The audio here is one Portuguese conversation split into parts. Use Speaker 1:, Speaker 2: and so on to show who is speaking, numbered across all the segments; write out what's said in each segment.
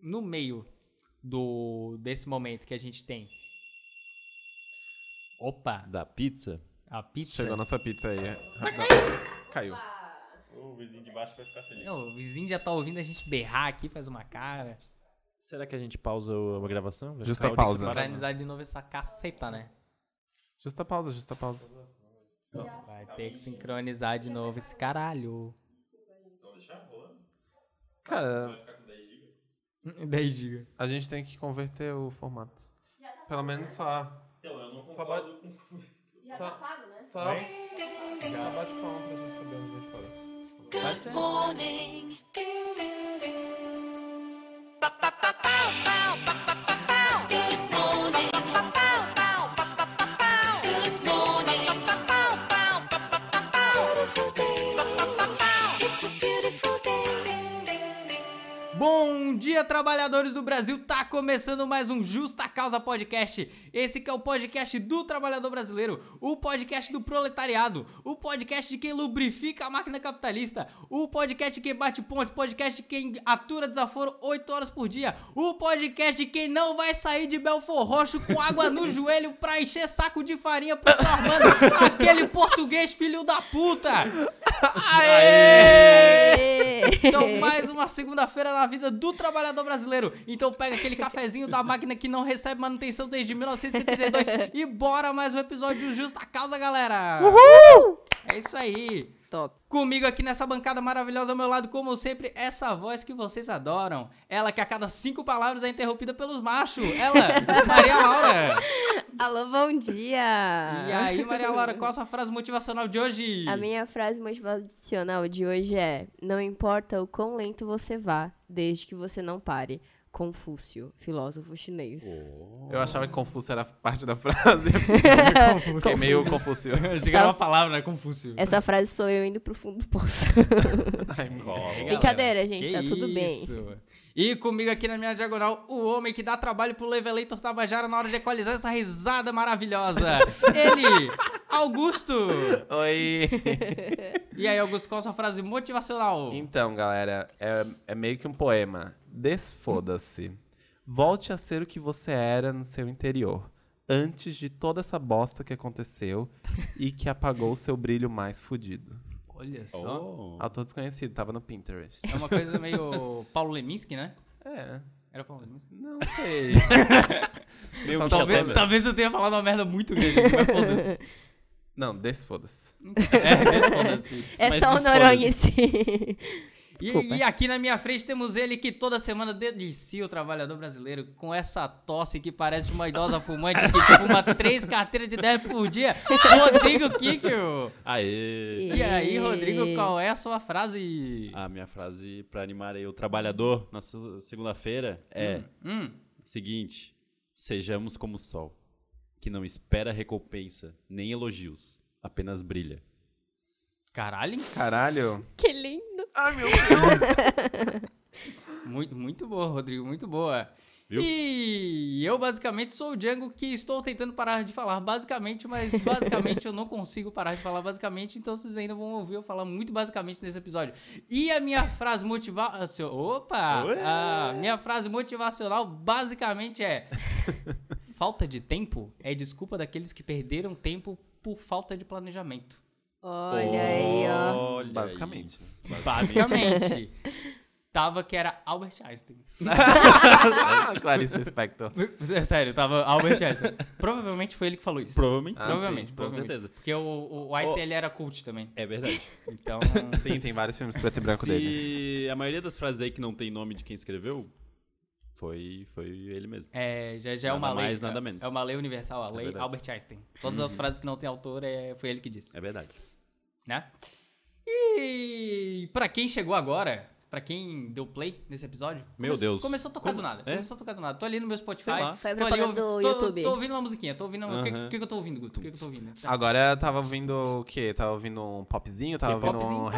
Speaker 1: no meio do desse momento que a gente tem. Opa,
Speaker 2: Da pizza?
Speaker 1: a pizza.
Speaker 3: Chegou a nossa pizza aí.
Speaker 4: Tá
Speaker 3: Caiu.
Speaker 5: O vizinho de baixo vai ficar feliz.
Speaker 1: Não, o vizinho já tá ouvindo a gente berrar aqui, faz uma cara.
Speaker 2: Será que a gente pausa o- a gravação? Vai
Speaker 3: Justa
Speaker 2: ficar o
Speaker 3: pausa.
Speaker 2: disso
Speaker 1: Pra
Speaker 2: parado?
Speaker 1: analisar de novo essa caceta, né?
Speaker 3: Justa pausa, justa pausa.
Speaker 1: Vai ter que sincronizar de novo esse caralho.
Speaker 3: Cara,
Speaker 1: Daí diga.
Speaker 3: a gente tem que converter o formato.
Speaker 4: tá
Speaker 3: Pelo menos só.
Speaker 5: Então, eu não
Speaker 3: Só
Speaker 5: concordo com
Speaker 4: Já
Speaker 3: Só-
Speaker 4: tá pago, né?
Speaker 3: Só. Já bate palma pra gente saber onde a gente parou.
Speaker 1: Bom dia, trabalhadores do Brasil! Tá começando mais um Justa Causa Podcast. Esse que é o podcast do trabalhador brasileiro, o podcast do proletariado, o podcast de quem lubrifica a máquina capitalista, o podcast de quem bate pontos, podcast de quem atura desaforo 8 horas por dia, o podcast de quem não vai sair de Belfor Roxo com água no joelho pra encher saco de farinha pro seu Armando, aquele português filho da puta! Então, mais uma segunda-feira na vida do trabalhador brasileiro. Então, pega aquele cafezinho da máquina que não recebe manutenção desde 1972 e bora mais um episódio do Justa Causa, galera! Uhul! É isso aí!
Speaker 4: Top.
Speaker 1: Comigo aqui nessa bancada maravilhosa, ao meu lado, como sempre, essa voz que vocês adoram. Ela que a cada cinco palavras é interrompida pelos machos. Ela, Maria Laura.
Speaker 4: Alô, bom dia!
Speaker 1: E aí, Maria Laura, qual a sua frase motivacional de hoje?
Speaker 4: Ah. A minha frase motivacional de hoje é: Não importa o quão lento você vá, desde que você não pare. Confúcio, filósofo chinês.
Speaker 3: Eu achava que Confúcio era parte da frase. Fiquei meio confuso.
Speaker 1: Diga
Speaker 4: Só-
Speaker 1: uma palavra, é Confúcio.
Speaker 4: Essa frase sou eu indo pro fundo do poço.
Speaker 5: cola.
Speaker 4: Brincadeira,
Speaker 1: galera.
Speaker 4: gente,
Speaker 1: Que
Speaker 4: tá tudo bem.
Speaker 1: isso. E comigo aqui na minha diagonal, o homem que dá trabalho pro Levelator Tabajara na hora de equalizar essa risada maravilhosa. Ele, Augusto.
Speaker 3: Oi.
Speaker 1: E aí, Augusto, qual a sua frase motivacional?
Speaker 3: Então, galera, é, é meio que um poema. Desfoda-se. Volte a ser o que você era no seu interior. Antes de toda essa bosta que aconteceu e que apagou o seu brilho mais fudido.
Speaker 1: Olha só.
Speaker 2: Oh.
Speaker 3: Autor desconhecido, tava no Pinterest.
Speaker 1: É uma coisa meio Paulo Leminski, né?
Speaker 3: É,
Speaker 1: Era Paulo Leminski.
Speaker 3: não sei.
Speaker 2: Meio
Speaker 3: Só
Speaker 2: Michel
Speaker 3: talvez-
Speaker 2: Temer.
Speaker 1: Talvez eu tenha falado uma merda muito grande, mas foda-se.
Speaker 3: Não, desfoda-se.
Speaker 1: É, foda-se.
Speaker 4: É
Speaker 2: Mas
Speaker 4: só o
Speaker 2: dos
Speaker 4: Noronha, sim.
Speaker 1: E, e aqui na minha frente temos ele que toda semana delicia o trabalhador brasileiro com essa tosse que parece de uma idosa fumante que fuma três carteiras de 10 por dia. Rodrigo Kikio!
Speaker 2: Aê!
Speaker 1: E aí, Rodrigo, qual é a sua frase?
Speaker 2: A minha frase pra animar aí o trabalhador na su- segunda-feira é
Speaker 1: Hum,
Speaker 2: seguinte: sejamos como o sol, que não espera recompensa nem elogios, apenas brilha.
Speaker 1: caralho,
Speaker 3: Caralho.
Speaker 4: Que lindo.
Speaker 3: Ai, meu Deus.
Speaker 1: muito, muito boa, Rodrigo, muito boa.
Speaker 2: Viu?
Speaker 1: E eu basicamente sou o Django que estou tentando parar de falar basicamente, mas basicamente eu não consigo parar de falar basicamente, então vocês ainda vão ouvir eu falar muito basicamente nesse episódio. E a minha frase motivacional. Opa!
Speaker 2: Ué!
Speaker 1: A minha frase motivacional basicamente é: falta de tempo é desculpa daqueles que perderam tempo por falta de planejamento.
Speaker 4: Olha aí, ó.
Speaker 2: Olha aí.
Speaker 3: Basicamente.
Speaker 1: Basicamente. Tava que era Albert Einstein.
Speaker 3: Ah, Clarice Lispector.
Speaker 1: É sério, tava Albert Einstein. Provavelmente foi ele que falou isso.
Speaker 2: Provavelmente
Speaker 1: Ah,
Speaker 2: sim.
Speaker 1: provavelmente,
Speaker 2: com
Speaker 1: provavelmente.
Speaker 2: certeza.
Speaker 1: Porque o, o Einstein
Speaker 2: Ô.
Speaker 1: ele era cult também.
Speaker 2: É verdade.
Speaker 1: Então.
Speaker 3: Sim, tem vários filmes preto e branco
Speaker 2: Se
Speaker 3: dele.
Speaker 2: A maioria das frases aí que não tem nome de quem escreveu foi, foi ele mesmo.
Speaker 1: É, já, já é
Speaker 2: Nada
Speaker 1: uma lei.
Speaker 2: mais, nada menos.
Speaker 1: É uma lei universal, a lei
Speaker 2: verdade. Uhum.
Speaker 1: Albert Einstein. Todas as frases que não tem autor é, foi ele que disse.
Speaker 2: É verdade.
Speaker 1: né? E pra quem chegou agora, pra quem deu play nesse episódio,
Speaker 2: Meu
Speaker 1: começou-
Speaker 2: Deus.
Speaker 1: Começou a tocar do nada.
Speaker 2: É?
Speaker 1: Começou a tocar do nada. Tô ali no meu Spotify.
Speaker 2: Sei lá.
Speaker 4: Foi a
Speaker 1: tô ali
Speaker 4: propaganda
Speaker 1: ouvi-
Speaker 4: do
Speaker 1: tô-
Speaker 4: YouTube.
Speaker 1: Tô ouvindo uma musiquinha, tô ouvindo. O que,
Speaker 2: Aham.
Speaker 1: que que eu tô ouvindo, Guto? O que, que eu tô ouvindo?
Speaker 3: Agora eu tava ouvindo o quê? Tava ouvindo um popzinho, tava
Speaker 1: Que
Speaker 3: ouvindo
Speaker 1: popzinho?
Speaker 3: um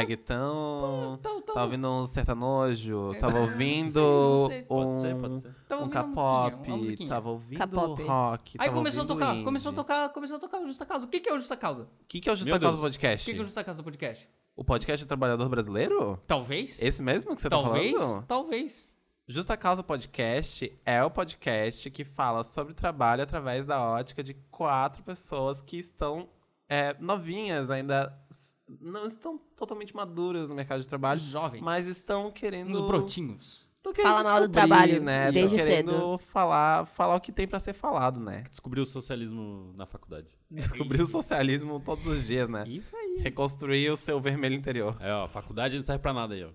Speaker 3: reggaeton,
Speaker 1: Tô- tô-
Speaker 3: tava ouvindo um sertanojo, tava
Speaker 1: tá É, não
Speaker 3: ouvindo
Speaker 1: sei.
Speaker 2: Pode ser,
Speaker 3: um
Speaker 2: pode ser.
Speaker 1: Tava
Speaker 3: um
Speaker 1: tá ouvindo uma musiquinha, uma
Speaker 3: K-pop, tá
Speaker 1: musiquinha.
Speaker 3: tava ouvindo
Speaker 4: K-pop.
Speaker 3: rock.
Speaker 1: Aí
Speaker 3: tava
Speaker 1: começou a
Speaker 3: ouvindo
Speaker 1: tocar,
Speaker 3: indie.
Speaker 1: começou a tocar, começou a tocar o Justa Causa. O que, que é o Justa Causa?
Speaker 3: O que, que é o Justa
Speaker 2: Meu
Speaker 3: Causa
Speaker 2: Deus.
Speaker 1: O
Speaker 3: Podcast?
Speaker 1: que, que é o Justa Causa Podcast?
Speaker 3: O podcast do trabalhador brasileiro?
Speaker 1: Talvez?
Speaker 3: Esse mesmo que você
Speaker 1: talvez?
Speaker 3: tá falando?
Speaker 1: talvez.
Speaker 3: Justa Causa Podcast é o podcast que fala sobre trabalho através da ótica de quatro pessoas que estão é, novinhas, ainda s- não estão totalmente maduras no mercado de trabalho,
Speaker 1: Jovens.
Speaker 3: mas estão querendo.
Speaker 1: Nos brotinhos.
Speaker 3: tão querendo
Speaker 4: Fala mal do
Speaker 3: descobrir,
Speaker 4: trabalho
Speaker 3: né? Tão
Speaker 4: desde
Speaker 3: querendo
Speaker 4: cedo.
Speaker 3: falar, falar o que tem pra ser falado, né?
Speaker 2: Descobriu o socialismo na faculdade.
Speaker 3: Descobrir o socialismo todos os dias, né?
Speaker 1: Isso aí.
Speaker 3: Reconstruir o seu vermelho interior.
Speaker 2: É, ó, a faculdade não serve pra nada aí, ó.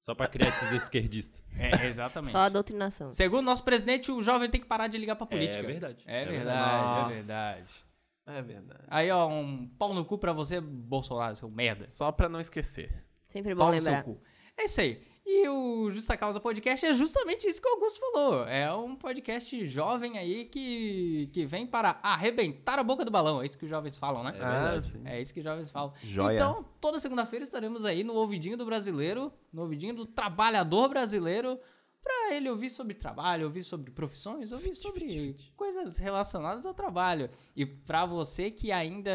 Speaker 2: Só pra criar esses esquerdistas.
Speaker 1: É, exatamente.
Speaker 4: Só a doutrinação.
Speaker 1: Segundo nosso presidente, o jovem tem que parar de ligar pra política.
Speaker 2: É verdade.
Speaker 1: É
Speaker 2: É
Speaker 1: verdade,
Speaker 3: verdade.
Speaker 1: é verdade.
Speaker 3: É verdade.
Speaker 1: Aí, ó, um pau no cu pra você, Bolsonaro, seu merda.
Speaker 3: Só pra não esquecer.
Speaker 4: Sempre bom
Speaker 1: Pau no seu
Speaker 4: lembrar.
Speaker 1: cu. É isso aí. E o Justa Causa Podcast é justamente isso que o Augusto falou. É um podcast jovem aí que, que vem para arrebentar a boca do balão. É isso que os jovens falam, né?
Speaker 3: ah,
Speaker 2: verdade.
Speaker 3: sim.
Speaker 1: É isso que os jovens falam.
Speaker 3: Joia.
Speaker 1: Então, toda segunda-feira estaremos aí no ouvidinho do brasileiro, no ouvidinho do trabalhador brasileiro, pra ele ouvir sobre trabalho, ouvir sobre profissões, ouvir sobre coisas relacionadas ao trabalho. E pra você que ainda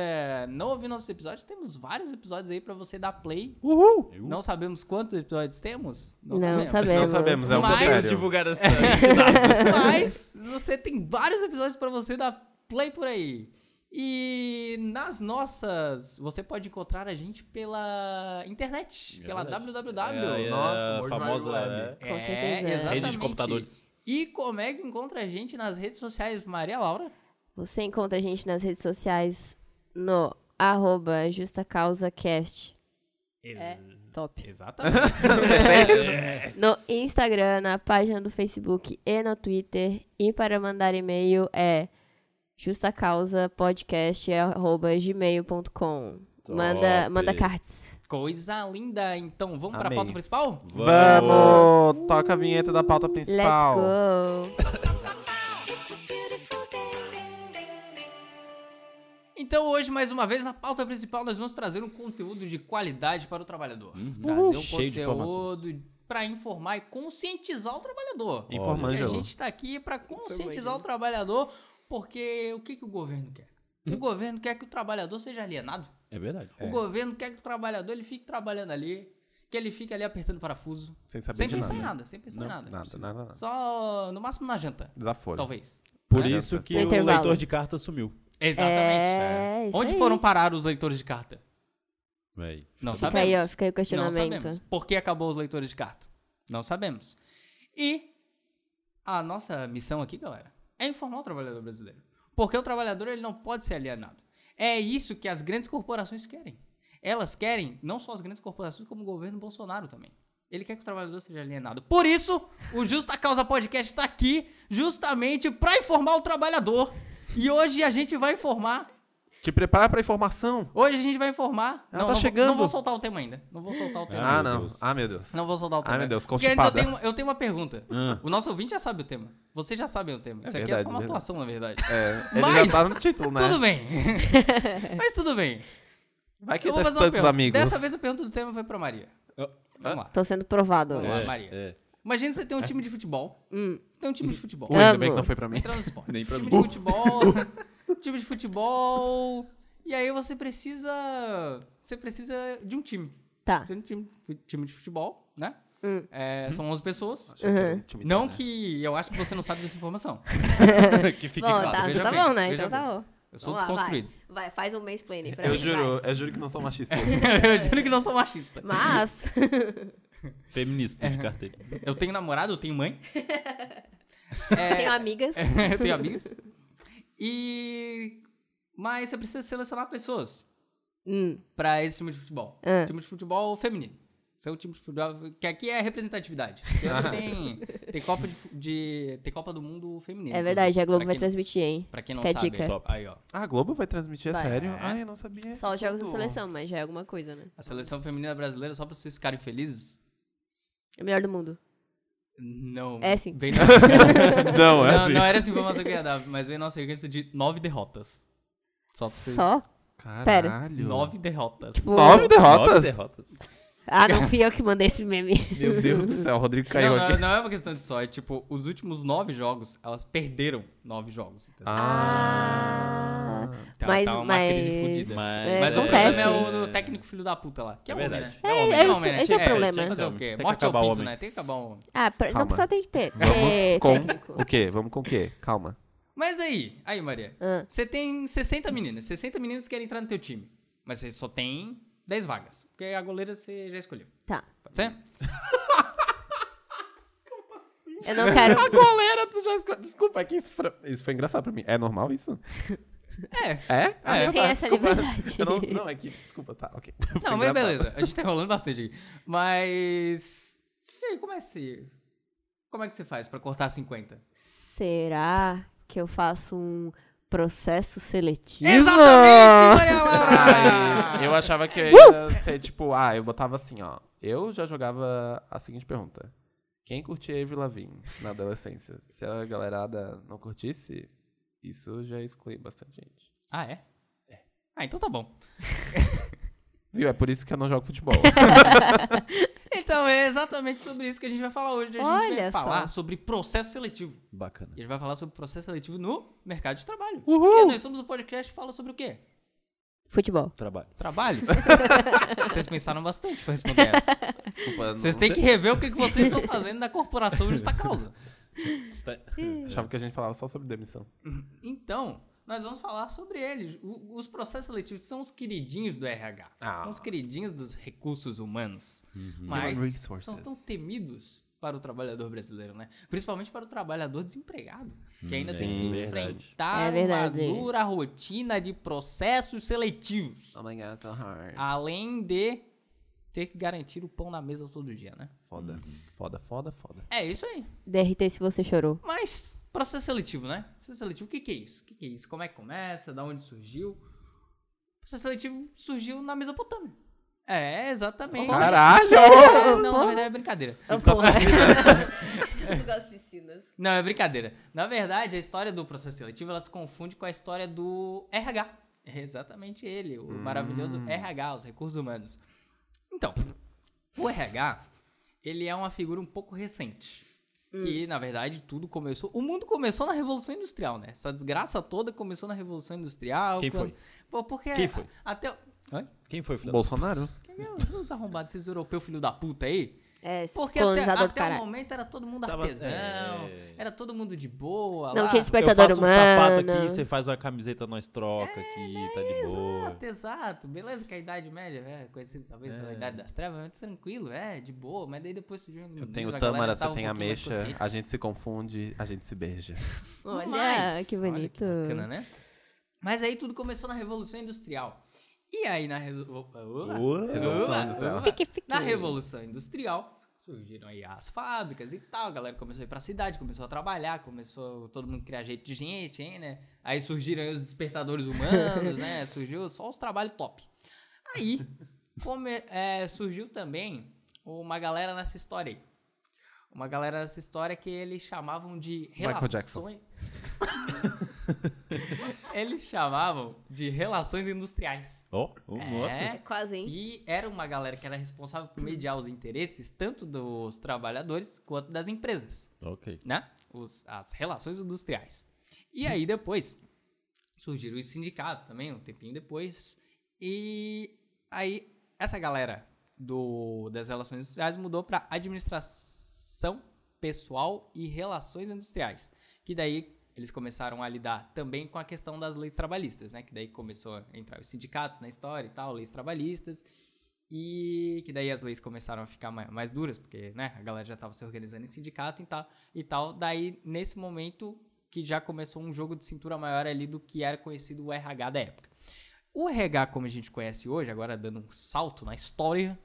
Speaker 1: não ouviu nossos episódios, temos vários episódios aí pra você dar play. Uhul! Não sabemos quantos episódios temos?
Speaker 4: Não sabemos.
Speaker 3: Não sabemos, é um
Speaker 1: Mas-
Speaker 3: mistério.
Speaker 2: divulgar essa.
Speaker 1: É. Mas você tem vários episódios pra você dar play por aí. E nas nossas, você pode encontrar a gente pela internet,
Speaker 2: É
Speaker 1: pela
Speaker 2: verdade.
Speaker 1: www.
Speaker 2: É, é,
Speaker 3: Nossa,
Speaker 2: a
Speaker 3: World
Speaker 2: famosa
Speaker 3: Wide
Speaker 2: é,
Speaker 4: Com certeza.
Speaker 2: rede
Speaker 1: exatamente.
Speaker 2: de computadores.
Speaker 1: E como é que encontra a gente nas redes sociais, Maria Laura?
Speaker 4: Você encontra a gente nas redes sociais no arroba JustaCausaCast. É, top.
Speaker 1: Exatamente.
Speaker 4: No Instagram, na página do Facebook e no Twitter. E para mandar e-mail é justacausapodcast.gmail.com Manda,
Speaker 2: Top.
Speaker 4: manda cards.
Speaker 1: Coisa linda. Então, vamos para a
Speaker 3: Amei.
Speaker 1: pauta principal?
Speaker 3: Vamos! Toca a vinheta da pauta principal.
Speaker 4: Let's go.
Speaker 1: Então, hoje, mais uma vez, na pauta principal, nós vamos trazer um conteúdo de qualidade para o trabalhador.
Speaker 2: Uhum.
Speaker 1: Trazer um
Speaker 2: Cheio de informações.
Speaker 1: conteúdo para informar e conscientizar o trabalhador.
Speaker 3: Informando.
Speaker 1: A gente tá aqui para conscientizar o trabalhador, porque o que, que o governo quer? O governo quer que o trabalhador seja alienado.
Speaker 2: É verdade.
Speaker 1: O governo quer que o trabalhador ele fique trabalhando ali, que ele fique ali apertando parafuso,
Speaker 3: Sem saber
Speaker 1: sem
Speaker 3: Tá de
Speaker 1: pensar em
Speaker 3: nada.
Speaker 1: nada, sem pensar em nada.
Speaker 3: Nada, nada, nada.
Speaker 1: Só no máximo na janta,
Speaker 3: Desaforo.
Speaker 1: talvez.
Speaker 2: Por
Speaker 3: É.
Speaker 2: isso que
Speaker 4: No
Speaker 2: o
Speaker 4: intervalo.
Speaker 2: leitor de carta sumiu.
Speaker 1: Exatamente.
Speaker 4: É, isso
Speaker 1: Onde
Speaker 4: aí.
Speaker 1: foram parar os leitores de carta?
Speaker 2: Véi.
Speaker 1: Não
Speaker 4: Fica
Speaker 1: sabemos.
Speaker 4: aí, ó. Fica aí o
Speaker 1: Não
Speaker 4: questionamento.
Speaker 1: sabemos. Por que acabou os leitores de carta? Não sabemos. E a nossa missão aqui, galera, é informar o trabalhador brasileiro. Porque o trabalhador ele não pode ser alienado. É isso que as grandes corporações querem. Elas querem, não só as grandes corporações, como o governo Bolsonaro também. Ele quer que o trabalhador seja alienado. Por isso, o Justa Causa Podcast está aqui justamente para informar o trabalhador. E hoje a gente vai informar.
Speaker 3: Te prepara pra informação.
Speaker 1: Hoje a gente vai informar.
Speaker 3: Ela
Speaker 1: não, não
Speaker 3: tá
Speaker 1: vou- Não
Speaker 3: chegando.
Speaker 1: vou soltar o tema ainda. Não vou soltar o tema.
Speaker 3: Ah,
Speaker 2: Ah, meu
Speaker 3: não.
Speaker 2: Deus.
Speaker 3: Ah, meu Deus.
Speaker 1: Não vou soltar o tema.
Speaker 3: Ai, meu Deus,
Speaker 1: Porque antes eu
Speaker 3: constipada.
Speaker 1: tenho, eu tenho uma pergunta.
Speaker 2: Ah.
Speaker 1: O nosso ouvinte já sabe o tema. Vocês já sabem o tema.
Speaker 3: É
Speaker 1: Isso aqui é
Speaker 3: verdade,
Speaker 1: só uma
Speaker 3: verdade.
Speaker 1: atuação, na verdade.
Speaker 3: É, ele
Speaker 1: Mas-
Speaker 3: já tá no título, né?
Speaker 1: Tudo bem. Mas tudo bem.
Speaker 3: Vai que
Speaker 1: eu
Speaker 3: tá
Speaker 1: vou fazer uma
Speaker 3: estudando com os
Speaker 1: pergunta.
Speaker 3: amigos.
Speaker 1: Dessa vez a pergunta do tema foi pra Maria.
Speaker 2: Ah.
Speaker 1: Vamos lá.
Speaker 4: Tô sendo provado.
Speaker 1: Vamos lá, Maria.
Speaker 2: É. Hum.
Speaker 1: Imagina você tem um time de futebol. Tem um time de futebol.
Speaker 3: Ui, ainda bem
Speaker 4: Amo.
Speaker 3: que não foi pra mim.
Speaker 1: Entra no esporte.
Speaker 2: Nem pra
Speaker 1: time de
Speaker 2: mim.
Speaker 1: futebol. time de futebol. E aí você precisa. Você precisa de um time.
Speaker 4: Tá.
Speaker 1: Você tem um time, time de futebol, né?
Speaker 4: Hum.
Speaker 1: É, são 11 pessoas.
Speaker 4: Uhum.
Speaker 1: Não
Speaker 3: né?
Speaker 1: que eu acho que você não sabe dessa informação.
Speaker 3: que fique
Speaker 4: Bom, tá,
Speaker 1: veja
Speaker 4: tá
Speaker 1: bem,
Speaker 4: bom, né?
Speaker 1: veja
Speaker 4: Então tá bom.
Speaker 1: Eu sou
Speaker 4: Vamos lá,
Speaker 1: desconstruído.
Speaker 4: Vai, vai, faz um mansplaining pra
Speaker 3: Eu
Speaker 4: mim, vai.
Speaker 3: juro, eu juro que não sou machista.
Speaker 1: eu juro que não sou machista.
Speaker 4: Mas,
Speaker 2: Feminista
Speaker 1: É.
Speaker 2: de carteira.
Speaker 1: Eu tenho namorado, eu tenho mãe, É.
Speaker 4: tenho amigas.
Speaker 1: eu tenho amigas. E. Mas você precisa selecionar pessoas
Speaker 4: Hum,
Speaker 1: pra esse time de futebol.
Speaker 4: Ah.
Speaker 1: Time de futebol feminino. Esse é o time de futebol. Que aqui é representatividade. Esse ano tem, tem, Copa de, fu- de- Tem Copa do Mundo feminino.
Speaker 4: é verdade, a Globo vai
Speaker 1: inclusive. Pra quem-
Speaker 4: transmitir, hein?
Speaker 1: Pra quem não
Speaker 4: Fica a
Speaker 1: sabe.
Speaker 4: dica.
Speaker 1: Top. Aí, ó.
Speaker 3: ah, a Globo vai transmitir, é
Speaker 4: Vai.
Speaker 3: sério?
Speaker 1: É.
Speaker 3: Ai, eu não sabia.
Speaker 4: Só os jogos da
Speaker 3: Tudo.
Speaker 4: seleção, mas já é alguma coisa, né?
Speaker 1: A seleção feminina brasileira, só pra vocês ficarem felizes.
Speaker 4: É o melhor do mundo.
Speaker 1: Não.
Speaker 4: É sim.
Speaker 1: Vem na-
Speaker 3: Não, é
Speaker 1: não,
Speaker 3: assim.
Speaker 1: não era essa informação que eu ia dar, mas veio nossa sequência de nove derrotas. Só pra vocês.
Speaker 4: Só? Pera.
Speaker 3: é. Caralho.
Speaker 1: Nove derrotas.
Speaker 2: Tipo,
Speaker 3: Nove
Speaker 2: Nove
Speaker 3: derrotas?
Speaker 2: derrotas.
Speaker 4: Ah, não fui eu que mandei esse meme.
Speaker 3: Meu Deus do céu, o Rodrigo caiu
Speaker 1: Não, não,
Speaker 3: aqui.
Speaker 1: não é uma questão de só, é
Speaker 3: é
Speaker 1: tipo, os últimos nove jogos, elas perderam nove jogos. entendeu?
Speaker 3: Ah.
Speaker 4: lá.
Speaker 1: Tá-
Speaker 4: mas
Speaker 1: tá uma
Speaker 4: mas,
Speaker 1: crise fudida.
Speaker 2: Mas-
Speaker 4: é,
Speaker 2: mas
Speaker 1: O
Speaker 4: acontece.
Speaker 1: problema é o, o técnico filho da puta lá. Que é,
Speaker 2: É
Speaker 1: homem,
Speaker 2: verdade.
Speaker 1: né?
Speaker 4: É,
Speaker 1: homem,
Speaker 4: é
Speaker 1: né?
Speaker 4: esse-
Speaker 1: homem, né?
Speaker 4: esse é o
Speaker 1: Tinha que ser,
Speaker 4: problema.
Speaker 1: tinha que Fazer o
Speaker 2: Tem
Speaker 1: quê?
Speaker 2: que
Speaker 1: Morte ao
Speaker 2: acabar o
Speaker 1: pinto,
Speaker 2: homem.
Speaker 1: né? Tem que acabar o homem.
Speaker 4: Ah, pra- não
Speaker 3: Calma.
Speaker 4: precisa ter, ter,
Speaker 3: Vamos
Speaker 4: ter
Speaker 3: com
Speaker 4: técnico.
Speaker 3: o quê? Vamos com o quê? Calma.
Speaker 1: Mas aí, aí, Maria.
Speaker 4: Ah.
Speaker 1: Você tem 60 meninas. 60 meninas querem entrar no teu time. Mas você só tem 10 vagas. Porque a goleira você já escolheu.
Speaker 4: Tá.
Speaker 1: Pode ser?
Speaker 4: Eu não quero.
Speaker 3: Goleira, tu já esco- Desculpa, é que isso, fra- isso foi engraçado pra mim. É normal isso?
Speaker 1: É.
Speaker 3: É? Ah,
Speaker 4: Eu
Speaker 3: tá,
Speaker 4: tenho essa
Speaker 3: desculpa.
Speaker 4: liberdade.
Speaker 3: Eu não, não, é que. Desculpa, tá, ok. Foi
Speaker 1: Não, mas
Speaker 3: engraçado.
Speaker 1: beleza. A gente tá enrolando bastante aqui. Mas. E aí, como é que se. Como é que você faz pra cortar 50?
Speaker 4: Será que eu faço um processo seletivo?
Speaker 1: Exatamente, Maria Laura!
Speaker 3: Ai, eu achava que eu ia ser tipo, ah, eu botava assim, ó. Eu já jogava a seguinte pergunta. Quem curtia Avril Lavigne na adolescência? Se a galerada não curtisse, isso já exclui bastante gente.
Speaker 1: Ah, é? Ah, então tá bom.
Speaker 3: Viu? É por isso que eu não jogo futebol.
Speaker 1: Então é exatamente sobre isso que a gente vai falar hoje. A gente vai
Speaker 4: Olha só.
Speaker 1: falar sobre processo seletivo.
Speaker 2: Bacana.
Speaker 1: E a gente vai falar sobre processo seletivo no mercado de trabalho. Uhul! Porque nós somos um podcast que fala sobre o quê?
Speaker 4: Futebol.
Speaker 2: Trabalho.
Speaker 1: Trabalho. vocês pensaram bastante pra responder essa.
Speaker 3: Desculpa, eu não
Speaker 1: Vocês têm que rever o que, que vocês estão fazendo na corporação justa causa.
Speaker 3: achava que a gente falava só sobre demissão.
Speaker 1: Então, nós vamos falar sobre eles. O- os processos seletivos são os queridinhos do RH.
Speaker 3: Ah.
Speaker 1: São os queridinhos dos recursos humanos.
Speaker 2: Uhum.
Speaker 3: Human
Speaker 1: Mas
Speaker 3: resources.
Speaker 1: são tão temidos para o trabalhador brasileiro, né? Principalmente para o trabalhador desempregado, que ainda tem
Speaker 2: Sim,
Speaker 1: que
Speaker 2: verdade.
Speaker 1: enfrentar
Speaker 4: É verdade.
Speaker 1: uma dura rotina de processos seletivos.
Speaker 3: Oh my god, so hard.
Speaker 1: Além de ter que garantir o pão na mesa todo dia, né?
Speaker 3: Foda, foda, foda, foda.
Speaker 1: É isso aí.
Speaker 4: DRT se você chorou.
Speaker 1: Mas processo seletivo, né? Processo seletivo, o que, que é isso? O que, que é isso? Como é que começa? Da onde surgiu? Processo seletivo surgiu na Mesopotâmia. É, exatamente.
Speaker 3: Caralho!
Speaker 1: É, não, na verdade é brincadeira. Não, é brincadeira. Na verdade, a história do processo seletivo ela se confunde com a história do RH. É exatamente ele, o maravilhoso
Speaker 2: Hum.
Speaker 1: RH, os recursos humanos. Então, o RH, ele é uma figura um pouco recente.
Speaker 4: Hum.
Speaker 1: Que, na verdade, tudo começou. O mundo começou na Revolução Industrial, né? Essa desgraça toda começou na Revolução Industrial.
Speaker 2: Quem
Speaker 1: quando-
Speaker 2: foi?
Speaker 1: Pô, porque.
Speaker 2: Quem foi?
Speaker 1: Até. Oi?
Speaker 2: Quem foi, filho?
Speaker 3: Bolsonaro?
Speaker 1: Que meu, Os arrombados, esses europeus, filho da puta aí.
Speaker 4: É,
Speaker 1: Porque até,
Speaker 4: colonizador do
Speaker 1: até o
Speaker 4: caralho.
Speaker 1: momento era todo mundo
Speaker 2: Tava-
Speaker 1: artesão,
Speaker 2: é.
Speaker 1: era todo mundo de boa.
Speaker 4: Não
Speaker 1: lá.
Speaker 4: tinha
Speaker 2: Eu
Speaker 4: despertador
Speaker 2: faço um sapato
Speaker 4: humano. É
Speaker 2: aqui, você faz uma camiseta, nós troca aqui, tá de boa.
Speaker 1: Exato, exato. Beleza que a Idade Média, é conhecido talvez pela Idade das Trevas, é muito tranquilo, é, de boa. Mas daí depois surgiu... um
Speaker 3: Eu tenho Tâmara, você tem ameixa, a gente se confunde, a gente se beija.
Speaker 4: Olha,
Speaker 1: Mas,
Speaker 4: que
Speaker 1: olha
Speaker 4: bonito.
Speaker 1: bacana, né? Mas aí tudo começou na Revolução Industrial. E aí na... Resol...
Speaker 3: Revolução Industrial.
Speaker 4: Fique, fique.
Speaker 1: Na Revolução Industrial, surgiram aí as fábricas e tal, a galera começou a ir pra cidade, começou a trabalhar, começou todo mundo a criar jeito de gente, hein, né? Aí surgiram aí os despertadores humanos, né? Surgiu só os trabalhos top. Aí come- é, surgiu também uma galera nessa história aí. Uma galera nessa história que eles chamavam de
Speaker 3: Michael Jackson.
Speaker 1: relações. eles chamavam de relações industriais.
Speaker 2: Ó, oh,
Speaker 1: É,
Speaker 2: nossa.
Speaker 4: Quase, hein?
Speaker 1: que era uma galera que era responsável por mediar os interesses tanto dos trabalhadores quanto das empresas,
Speaker 2: Ok.
Speaker 1: né? Os- as relações industriais. E aí depois surgiram os sindicatos também, um tempinho depois. E aí essa galera do, das relações industriais mudou para administração pessoal e relações industriais, que daí eles começaram a lidar também com a questão das leis trabalhistas, né? Que daí começou a entrar os sindicatos na história e tal, leis trabalhistas. E que daí as leis começaram a ficar ma- mais, duras, porque né, a galera já estava se organizando em sindicato e tal, e tal. Daí, nesse momento, que já começou um jogo de cintura maior ali do que era conhecido o RH da época. O RH, como a gente conhece hoje, agora dando um salto na história,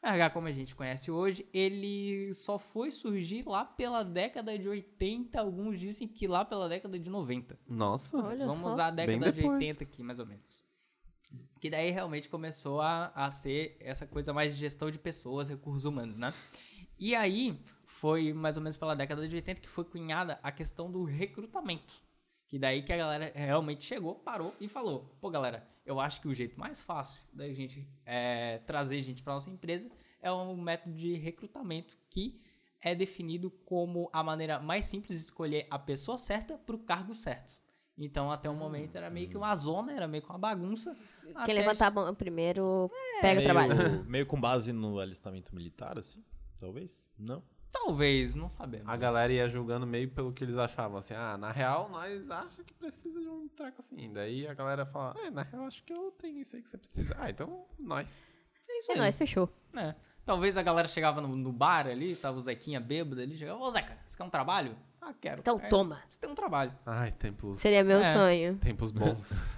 Speaker 1: o RH, como a gente conhece hoje, ele só foi surgir lá pela década de 80, alguns dizem que lá pela década de 90.
Speaker 3: Nossa.
Speaker 4: Olha
Speaker 1: Vamos
Speaker 4: só.
Speaker 1: usar a
Speaker 3: Bem
Speaker 1: década de
Speaker 3: depois.
Speaker 1: 80 aqui, mais ou menos. Que daí realmente começou a, a ser essa coisa mais de gestão de pessoas, recursos humanos, né? E aí foi mais ou menos pela década de 80 que foi cunhada a questão do recrutamento. Que daí que a galera realmente chegou, parou e falou: pô, galera, eu acho que o jeito mais fácil da gente é, trazer gente para nossa empresa é um método de recrutamento que é definido como a maneira mais simples de escolher a pessoa certa para o cargo certo. Então, até o momento, era meio que uma zona, era meio que uma bagunça. até-
Speaker 4: Quem levantar a mão primeiro
Speaker 1: É.
Speaker 4: pega o trabalho.
Speaker 6: Meio, meio com base no alistamento militar, assim? Talvez? Não.
Speaker 1: Talvez, não sabemos.
Speaker 3: A galera ia julgando meio pelo que eles achavam, assim, ah, na real, nós acha que precisa de um treco assim. Daí a galera fala, é, na real, acho que eu tenho isso aí que você precisa. Ah, então, nós.
Speaker 1: É isso
Speaker 4: É
Speaker 1: aí.
Speaker 4: nóis, fechou.
Speaker 1: É. Talvez a galera chegava no, no bar ali, tava o Zequinha bêbado ali, chegava, ô Zeca, você quer um trabalho? Ah, quero.
Speaker 4: Então
Speaker 1: É,
Speaker 4: toma.
Speaker 1: Você tem um trabalho.
Speaker 3: Ai, tempos...
Speaker 4: Seria meu
Speaker 1: É.
Speaker 4: sonho.
Speaker 3: Tempos bons.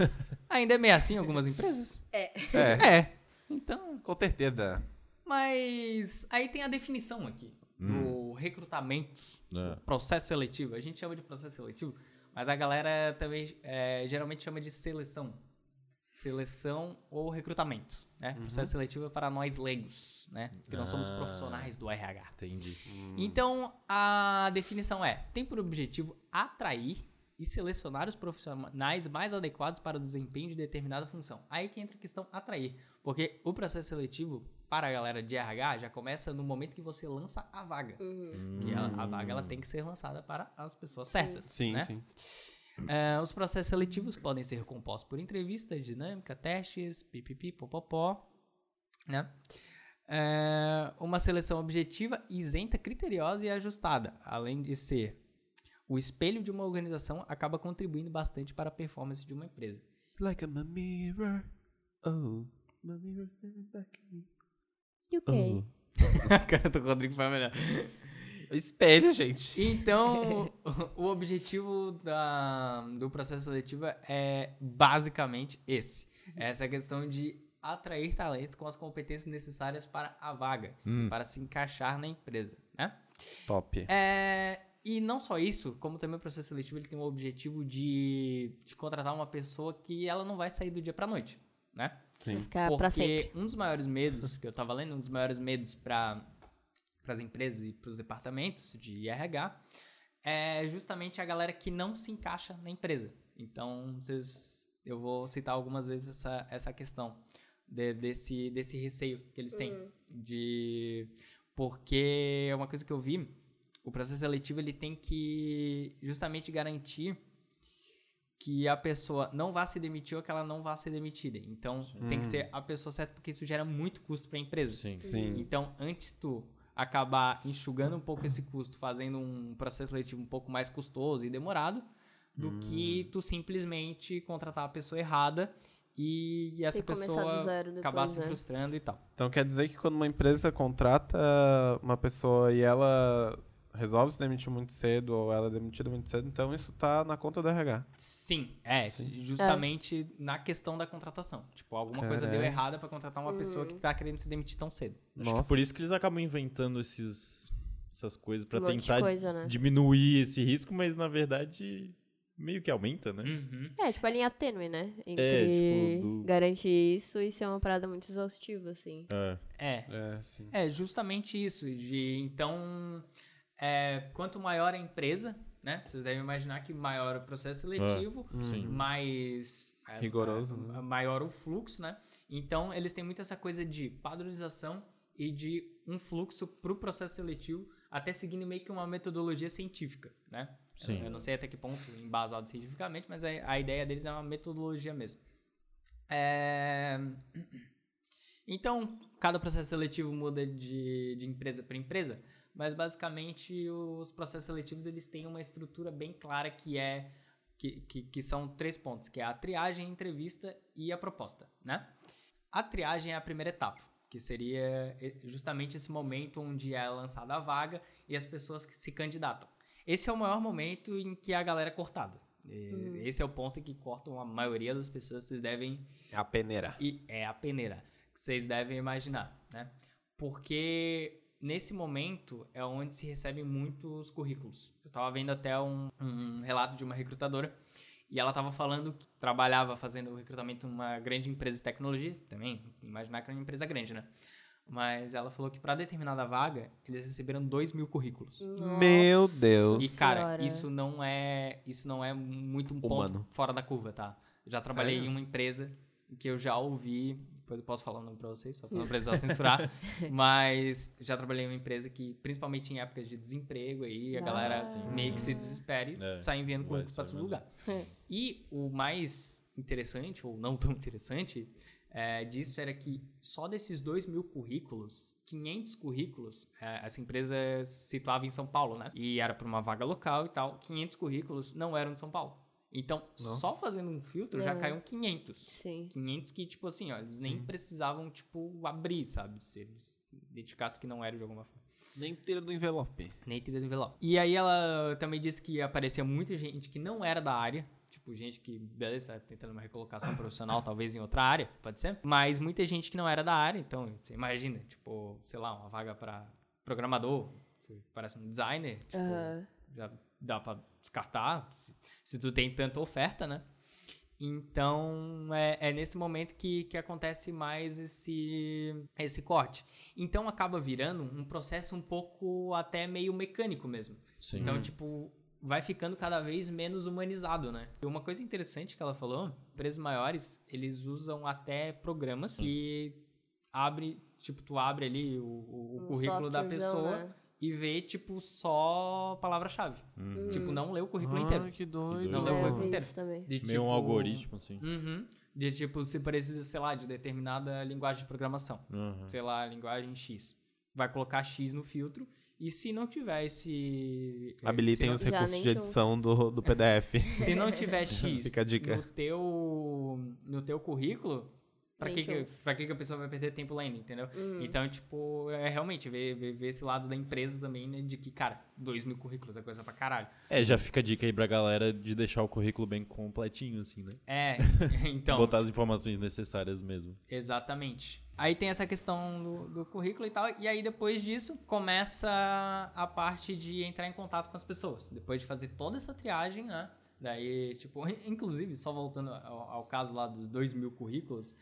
Speaker 1: Ainda é meio assim em algumas empresas?
Speaker 3: é,
Speaker 1: É. Então,
Speaker 3: com certeza.
Speaker 1: mas aí tem a definição aqui do recrutamento,
Speaker 6: É.
Speaker 1: processo seletivo. A gente chama de processo seletivo, mas a galera também é, geralmente chama de seleção. Seleção ou recrutamento, né? Processo seletivo é para nós leigos, né? Que não somos
Speaker 6: Ah.
Speaker 1: profissionais do RH.
Speaker 6: Entendi.
Speaker 1: Então, a definição é: tem por objetivo atrair e selecionar os profissionais mais adequados para o desempenho de determinada função. Aí que entra a questão atrair, porque o processo seletivo para a galera de RH já começa no momento que você lança a vaga. E a, a vaga ela tem que ser lançada para as pessoas certas,
Speaker 3: Sim,
Speaker 1: né?
Speaker 3: sim.
Speaker 1: É, os processos seletivos podem ser compostos por entrevista, dinâmica, testes, pipipi, popopó, né? É, uma seleção objetiva, isenta, criteriosa e ajustada, além de ser o espelho de uma organização, acaba contribuindo bastante para a performance de uma empresa.
Speaker 3: It's like I'm a mirror. Oh, my mirror staring back at me.
Speaker 4: E o
Speaker 6: Uhum,
Speaker 4: quê?
Speaker 1: a cara do Rodrigo foi melhor.
Speaker 3: Espelho, gente.
Speaker 1: Então, o objetivo da- do processo seletivo é basicamente esse. Essa questão de atrair talentos com as competências necessárias para a vaga,
Speaker 3: Hum.
Speaker 1: para se encaixar na empresa, né?
Speaker 3: Top.
Speaker 1: É, e não só isso, como também o processo seletivo ele tem o objetivo de, de contratar uma pessoa que ela não vai sair do dia para noite, né?
Speaker 4: Ficar
Speaker 1: Porque
Speaker 4: pra sempre.
Speaker 1: um dos maiores medos que eu tava lendo, um dos maiores medos para as empresas e para os departamentos de RH é justamente a galera que não se encaixa na empresa. Então, vocês, eu vou citar algumas vezes essa, essa questão de- desse, desse receio que eles têm
Speaker 4: Hum.
Speaker 1: de porque é uma coisa que eu vi, o processo seletivo ele tem que justamente garantir que a pessoa não vá se demitir ou que ela não vá ser demitida. Então, tem que ser a pessoa certa, porque isso gera muito custo para a empresa.
Speaker 6: Sim. É
Speaker 3: Sim.
Speaker 1: Então, antes tu acabar enxugando um pouco esse custo, fazendo um processo seletivo um pouco mais custoso e demorado, do que tu simplesmente contratar a pessoa errada e essa
Speaker 4: E começar do
Speaker 1: pessoa
Speaker 4: zero depois,
Speaker 1: acabar se
Speaker 4: né?
Speaker 1: frustrando e tal.
Speaker 3: Então quer dizer que quando uma empresa contrata uma pessoa e ela resolve se demitir muito cedo ou ela é demitida muito cedo, então isso tá na conta do RH.
Speaker 1: Sim, é, justamente na questão da contratação. Tipo, alguma coisa deu
Speaker 3: Caralho.
Speaker 1: errada pra contratar uma pessoa
Speaker 4: Hum.
Speaker 1: que tá querendo se demitir tão cedo.
Speaker 6: Acho que por isso que eles acabam inventando esses, essas coisas pra
Speaker 4: Um monte de
Speaker 6: tentar
Speaker 4: coisa, né?
Speaker 6: diminuir esse risco, mas na verdade meio que aumenta, né?
Speaker 1: Uhum.
Speaker 4: É, tipo a linha tênue, né? Entre
Speaker 6: tipo, do-
Speaker 4: garantir isso e ser uma parada muito exaustiva, assim.
Speaker 6: É.
Speaker 1: É,
Speaker 3: É, sim.
Speaker 1: é justamente isso. De, então, é, quanto maior a empresa, né? Vocês devem imaginar que maior o processo seletivo,
Speaker 6: sim.
Speaker 1: mais é,
Speaker 3: Rigoroso,
Speaker 1: é,
Speaker 3: né?
Speaker 1: maior o fluxo, né? Então, eles têm muito essa coisa de padronização e de um fluxo pro processo seletivo, até seguindo meio que uma metodologia científica, né?
Speaker 6: Sim.
Speaker 1: Eu não sei até que ponto embasado cientificamente, mas a, a ideia deles é uma metodologia mesmo. É, Então, cada processo seletivo muda de, de empresa para empresa, mas basicamente os processos seletivos eles têm uma estrutura bem clara que é que, que, que são três pontos, que é a triagem, a entrevista e a proposta, né? A triagem é a primeira etapa, que seria eh, justamente esse momento onde é lançada a vaga e as pessoas que se candidatam. Esse é o maior momento em que a galera é cortada. E- Esse é o ponto em que cortam a maioria das pessoas, vocês devem.
Speaker 3: A peneira.
Speaker 1: E é a peneira, que vocês devem imaginar, né? Porque nesse momento é onde se recebem muitos currículos. Eu tava vendo até um, um relato de uma recrutadora e ela tava falando que trabalhava fazendo recrutamento numa grande empresa de tecnologia, também, imaginar que era uma empresa grande, né? Mas ela falou que para determinada vaga, eles receberam 2 mil currículos.
Speaker 3: Meu Deus.
Speaker 1: E cara,
Speaker 4: Senhora.
Speaker 1: isso não é, isso não é muito um ponto
Speaker 3: Humano.
Speaker 1: fora da curva, tá? Eu Já trabalhei
Speaker 3: Sério?
Speaker 1: em uma empresa que eu já ouvi Depois eu posso falar o nome pra vocês, só pra não precisar censurar. Mas já trabalhei em uma empresa que, principalmente em épocas de desemprego, aí a
Speaker 4: Ah.
Speaker 1: galera
Speaker 4: Sim,
Speaker 1: meio que se desespera e
Speaker 2: É,
Speaker 1: sai enviando
Speaker 2: vai,
Speaker 1: currículos pra
Speaker 2: sai
Speaker 1: todo
Speaker 2: mandando.
Speaker 1: lugar.
Speaker 4: É.
Speaker 1: E o mais interessante, ou não tão interessante, é, disso era que só desses 2 mil currículos, 500 currículos, é, essa empresa se situava em São Paulo, né? E era para uma vaga local e tal, 500 currículos não eram de São Paulo. Então, só fazendo um filtro já
Speaker 4: É.
Speaker 1: caíam 500.
Speaker 4: Sim.
Speaker 1: 500 que, tipo assim, ó, eles nem precisavam, tipo, abrir, sabe? Se eles identificassem que não era de alguma forma.
Speaker 2: Nem inteiro do envelope.
Speaker 1: Nem trilha do envelope. E aí ela também disse que aparecia muita gente que não era da área. Tipo, gente que, beleza, tá tentando uma recolocação profissional, talvez em outra área, pode ser. Mas muita gente que não era da área, então, você imagina, tipo, sei lá, uma vaga pra programador, que parece um designer, tipo,
Speaker 6: Uhum.
Speaker 4: Aham.
Speaker 1: já dá pra descartar, se, se tu tem tanta oferta, né? Então, é, é nesse momento que, que acontece mais esse, esse corte. Então, acaba virando um processo um pouco até meio mecânico mesmo.
Speaker 2: Sim. Uhum.
Speaker 1: Então, tipo, vai ficando cada vez menos humanizado, né? E uma coisa interessante que ela falou, empresas maiores, eles usam até programas que abre, tipo, tu abre ali o, o- o
Speaker 4: Um
Speaker 1: currículo da
Speaker 4: softwarezão,
Speaker 1: pessoa
Speaker 4: né?
Speaker 1: e vê, tipo, só palavra-chave. Tipo, não lê o currículo
Speaker 3: Ah,
Speaker 1: inteiro.
Speaker 3: que doido.
Speaker 1: Não
Speaker 2: Não,
Speaker 1: lê
Speaker 4: É,
Speaker 1: o
Speaker 4: eu
Speaker 1: currículo
Speaker 4: vi
Speaker 1: inteiro.
Speaker 4: isso também.
Speaker 1: De,
Speaker 5: Meio um
Speaker 1: tipo,
Speaker 5: algoritmo, assim.
Speaker 1: Uhum. De tipo, se precisa, sei lá, de determinada linguagem de programação. Sei lá, linguagem X. Vai colocar X no filtro. E se não tiver esse. eh, se
Speaker 3: Habilitem
Speaker 1: não-
Speaker 3: os
Speaker 4: Já
Speaker 3: recursos
Speaker 4: nem
Speaker 3: de
Speaker 4: são-
Speaker 3: edição do, do PDF.
Speaker 1: se não tiver X
Speaker 3: Fica a dica.
Speaker 1: no teu no teu currículo, pra que, que
Speaker 4: Patrons.
Speaker 1: pra que que a pessoa vai perder tempo lendo, entendeu? Então, tipo, é realmente ver, ver, ver esse lado da empresa também, né, de que, cara, dois mil currículos é coisa pra caralho.
Speaker 2: É, já fica a dica aí pra galera de deixar o currículo bem completinho, assim, né?
Speaker 1: É, então,
Speaker 2: Botar as informações necessárias mesmo.
Speaker 1: exatamente. Aí tem essa questão do, do currículo e tal, e aí depois disso começa a parte de entrar em contato com as pessoas. Depois de fazer toda essa triagem, né? Daí, tipo, inclusive, só voltando ao, ao caso lá dos dois mil currículos,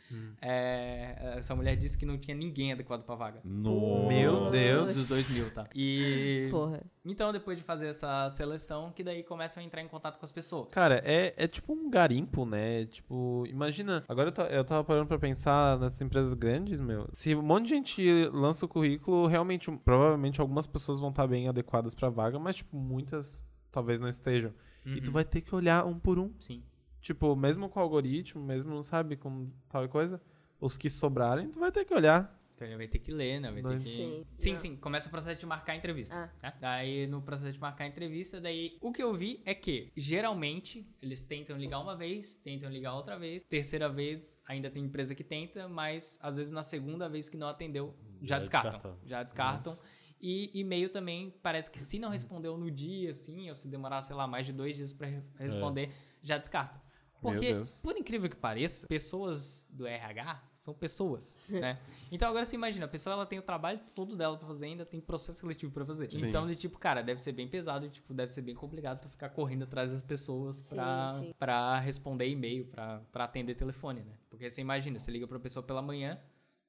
Speaker 1: É, essa mulher disse que não tinha ninguém adequado pra vaga.
Speaker 2: No...
Speaker 3: Meu Deus.
Speaker 1: Dos dois mil, tá? E.
Speaker 4: Porra.
Speaker 1: Então, depois de fazer essa seleção, que daí começam a entrar em contato com as pessoas.
Speaker 3: Cara, é, é tipo um garimpo, né? Tipo, imagina. Agora eu, ta- eu tava parando pra pensar nessas empresas grandes, meu. Se um monte de gente lança o currículo, realmente, um- provavelmente algumas pessoas vão estar bem adequadas pra vaga, mas, tipo, muitas talvez não estejam. E tu vai ter que olhar um por um.
Speaker 1: Sim.
Speaker 3: Tipo, mesmo com o algoritmo, mesmo, sabe, com tal coisa, os que sobrarem, tu vai ter que olhar.
Speaker 1: Então ele vai ter que ler, né? Vai ter
Speaker 3: Dois-
Speaker 1: que...
Speaker 4: Sim.
Speaker 1: Sim,
Speaker 4: Não.
Speaker 1: sim, começa o processo de marcar a entrevista.
Speaker 4: Ah.
Speaker 1: né? Daí, no processo de marcar a entrevista, daí o que eu vi é que, geralmente, eles tentam ligar uma vez, tentam ligar outra vez, terceira vez, ainda tem empresa que tenta, mas às vezes na segunda vez que não atendeu, já,
Speaker 2: Já
Speaker 1: descartam.
Speaker 2: descartam.
Speaker 1: Já descartam. E e-mail também, parece que se não respondeu no dia, assim, ou se demorar, sei lá, mais de dois dias pra re- responder, já descarta.
Speaker 3: É. Meu
Speaker 1: Porque,
Speaker 3: Deus.
Speaker 1: por incrível que pareça, pessoas do RH são pessoas, né? Então agora você imagina, a pessoa ela tem o trabalho todo dela pra fazer, ainda tem processo seletivo pra fazer.
Speaker 3: Sim.
Speaker 1: Então, de tipo, cara, deve ser bem pesado, e, tipo, deve ser bem complicado tu ficar correndo atrás das pessoas pra,
Speaker 4: sim.
Speaker 1: pra responder e-mail, pra, pra atender telefone, né? Porque você imagina, você liga pra pessoa pela manhã,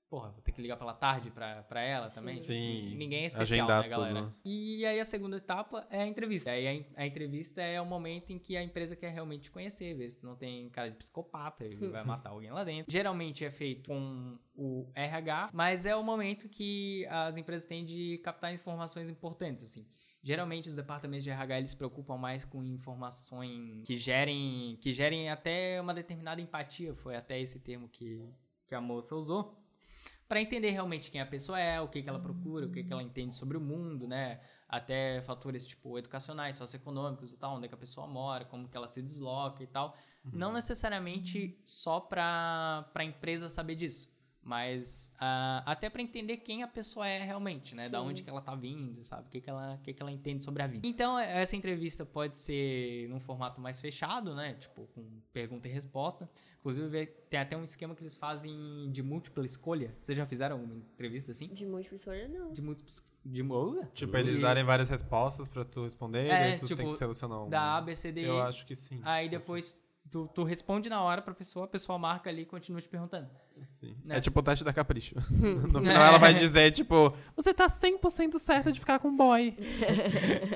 Speaker 1: porra, vou ter que ligar pela tarde pra, pra ela também.
Speaker 3: Sim.
Speaker 1: E Ninguém é especial,
Speaker 3: Agendar
Speaker 1: né, galera?
Speaker 3: tudo.
Speaker 1: E aí a segunda etapa é a entrevista. E aí a en- a, entrevista é o momento em que a empresa quer realmente te conhecer, ver se tu não tem cara de psicopata e vai matar alguém lá dentro. Geralmente é feito com o RH, mas é o momento que as empresas têm de captar informações importantes, assim. Geralmente os departamentos de RH eles se preocupam mais com informações que gerem, que gerem até uma determinada empatia, foi até esse termo que, que a moça usou. Pra entender realmente quem a pessoa é, o que, que ela procura, o que, que ela entende sobre o mundo, né? Até fatores tipo educacionais, socioeconômicos e tal, onde é que a pessoa mora, como que ela se desloca e tal. Não necessariamente só pra, pra empresa saber disso, mas ah, até pra entender quem a pessoa é realmente, né? Da
Speaker 4: Sim.
Speaker 1: onde que ela tá vindo, sabe? O que, que, ela, o que, que ela entende sobre a vida. Então, essa entrevista pode ser num formato mais fechado, né? Tipo, com pergunta e resposta. Inclusive, vê- tem até um esquema que eles fazem de múltipla escolha. Vocês já fizeram uma entrevista assim?
Speaker 4: De múltipla escolha, não.
Speaker 1: De múltipla. De mou-
Speaker 3: Tipo, eles
Speaker 1: de-
Speaker 3: darem várias respostas pra tu responder,
Speaker 1: É,
Speaker 3: e tu
Speaker 1: tipo,
Speaker 3: tem que selecionar uma.
Speaker 1: Da A, B, C, D, E.
Speaker 3: Eu acho Então, que sim.
Speaker 1: Aí depois Tu, tu responde na hora pra pessoa, a pessoa marca ali e continua te perguntando.
Speaker 3: É.
Speaker 1: É.
Speaker 3: tipo o teste da capricho. no final ela vai dizer, tipo, você tá 100% certa de ficar com um boy.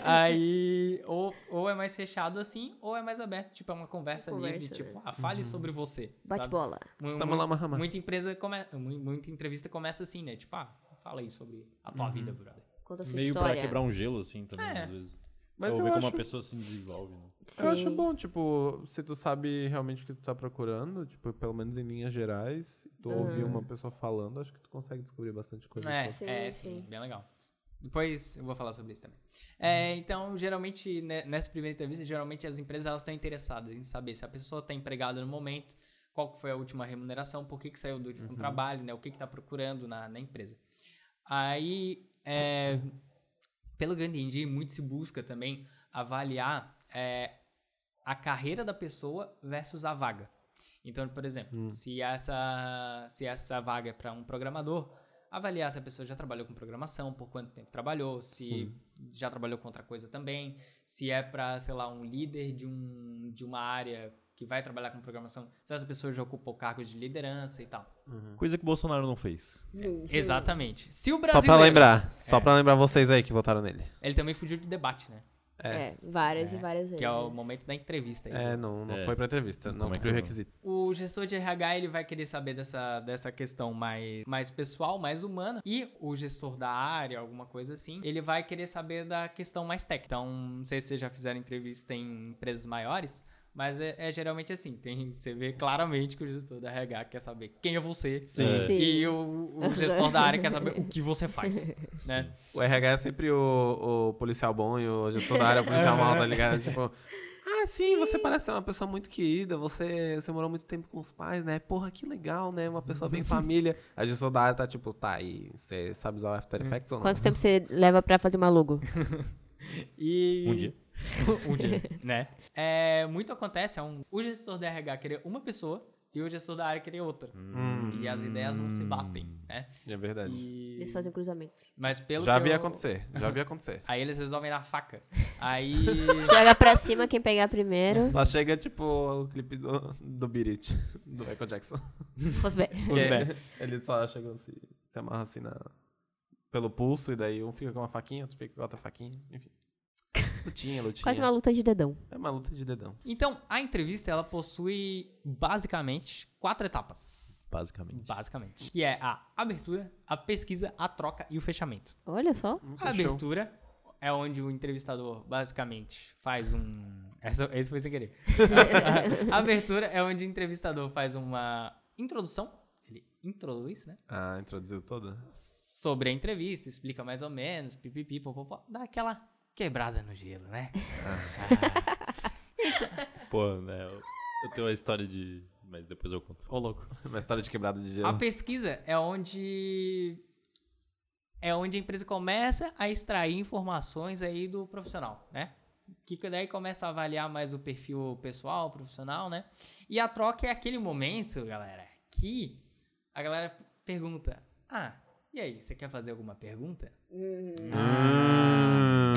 Speaker 1: Aí, ou, ou é mais fechado assim, ou é mais aberto. Tipo, é uma conversa,
Speaker 4: Uma
Speaker 1: livre.
Speaker 4: conversa, né?
Speaker 1: Tipo, ah, fale sobre você.
Speaker 4: Bate
Speaker 1: sabe?
Speaker 4: bola.
Speaker 1: Mu-
Speaker 3: Samala
Speaker 1: mu-
Speaker 3: Mahama.
Speaker 1: Muita empresa come... mu- muita entrevista começa assim, né? Tipo, ah, fala aí sobre a tua vida, brother.
Speaker 4: Conta a sua
Speaker 6: Meio pra
Speaker 4: história.
Speaker 6: quebrar um gelo, assim, também,
Speaker 1: É.
Speaker 6: às vezes.
Speaker 3: Mas
Speaker 6: Ou
Speaker 3: eu,
Speaker 6: ver como
Speaker 3: acho,
Speaker 6: a pessoa se desenvolve, né?
Speaker 3: eu acho
Speaker 4: Sim.
Speaker 3: bom, tipo, se tu sabe realmente o que tu tá procurando, tipo, pelo menos em linhas gerais, se tu ouvir uma pessoa falando, acho que tu consegue descobrir bastante coisa.
Speaker 1: É,
Speaker 4: Sim,
Speaker 1: é
Speaker 4: sim.
Speaker 1: sim, bem legal. Depois eu vou falar sobre isso também. É, então, geralmente, né, nessa primeira entrevista, geralmente as empresas elas estão interessadas em saber se a pessoa está empregada no momento, qual que foi a última remuneração, por que, que saiu do último trabalho, né, o que está procurando na, na empresa. Aí, é, pelo que eu entendi, muito se busca também avaliar é, a carreira da pessoa versus a vaga. Então, por exemplo, se, essa, se essa vaga é para um programador, avaliar se a pessoa já trabalhou com programação, por quanto tempo trabalhou, se já trabalhou com outra coisa também, se é para, sei lá, um líder de, um, de uma área que vai trabalhar com programação, se essa pessoa já ocupou cargos de liderança e tal.
Speaker 2: Coisa que o Bolsonaro não fez.
Speaker 1: Exatamente. Se o
Speaker 3: Só
Speaker 1: brasileiro...
Speaker 3: pra lembrar, só pra lembrar vocês aí que votaram nele.
Speaker 1: Ele também fugiu de debate, né?
Speaker 4: É, várias e várias vezes.
Speaker 1: Que é o momento da entrevista. aí.
Speaker 3: É, não, não
Speaker 2: É.
Speaker 3: foi pra entrevista, não
Speaker 2: Como é que
Speaker 3: cumpriu o
Speaker 2: eu-
Speaker 3: requisito.
Speaker 1: O gestor de RH ele vai querer saber dessa, dessa questão mais, mais pessoal, mais humana. E o gestor da área, alguma coisa assim, ele vai querer saber da questão mais técnica. Então, não sei se vocês já fizeram entrevista em empresas maiores, mas é, é geralmente assim. Tem, você vê claramente que o gestor da RH quer saber quem é você.
Speaker 4: Sim.
Speaker 1: E o, o gestor da área quer saber o que você faz. né?
Speaker 3: O RH é sempre o, o policial bom e o gestor da área é o policial mal, tá ligado? Tipo, ah, sim, você parece ser uma pessoa muito querida, você, você morou muito tempo com os pais, né? Porra, que legal, né? Uma pessoa
Speaker 1: Uhum.
Speaker 3: bem família. A gestor da área tá tipo, tá, e você sabe usar o After
Speaker 1: Uhum.
Speaker 3: Effects ou não?
Speaker 4: Quanto tempo você leva pra fazer uma logo?
Speaker 1: E...
Speaker 2: Um dia.
Speaker 1: um dia, né? É, muito acontece, é um, o gestor da RH querer uma pessoa e o gestor da área querer outra.
Speaker 3: Hum,
Speaker 1: E as ideias não se batem, né?
Speaker 3: é verdade.
Speaker 1: E-
Speaker 4: Eles fazem um cruzamento.
Speaker 1: Mas pelo
Speaker 3: Já
Speaker 1: que
Speaker 3: vi
Speaker 1: eu-
Speaker 3: acontecer, já vi acontecer.
Speaker 1: Aí eles resolvem na faca. Aí...
Speaker 4: Joga pra cima quem pegar primeiro.
Speaker 3: Só chega, tipo, o clipe do, do Beat It, do Michael Jackson.
Speaker 4: Fosse bem.
Speaker 3: Porque
Speaker 1: bem.
Speaker 3: Ele só chega, se, se amarra assim na, pelo pulso, e daí um fica com uma faquinha, outro fica com outra faquinha, enfim. Lutinha, lutinha.
Speaker 4: Quase uma luta de dedão.
Speaker 3: É uma luta de dedão.
Speaker 1: Então, a entrevista, ela possui, basicamente, quatro etapas.
Speaker 2: Basicamente.
Speaker 1: Basicamente. Que é a abertura, a pesquisa, a troca e o fechamento.
Speaker 4: Olha só.
Speaker 1: A abertura é onde o entrevistador basicamente faz um. Essa, esse foi sem querer. a abertura é onde o entrevistador faz uma introdução. Ele introduz, né?
Speaker 3: Ah, introduziu toda?
Speaker 1: Sobre a entrevista, explica mais ou menos, pipipi, popopó, dá aquela quebrada no gelo, né? Ah,
Speaker 2: Pô, né? Eu, eu tenho uma história de. Mas depois eu conto.
Speaker 1: ô louco.
Speaker 3: Uma história de quebrada de gelo.
Speaker 1: A pesquisa é onde. É onde a empresa começa a extrair informações aí do profissional, né? Que daí começa a avaliar mais o perfil pessoal, profissional, né? E a troca é aquele momento, galera, que a galera pergunta: Ah, e aí, você quer fazer alguma pergunta?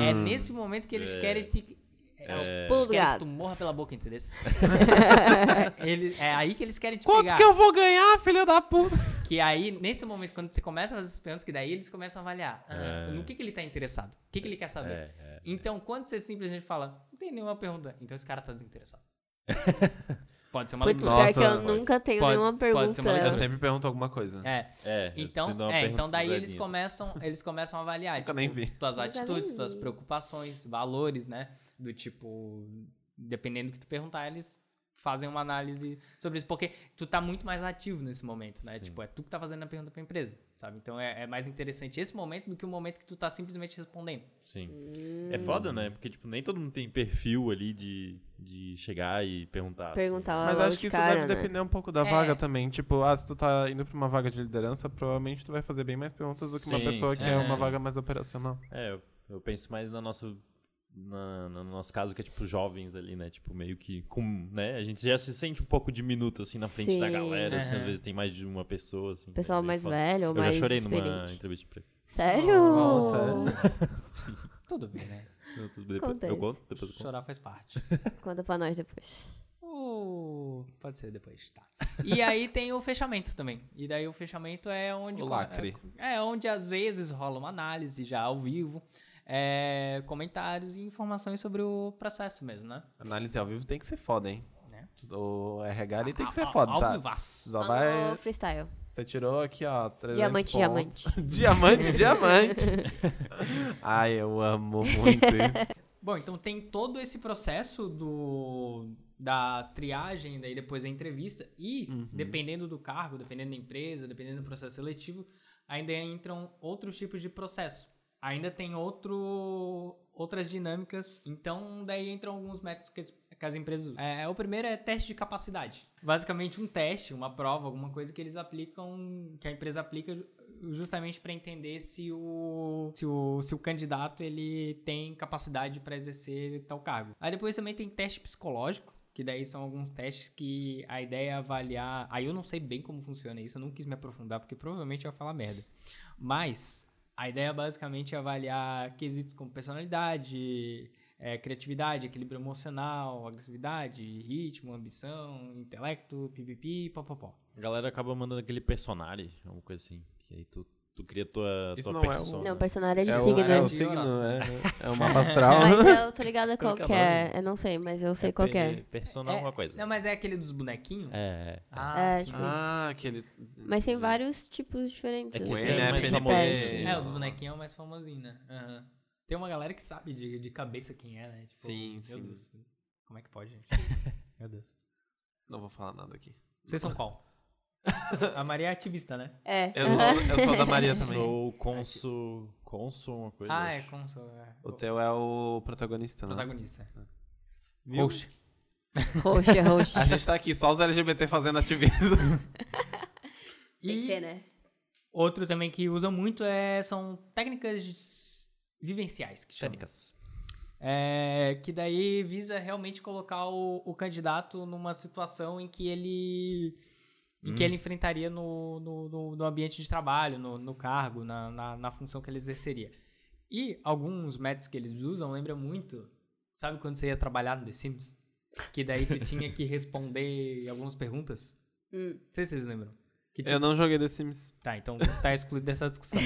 Speaker 1: É nesse momento que eles querem te. É, eles
Speaker 4: Pulo
Speaker 1: querem
Speaker 4: do
Speaker 1: que
Speaker 4: gato.
Speaker 1: tu morra pela boca, entendeu? Eles- é aí que eles querem te pegar.
Speaker 3: vou ganhar, filho da puta?
Speaker 1: Que aí, nesse momento, quando você começa a fazer essas perguntas, que daí eles começam a avaliar ah,
Speaker 2: É.
Speaker 1: no que, que ele tá interessado, o que, que ele quer saber.
Speaker 2: É, é.
Speaker 1: Então, quando você simplesmente fala, não tem nenhuma pergunta, então esse cara tá desinteressado. pode ser uma
Speaker 4: Putz,
Speaker 1: loucura.
Speaker 4: pior que eu
Speaker 3: Nossa.
Speaker 4: nunca tenho
Speaker 1: Pode-
Speaker 4: nenhuma
Speaker 1: pode ser
Speaker 4: pergunta.
Speaker 1: uma
Speaker 3: Eu
Speaker 1: ligação.
Speaker 3: sempre pergunto alguma coisa.
Speaker 1: É,
Speaker 2: É, eu preciso dar
Speaker 1: então,
Speaker 2: uma
Speaker 1: é,
Speaker 2: pergunta
Speaker 1: então daí eles
Speaker 2: estudadinha.
Speaker 1: começam, eles começam a avaliar
Speaker 3: Nunca
Speaker 1: tipo,
Speaker 3: nem vi.
Speaker 1: tuas
Speaker 4: Nunca nem
Speaker 1: atitudes,
Speaker 4: vi.
Speaker 1: tuas preocupações, valores, né? Do tipo, dependendo do que tu perguntar, eles fazem uma análise sobre isso, porque tu tá muito mais ativo nesse momento, né? Tipo, é tu que tá fazendo a pergunta pra empresa, sabe? Então é, é mais interessante esse momento do que o momento que tu tá simplesmente respondendo.
Speaker 2: Sim.
Speaker 4: Hum.
Speaker 2: É foda, né? Porque, tipo, nem todo mundo tem perfil ali de, de chegar e perguntar.
Speaker 4: Perguntar
Speaker 2: assim.
Speaker 4: lá
Speaker 3: Mas
Speaker 4: logo
Speaker 3: acho
Speaker 4: de
Speaker 3: que isso
Speaker 4: Ah, cara,
Speaker 3: deve
Speaker 4: né?
Speaker 3: depender um pouco da
Speaker 1: É.
Speaker 3: vaga também. Tipo, ah, se tu tá indo pra uma vaga de liderança, provavelmente tu vai fazer bem mais perguntas do que uma
Speaker 2: Sim,
Speaker 3: pessoa
Speaker 2: sim,
Speaker 3: que é
Speaker 2: é.
Speaker 3: uma vaga mais operacional.
Speaker 2: É, eu, eu penso mais na nossa. Na, no nosso caso, que é tipo jovens ali, né? Tipo, meio que com. Né? A gente já se sente um pouco diminuto, assim, na frente da
Speaker 4: Sim.
Speaker 2: galera. Assim, às
Speaker 1: Aham.
Speaker 2: vezes tem mais de uma pessoa, assim.
Speaker 4: Pessoal
Speaker 2: é meio
Speaker 4: mais
Speaker 2: foda.
Speaker 4: velho ou
Speaker 2: Eu já
Speaker 4: mais
Speaker 2: chorei numa
Speaker 4: experiente.
Speaker 2: entrevista de emprego.
Speaker 4: Sério?
Speaker 3: Nossa,
Speaker 1: Tudo bem, né?
Speaker 2: Não, tudo bem, depois-
Speaker 4: Acontece.
Speaker 2: Eu conto, depois eu conto.
Speaker 3: é.
Speaker 1: Chorar faz parte.
Speaker 4: Conta pra nós depois.
Speaker 1: O o. Uh, Pode ser depois, tá. E aí tem o fechamento também. E daí o fechamento é onde.
Speaker 3: O lacre.
Speaker 1: É onde às vezes rola uma análise já ao vivo, é, comentários e informações sobre o processo mesmo, né?
Speaker 3: Análise ao vivo tem que ser foda, hein?
Speaker 1: Né?
Speaker 3: O RH ali tem
Speaker 1: Ao-
Speaker 3: que ser
Speaker 1: ao-
Speaker 3: foda,
Speaker 1: Ah, ao
Speaker 3: tá?
Speaker 1: vivaço.
Speaker 3: Só
Speaker 4: Alô,
Speaker 3: vai.
Speaker 4: freestyle.
Speaker 3: Você tirou aqui, ó. 300
Speaker 4: Diamante,
Speaker 3: pontos.
Speaker 4: diamante.
Speaker 3: diamante, diamante. Ai, eu amo muito isso.
Speaker 1: Bom, então tem todo esse processo do da triagem, daí depois a entrevista e dependendo do cargo, dependendo da empresa, dependendo do processo seletivo, ainda entram outros tipos de processo. Ainda tem outro outras dinâmicas. Então daí entram alguns métodos que as, que as empresas. usam. É, o primeiro é teste de capacidade. Basicamente um teste, uma prova, alguma coisa que eles aplicam, que a empresa aplica justamente para entender se o, se o se o candidato ele tem capacidade para exercer tal cargo. Aí depois também tem teste psicológico, que daí são alguns testes que a ideia é avaliar. Aí eu não sei bem como funciona isso, eu não quis me aprofundar porque provavelmente eu ia falar merda. Mas a ideia basicamente é avaliar quesitos como personalidade, eh, criatividade, equilíbrio emocional, agressividade, ritmo, ambição, intelecto, pipipi, popopó.
Speaker 2: A galera acaba mandando aquele personagem, alguma coisa assim. Que aí tu, tu cria tua,
Speaker 3: Isso
Speaker 2: tua
Speaker 3: não é o-
Speaker 2: persona.
Speaker 4: Não, personagem é de
Speaker 3: é,
Speaker 4: signo.
Speaker 3: o, é o
Speaker 1: de
Speaker 3: signo,
Speaker 1: horóscopo.
Speaker 3: é, é o mapa astral.
Speaker 4: Mas eu tô ligada
Speaker 2: Como
Speaker 4: qual
Speaker 2: que é o
Speaker 4: que é. Eu não sei, mas eu sei
Speaker 2: É
Speaker 4: qual
Speaker 2: pe-
Speaker 4: que é.
Speaker 2: Personal
Speaker 1: É-
Speaker 2: alguma coisa.
Speaker 1: Não, mas é aquele dos bonequinhos?
Speaker 2: É.
Speaker 1: Ah,
Speaker 4: É,
Speaker 1: sim.
Speaker 4: tipo isso.
Speaker 3: aquele.
Speaker 4: Mas tem vários tipos diferentes.
Speaker 2: É que
Speaker 4: assim,
Speaker 2: esse é
Speaker 4: de
Speaker 2: mais
Speaker 4: teste.
Speaker 2: famoso.
Speaker 1: É, o dos bonequinhos é o mais famosinho, né? Aham. Tem uma galera que sabe de, de cabeça quem é, né? Tipo,
Speaker 3: Sim,
Speaker 1: meu
Speaker 3: sim.
Speaker 1: Deus, como é que pode, gente? meu Deus.
Speaker 3: Não vou falar nada aqui.
Speaker 1: Vocês são qual? A Maria é ativista, né?
Speaker 4: É.
Speaker 3: Eu sou, eu sou da Maria também.
Speaker 2: Sou consul. Consul, uma coisa.
Speaker 1: Ah, é como sou. É,
Speaker 3: O teu é o protagonista, né?
Speaker 1: protagonista.
Speaker 3: Viu?
Speaker 1: Host.
Speaker 4: Roxa, roxa.
Speaker 3: A gente tá aqui, só os LGBT fazendo ativismo.
Speaker 4: Tem que ser,
Speaker 1: E
Speaker 4: né?
Speaker 1: outro também que usa muito é, são técnicas de s- vivenciais, que chama.
Speaker 2: Técnicas.
Speaker 1: É, que daí visa realmente colocar o, o candidato numa situação em que ele em que ele enfrentaria no, no, no- no ambiente de trabalho, no, no cargo, na, na, na função que ele exerceria. E alguns métodos que eles usam lembra muito, sabe quando você ia trabalhar no The Sims? Que daí tu tinha que responder algumas perguntas?
Speaker 4: Hum.
Speaker 1: Não sei se vocês lembram. Que
Speaker 3: Eu
Speaker 1: tipo,
Speaker 3: não joguei The Sims.
Speaker 1: Tá, então tá excluído dessa discussão.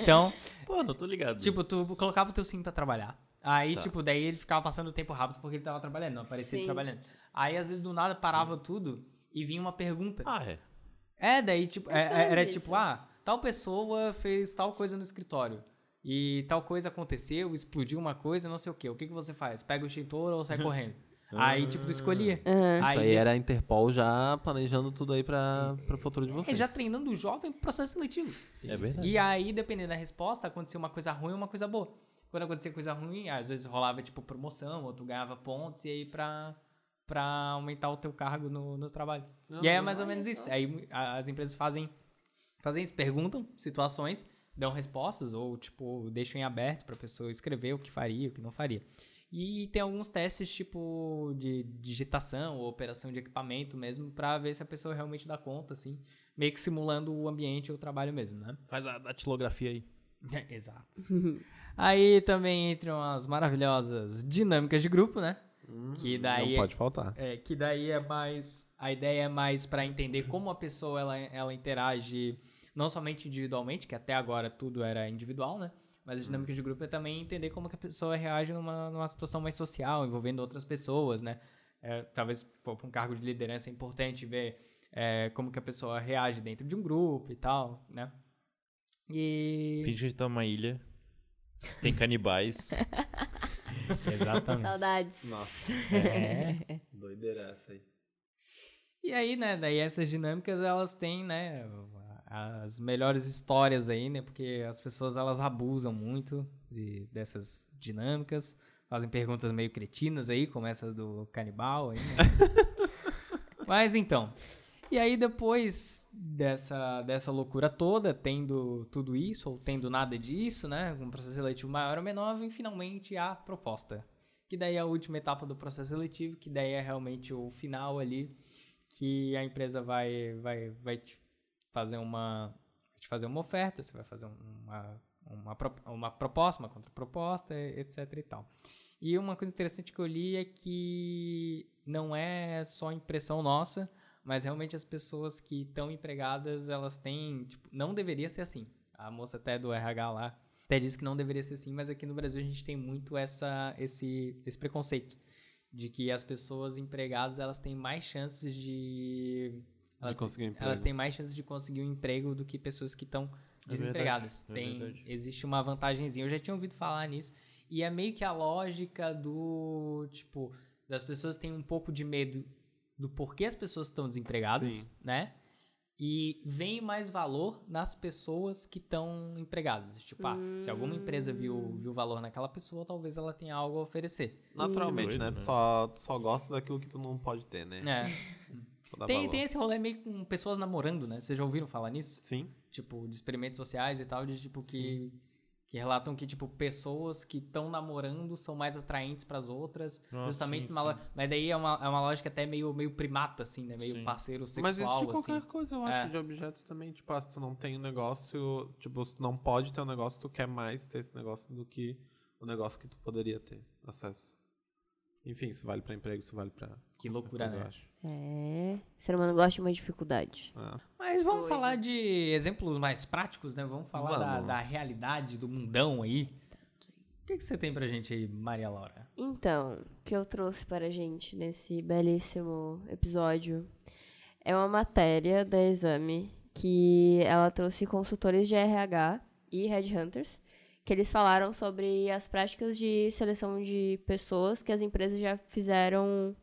Speaker 1: então,
Speaker 2: Pô, não tô ligado.
Speaker 1: Tipo, tu colocava o teu sim pra trabalhar. Aí,
Speaker 2: Tá.
Speaker 1: tipo, daí ele ficava passando o tempo rápido porque ele tava trabalhando, não aparecia ele
Speaker 4: Sim.
Speaker 1: trabalhando. Aí, às vezes, do nada parava tudo e vinha uma pergunta.
Speaker 2: Ah, é.
Speaker 1: É, daí, tipo,
Speaker 4: Eu
Speaker 1: é-
Speaker 4: lembro
Speaker 1: era
Speaker 4: disso.
Speaker 1: tipo, ah, tal pessoa fez tal coisa no escritório. E tal coisa aconteceu, explodiu uma coisa, não sei o quê. O que, que você faz? Pega o extintor ou sai correndo? Aí, tipo, tu escolhia.
Speaker 4: Aham.
Speaker 1: Aí,
Speaker 3: Isso aí era a Interpol já planejando tudo aí pra, pro futuro de
Speaker 1: é,
Speaker 3: vocês.
Speaker 1: já treinando o jovem pro processo seletivo.
Speaker 2: é verdade.
Speaker 1: E aí, dependendo da resposta, acontecia uma coisa ruim ou uma coisa boa. Quando acontecia coisa ruim, às vezes rolava, tipo, promoção, ou tu ganhava pontos, e aí pra, pra aumentar o teu cargo no, no trabalho. e aí é mais ou menos isso. Aí a- as empresas fazem, fazem isso, perguntam situações, dão respostas, ou, tipo, deixam em aberto pra pessoa escrever o que faria, o que não faria. E tem alguns testes, tipo, de digitação ou operação de equipamento mesmo, pra ver se a pessoa realmente dá conta, assim, meio que simulando o ambiente ou o trabalho mesmo, né?
Speaker 2: Faz a datilografia aí.
Speaker 1: É, Exato.
Speaker 3: Uhum.
Speaker 1: Aí também entram as maravilhosas dinâmicas de grupo, né? que daí
Speaker 3: Uhum. Não pode faltar.
Speaker 1: é, que daí é mais a ideia é mais pra entender como a pessoa ela, ela interage não somente individualmente, que até agora tudo era individual, né? Mas
Speaker 3: Uhum.
Speaker 1: a dinâmica de grupo é também entender como que a pessoa reage numa, numa situação mais social, envolvendo outras pessoas, né? É, talvez for pra um cargo de liderança é importante ver é, como que a pessoa reage dentro de um grupo e tal, né? E
Speaker 2: Finge que a gente tá numa ilha. Tem canibais.
Speaker 1: Exatamente.
Speaker 4: Saudades.
Speaker 3: Nossa.
Speaker 1: É.
Speaker 3: Doideira essa aí.
Speaker 1: E aí, né, daí essas dinâmicas, elas têm, né, as melhores histórias aí, né, porque as pessoas, elas abusam muito de, dessas dinâmicas, fazem perguntas meio cretinas aí, como essas do canibal aí, né? Mas então, e aí depois dessa, dessa loucura toda, tendo tudo isso, ou tendo nada disso, né, um processo seletivo maior ou menor, vem finalmente a proposta. Que daí é a última etapa do processo seletivo, que daí é realmente o final ali, que a empresa vai vai vai te fazer uma te fazer uma oferta, você vai fazer uma uma, pro- uma proposta, uma contraproposta, etc e tal. E uma coisa interessante que eu li é que não é só impressão nossa, mas realmente as pessoas que estão empregadas, elas têm, tipo, não deveria ser assim. A moça até do RH lá até disse que não deveria ser assim, mas aqui no Brasil a gente tem muito essa esse esse preconceito de que as pessoas empregadas, elas têm mais chances de elas,
Speaker 6: de conseguir emprego.
Speaker 3: É.
Speaker 1: elas têm mais chances de conseguir um emprego do que pessoas que estão desempregadas.
Speaker 6: é
Speaker 1: Tem,
Speaker 6: verdade.
Speaker 1: existe uma vantagenzinha. Eu já tinha ouvido falar nisso. E é meio que a lógica do. Tipo, das pessoas têm um pouco de medo do porquê as pessoas estão desempregadas,
Speaker 6: Sim.
Speaker 1: né? E vem mais valor nas pessoas que estão empregadas. Tipo, ah, se alguma empresa viu, viu valor naquela pessoa, talvez ela tenha algo a oferecer.
Speaker 3: Naturalmente,
Speaker 6: Doido,
Speaker 3: né?
Speaker 6: né?
Speaker 3: Tu só, tu só gosta daquilo que tu não pode ter, né?
Speaker 1: É.
Speaker 3: Só dá
Speaker 1: Tem,
Speaker 3: valor.
Speaker 1: tem esse rolê meio com pessoas namorando, né? Vocês já ouviram falar nisso?
Speaker 6: Sim.
Speaker 1: tipo, de experimentos sociais e tal, de tipo que que relatam que tipo pessoas que estão namorando são mais atraentes pras outras,
Speaker 6: Nossa, sim,
Speaker 1: justamente numa lo- mas daí é uma, é uma lógica até meio meio primata assim, né, meio
Speaker 6: Sim.
Speaker 1: parceiro sexual
Speaker 3: Mas isso de
Speaker 1: assim.
Speaker 3: qualquer coisa, eu
Speaker 1: É.
Speaker 3: acho, de objeto também. Tipo, ah, se tu não tem um negócio, tipo, se tu não pode ter um negócio, tu quer mais ter esse negócio do que o negócio que tu poderia ter acesso. Enfim, isso vale pra emprego, isso vale pra.
Speaker 1: Que
Speaker 3: qualquer
Speaker 1: loucura,
Speaker 3: coisa, eu
Speaker 1: né?
Speaker 3: acho.
Speaker 4: É. O ser humano gosta de uma dificuldade.
Speaker 3: Ah,
Speaker 1: Mas vamos
Speaker 4: Doido.
Speaker 1: falar de exemplos mais práticos, né? Vamos falar da,
Speaker 3: Vamos.
Speaker 1: da realidade do mundão aí. O que, que você tem pra gente aí, Maria Laura?
Speaker 4: Então, o que eu trouxe para a gente nesse belíssimo episódio é uma matéria da Exame que ela trouxe consultores de RH e headhunters que eles falaram sobre as práticas de seleção de pessoas que as empresas já fizeram,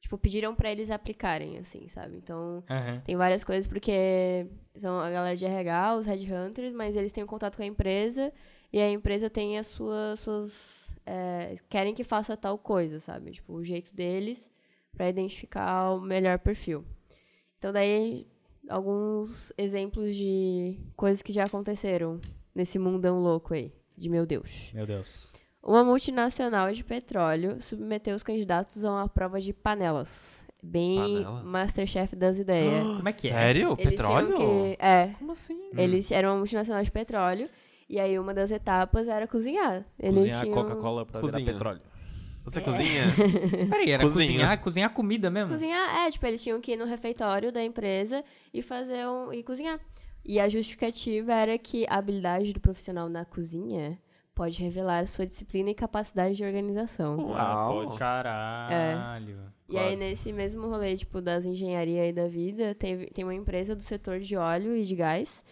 Speaker 4: tipo, pediram para eles aplicarem, assim, sabe? Então, tem várias coisas, porque são a galera de RH, os headhunters, mas eles têm um contato com a empresa e a empresa tem as suas. suas é, querem que faça tal coisa, sabe? Tipo, o jeito deles para identificar o melhor perfil. Então, daí, alguns exemplos de coisas que já aconteceram nesse mundão louco aí, de meu Deus.
Speaker 1: Meu Deus.
Speaker 4: Uma multinacional de petróleo submeteu os candidatos a uma prova de panelas. Bem
Speaker 3: Panelas?
Speaker 4: Masterchef das ideias.
Speaker 1: Como é que é?
Speaker 3: Sério?
Speaker 4: Eles
Speaker 3: Petróleo?
Speaker 4: tinham que- é,
Speaker 3: Como
Speaker 6: Hum.
Speaker 3: assim?
Speaker 4: eles eram uma multinacional de petróleo e aí uma das etapas era cozinhar. Eles
Speaker 6: Cozinhar
Speaker 4: tinham
Speaker 6: Coca-Cola pra
Speaker 3: Cozinha.
Speaker 6: virar petróleo.
Speaker 1: É.
Speaker 3: Você cozinha?
Speaker 1: Peraí, era
Speaker 3: Cozinha.
Speaker 1: cozinhar, cozinhar comida mesmo?
Speaker 4: cozinhar, é, tipo, eles tinham que ir no refeitório da empresa e fazer um e cozinhar. E a justificativa era que a habilidade do profissional na cozinha pode revelar sua disciplina e capacidade de
Speaker 6: Hum.
Speaker 4: organização.
Speaker 3: Uau.
Speaker 6: pode.
Speaker 1: Caralho.
Speaker 4: E aí, nesse mesmo rolê, tipo, das engenharia e da vida, teve, tem uma empresa do setor de óleo e de gás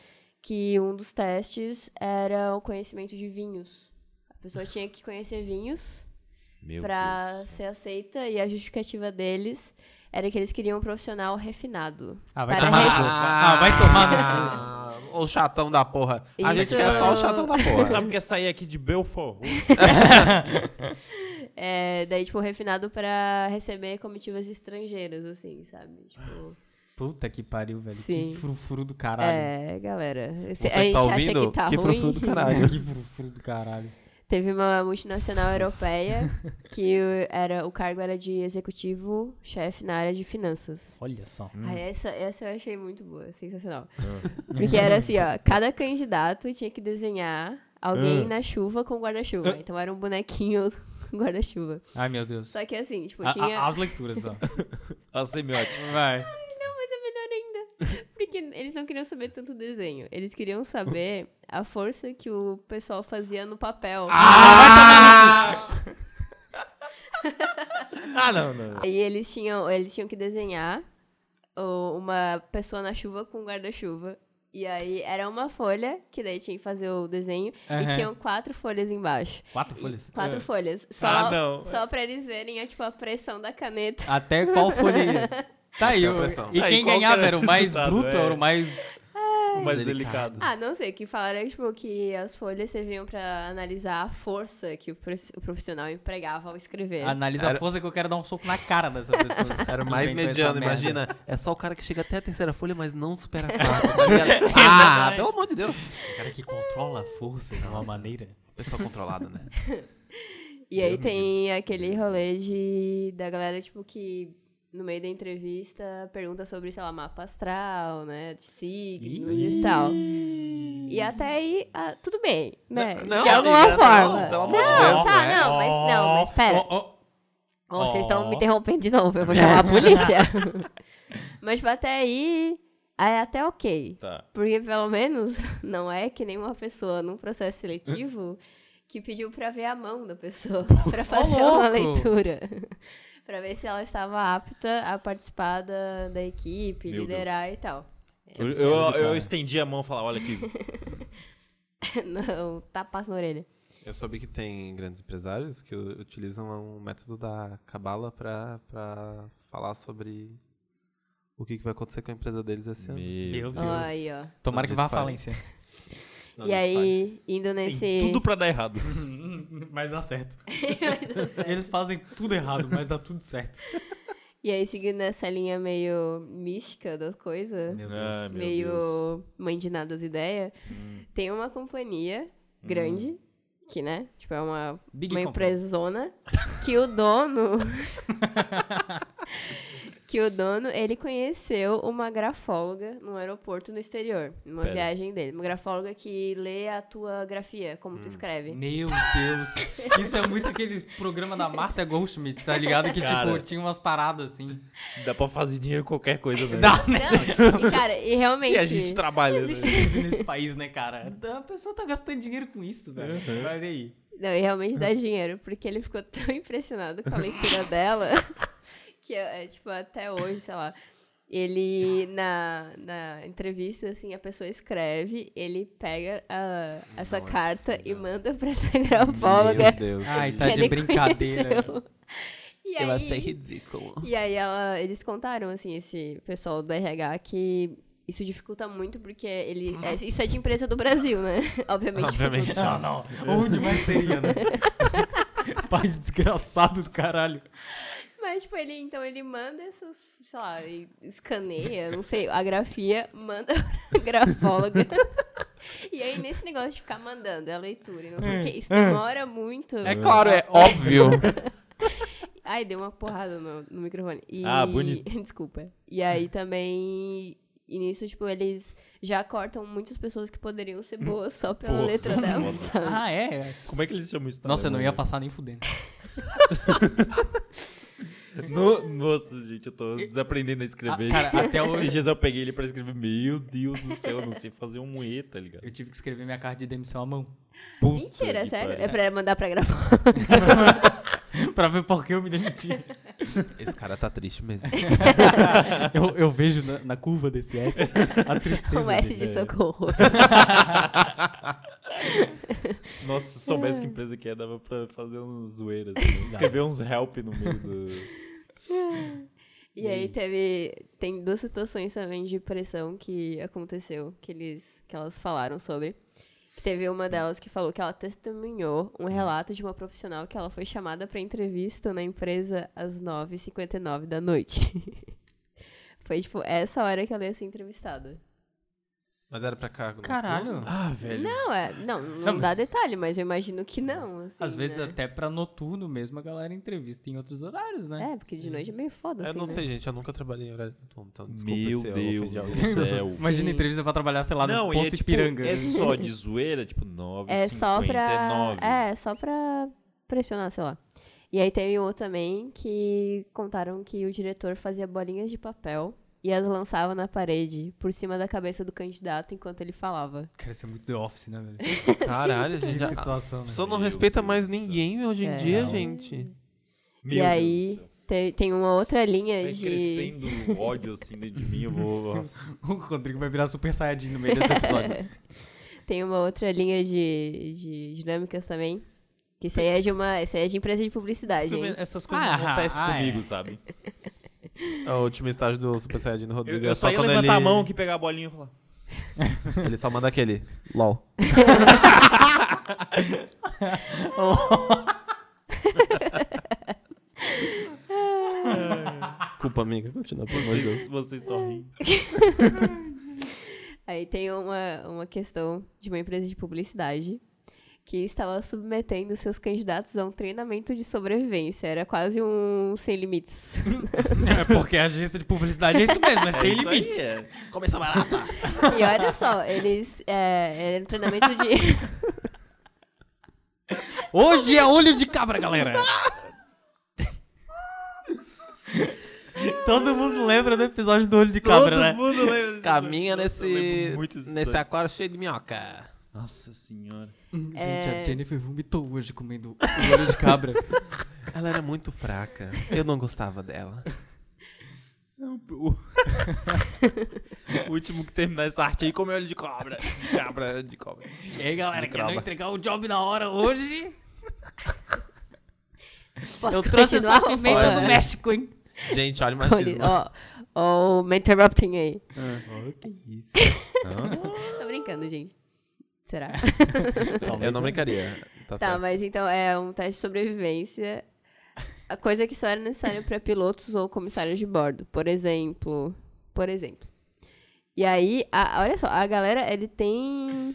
Speaker 4: que um dos testes era o conhecimento de vinhos. A pessoa tinha que conhecer vinhos
Speaker 2: Meu
Speaker 4: pra ser aceita e a justificativa deles era que eles queriam um profissional refinado.
Speaker 1: Ah, vai
Speaker 4: Para
Speaker 1: tomar no
Speaker 4: res-
Speaker 1: cu. Ah, vai tomar no cu.
Speaker 3: Ah, o chatão da porra. A gente
Speaker 4: Isso-
Speaker 3: quer só o chatão da porra.
Speaker 6: Sabe o que é sair aqui de Belfort?
Speaker 4: É, daí, tipo, refinado pra receber comitivas estrangeiras, assim, sabe? Tipo,
Speaker 1: Puta que pariu, velho.
Speaker 4: Sim.
Speaker 1: Que frufru do caralho.
Speaker 4: é, galera. esse-
Speaker 3: Você
Speaker 4: a
Speaker 3: que
Speaker 4: gente
Speaker 3: tá
Speaker 4: acha
Speaker 3: ouvindo?
Speaker 4: que tá
Speaker 3: que
Speaker 4: ruim.
Speaker 3: frufru do caralho.
Speaker 1: Que frufru do caralho.
Speaker 4: Teve uma multinacional europeia que o- era, o cargo era de executivo chefe na área de finanças.
Speaker 1: Olha só.
Speaker 4: Ah, essa, essa eu achei muito boa, sensacional.
Speaker 1: Ah.
Speaker 4: Porque era assim, ó, cada candidato tinha que desenhar
Speaker 1: Ah.
Speaker 4: alguém na chuva com guarda-chuva. Então era um bonequinho com guarda-chuva.
Speaker 1: Ai, meu Deus.
Speaker 4: Só que assim, tipo,
Speaker 1: A- a-
Speaker 4: tinha...
Speaker 1: as leituras, ó.
Speaker 6: A semiótica.
Speaker 1: Vai.
Speaker 4: Não, mas é melhor ainda. Porque eles não queriam saber tanto desenho. Eles queriam saber a força que o pessoal fazia no papel.
Speaker 6: Ah, não, não.
Speaker 4: Aí eles tinham, eles tinham que desenhar o- uma pessoa na chuva com um guarda-chuva. E aí era uma folha, que daí tinha que fazer o desenho, e
Speaker 1: Aham.
Speaker 4: tinham quatro folhas embaixo.
Speaker 1: Quatro
Speaker 4: E-
Speaker 1: folhas.
Speaker 4: Quatro folhas. Só,
Speaker 6: Ah, não.
Speaker 4: só pra eles verem a, tipo, a pressão da caneta.
Speaker 1: Até qual folha ia? Tá aí.
Speaker 3: a
Speaker 1: o-
Speaker 3: pressão.
Speaker 1: E
Speaker 6: Aí,
Speaker 1: quem
Speaker 6: qual que
Speaker 1: ganhava
Speaker 6: era
Speaker 1: era o
Speaker 6: o
Speaker 1: mais
Speaker 6: resultado,
Speaker 1: bruto,
Speaker 6: é?
Speaker 1: era o mais...
Speaker 6: O mais
Speaker 3: Delicado.
Speaker 6: delicado.
Speaker 4: Ah, não sei, o que falaram é, tipo, que as folhas serviam pra analisar a força que o pres- o profissional empregava ao escrever.
Speaker 1: Analisa a
Speaker 3: Era-
Speaker 1: força que eu quero dar um soco na cara dessa pessoa.
Speaker 3: Era o mais
Speaker 1: Inventou essa
Speaker 3: mediano,
Speaker 1: merda.
Speaker 3: imagina. É só o cara que chega até a terceira folha, mas não supera a quarta. tá ligado? ah, pelo amor de Deus.
Speaker 1: O cara que controla a força de uma maneira.
Speaker 3: Pessoa controlada, né?
Speaker 4: E aí tem aquele rolê de, da galera, tipo, que no meio da entrevista pergunta sobre, sei lá, mapa astral, né? De signos e tal. E até aí, ah, tudo bem, né?
Speaker 3: Não,
Speaker 4: de alguma
Speaker 3: amiga, não,
Speaker 4: forma.
Speaker 3: pelo amor de
Speaker 4: Não,
Speaker 3: Deus,
Speaker 4: tá,
Speaker 3: né?
Speaker 4: não, mas não, mas pera.
Speaker 1: Ó, ó.
Speaker 4: Ó, vocês estão
Speaker 2: Ó.
Speaker 4: me interrompendo de novo, eu vou chamar a polícia. Mas tipo, até aí é até ok.
Speaker 2: Tá.
Speaker 4: Porque pelo menos não é que nenhuma pessoa num processo seletivo que pediu pra ver a mão da pessoa, pra fazer
Speaker 1: louco!
Speaker 4: uma leitura. pra ver se ela estava apta a participar da, da equipe,
Speaker 2: Meu
Speaker 4: liderar e tal.
Speaker 2: Eu, eu, eu estendi a mão e falei, olha aqui.
Speaker 4: não, tapas na orelha.
Speaker 3: Eu soube que tem grandes empresários que u- utilizam um método da cabala pra, pra falar sobre o que, que vai acontecer com a empresa deles esse ano.
Speaker 2: Meu
Speaker 1: Deus.
Speaker 4: Aí, ó.
Speaker 1: Tomara que vá à
Speaker 3: desfaz.
Speaker 1: falência.
Speaker 3: Não,
Speaker 4: e
Speaker 3: isso
Speaker 4: aí, indo
Speaker 2: Tem
Speaker 4: nesse.
Speaker 2: tudo pra dar errado.
Speaker 1: mas dá certo. Eles fazem tudo errado, mas dá tudo certo.
Speaker 4: E aí, seguindo essa linha meio mística da coisa,
Speaker 1: Meu
Speaker 2: Ah, meu
Speaker 4: meio
Speaker 2: Deus. Hum.
Speaker 4: mãe de nada as ideias, tem uma companhia grande, que, né? Tipo, é uma,
Speaker 1: Big
Speaker 4: uma
Speaker 1: company.
Speaker 4: empresona, que o dono. que o dono, ele conheceu uma grafóloga num aeroporto no exterior, numa
Speaker 2: Pera.
Speaker 4: viagem dele. Uma grafóloga que lê a tua grafia, como tu escreve.
Speaker 1: Meu Deus. Isso é muito aquele programa da Márcia Goldschmidt, tá ligado? Que,
Speaker 2: Cara.
Speaker 1: tipo, tinha umas paradas assim.
Speaker 2: Dá pra fazer dinheiro qualquer coisa, velho.
Speaker 1: Dá, né?
Speaker 4: Não, e cara, e realmente.
Speaker 2: E a gente trabalha, né?
Speaker 1: Existe crise nesse país, né, cara? A pessoa tá gastando dinheiro com isso, velho. Olha aí.
Speaker 4: Não, e realmente dá dinheiro, porque ele ficou tão impressionado com a leitura dela que, é, é, tipo, até hoje, sei lá. Ele, na, na entrevista, assim, a pessoa escreve, ele pega a- essa carta e manda pra essa grafóloga.
Speaker 3: Meu né? Deus.
Speaker 1: Ai,
Speaker 4: que
Speaker 1: tá de
Speaker 4: ele
Speaker 1: brincadeira.
Speaker 4: conheceu. E aí,
Speaker 3: Eu achei ridículo.
Speaker 4: e aí ela- eles contaram, assim, esse pessoal do RH que isso dificulta muito porque ele, é- isso é de empresa do Brasil, né? Obviamente.
Speaker 2: Obviamente.
Speaker 1: Não, não. Onde mais seria, né? País desgraçado do caralho.
Speaker 4: Mas, tipo, ele, então, ele manda essas, sei lá, e escaneia, não sei, a grafia, manda pra grafóloga. e aí, nesse negócio de ficar mandando a leitura e não sei o que,
Speaker 2: Hum,
Speaker 4: isso demora muito.
Speaker 3: É claro, é óbvio.
Speaker 4: Ai, deu uma porrada no, no microfone. E-
Speaker 2: Ah, bonito.
Speaker 4: Desculpa. E aí também. E nisso, tipo, eles já cortam muitas pessoas que poderiam ser boas só pela
Speaker 2: Porra.
Speaker 4: letra dela, sabe?
Speaker 1: Ah, é?
Speaker 2: Como é que eles chamam isso? na
Speaker 1: Nossa, eu não ia
Speaker 2: Alemanha?
Speaker 1: passar nem fudendo.
Speaker 2: No- nossa, gente, eu tô desaprendendo a escrever.
Speaker 1: Ah, cara, até hoje-
Speaker 2: Esses dias eu peguei ele pra escrever. Meu Deus do céu, eu não sei fazer um E, tá ligado?
Speaker 1: Eu tive que escrever minha carta de demissão à mão.
Speaker 2: Puta
Speaker 4: Mentira,
Speaker 2: que
Speaker 4: sério?
Speaker 2: pariu.
Speaker 4: É pra mandar pra gravar.
Speaker 1: pra ver por que eu me demiti.
Speaker 3: Esse cara tá triste mesmo.
Speaker 1: eu, eu vejo na, na curva desse S a tristeza.
Speaker 4: Um S
Speaker 1: dele.
Speaker 2: é.
Speaker 4: de socorro.
Speaker 2: Nossa, se soubesse que empresa que é, dava pra fazer uns zoeiras. Assim, escrever uns help no meio do.
Speaker 4: E
Speaker 1: Hum.
Speaker 4: aí teve. Tem duas situações também de pressão que aconteceu, que, eles, que elas falaram sobre. Que Teve uma delas que falou que ela testemunhou
Speaker 1: Hum.
Speaker 4: um relato de uma profissional que ela foi chamada para entrevista na empresa às 9h59 da noite. foi, tipo, essa hora que ela ia ser entrevistada.
Speaker 3: Mas era pra cargo.
Speaker 1: Caralho.
Speaker 2: Ah, velho.
Speaker 4: Não, é, não, não
Speaker 1: Não, mas-
Speaker 4: dá detalhe, mas eu imagino que não. assim,
Speaker 1: Às vezes
Speaker 4: né?
Speaker 1: até pra noturno mesmo a galera entrevista em outros horários, né?
Speaker 4: É, porque de noite é meio foda.
Speaker 3: Eu
Speaker 4: assim,
Speaker 3: não
Speaker 4: né?
Speaker 3: sei, gente. Eu nunca trabalhei em horário noturno, então desculpa
Speaker 2: Meu
Speaker 3: se eu
Speaker 2: Deus
Speaker 3: ofendi alguém.
Speaker 2: do céu.
Speaker 1: Imagina
Speaker 4: Sim.
Speaker 1: entrevista pra trabalhar, sei lá, no
Speaker 2: Não, e
Speaker 1: posto
Speaker 2: é, tipo,
Speaker 1: Ipiranga.
Speaker 2: é só de zoeira, tipo, 9,
Speaker 4: É só pra. É, só pra pressionar, sei lá. E aí teve um também que contaram que o diretor fazia bolinhas de papel e as lançava na parede, por cima da cabeça do candidato enquanto ele falava.
Speaker 1: Cara, isso é muito The Office, né, velho?
Speaker 3: é Caralho, gente.
Speaker 1: Que
Speaker 3: A
Speaker 1: situação, né?
Speaker 3: pessoa não
Speaker 2: Meu
Speaker 3: respeita
Speaker 2: Deus
Speaker 3: mais
Speaker 2: do céu.
Speaker 3: ninguém hoje em
Speaker 4: É.
Speaker 3: dia,
Speaker 4: Não.
Speaker 3: gente.
Speaker 4: e aí te- tem uma outra linha
Speaker 2: Vai
Speaker 4: de.
Speaker 2: crescendo o ódio assim dentro de mim, eu vou.
Speaker 1: O Rodrigo vai virar super saiyajin no meio desse episódio.
Speaker 4: Tem uma outra linha de, de dinâmicas também. Que isso aí é de uma. Isso aí é de empresa de publicidade. hein?
Speaker 2: Essas
Speaker 1: coisas
Speaker 2: coisas
Speaker 1: não
Speaker 2: não
Speaker 1: acontecem
Speaker 2: acontecem
Speaker 1: comigo,
Speaker 2: comigo, sabe?
Speaker 3: É O último estágio do Super Saiyajin do
Speaker 2: Eu,
Speaker 3: Rodrigo é
Speaker 2: eu só
Speaker 3: só
Speaker 2: ia
Speaker 3: quando
Speaker 2: levantar
Speaker 3: ele...
Speaker 2: a mão que pegar a bolinha e falar.
Speaker 3: Ele só manda aquele LOL. Desculpa, amiga. Continua, pelo amor de Deus.
Speaker 2: Vocês, vocês só riem.
Speaker 4: Aí tem uma, uma questão de uma empresa de publicidade que estava submetendo seus candidatos a um treinamento de sobrevivência. Era quase um sem limites.
Speaker 1: é porque a agência de publicidade é isso mesmo, é, sem
Speaker 2: isso aí,
Speaker 1: limites.
Speaker 2: é.
Speaker 3: Começa barata.
Speaker 4: e olha só, eles. É, era um treinamento de.
Speaker 1: Hoje é olho de cabra, galera. Todo mundo lembra do episódio do olho de cabra, né?
Speaker 2: mundo lembra.
Speaker 3: Caminha
Speaker 2: Nossa, eu
Speaker 3: nesse,
Speaker 2: lembro muito desse
Speaker 3: nesse
Speaker 2: episódio.
Speaker 3: aquário cheio de minhoca.
Speaker 2: Nossa senhora.
Speaker 1: Gente, a
Speaker 4: É.
Speaker 1: Jennifer vomitou hoje comendo olho de cabra.
Speaker 3: Ela era muito fraca. Eu não gostava dela.
Speaker 2: O, último que terminar essa arte aí come olho de cobra. Cabra de cobra.
Speaker 1: E aí, galera,
Speaker 3: De
Speaker 1: quer não
Speaker 3: crava.
Speaker 1: entregar o job na hora hoje?
Speaker 4: Posso
Speaker 1: Eu trouxe essa
Speaker 4: continuar?
Speaker 1: pimenta do
Speaker 4: Pode.
Speaker 1: México, hein?
Speaker 3: Gente, olha o
Speaker 4: Olha,
Speaker 3: machismo.
Speaker 4: Ó, ó, o me interrupting aí.
Speaker 1: isso.
Speaker 2: Ah,
Speaker 4: Tô brincando, gente. Será?
Speaker 2: é
Speaker 3: Eu não brincaria. Tá,
Speaker 4: Tá,
Speaker 3: certo.
Speaker 4: mas então é um teste de sobrevivência. A coisa que só era necessária para pilotos ou comissários de bordo. Por exemplo. Por exemplo. E aí, a- olha só, a galera, ele tem.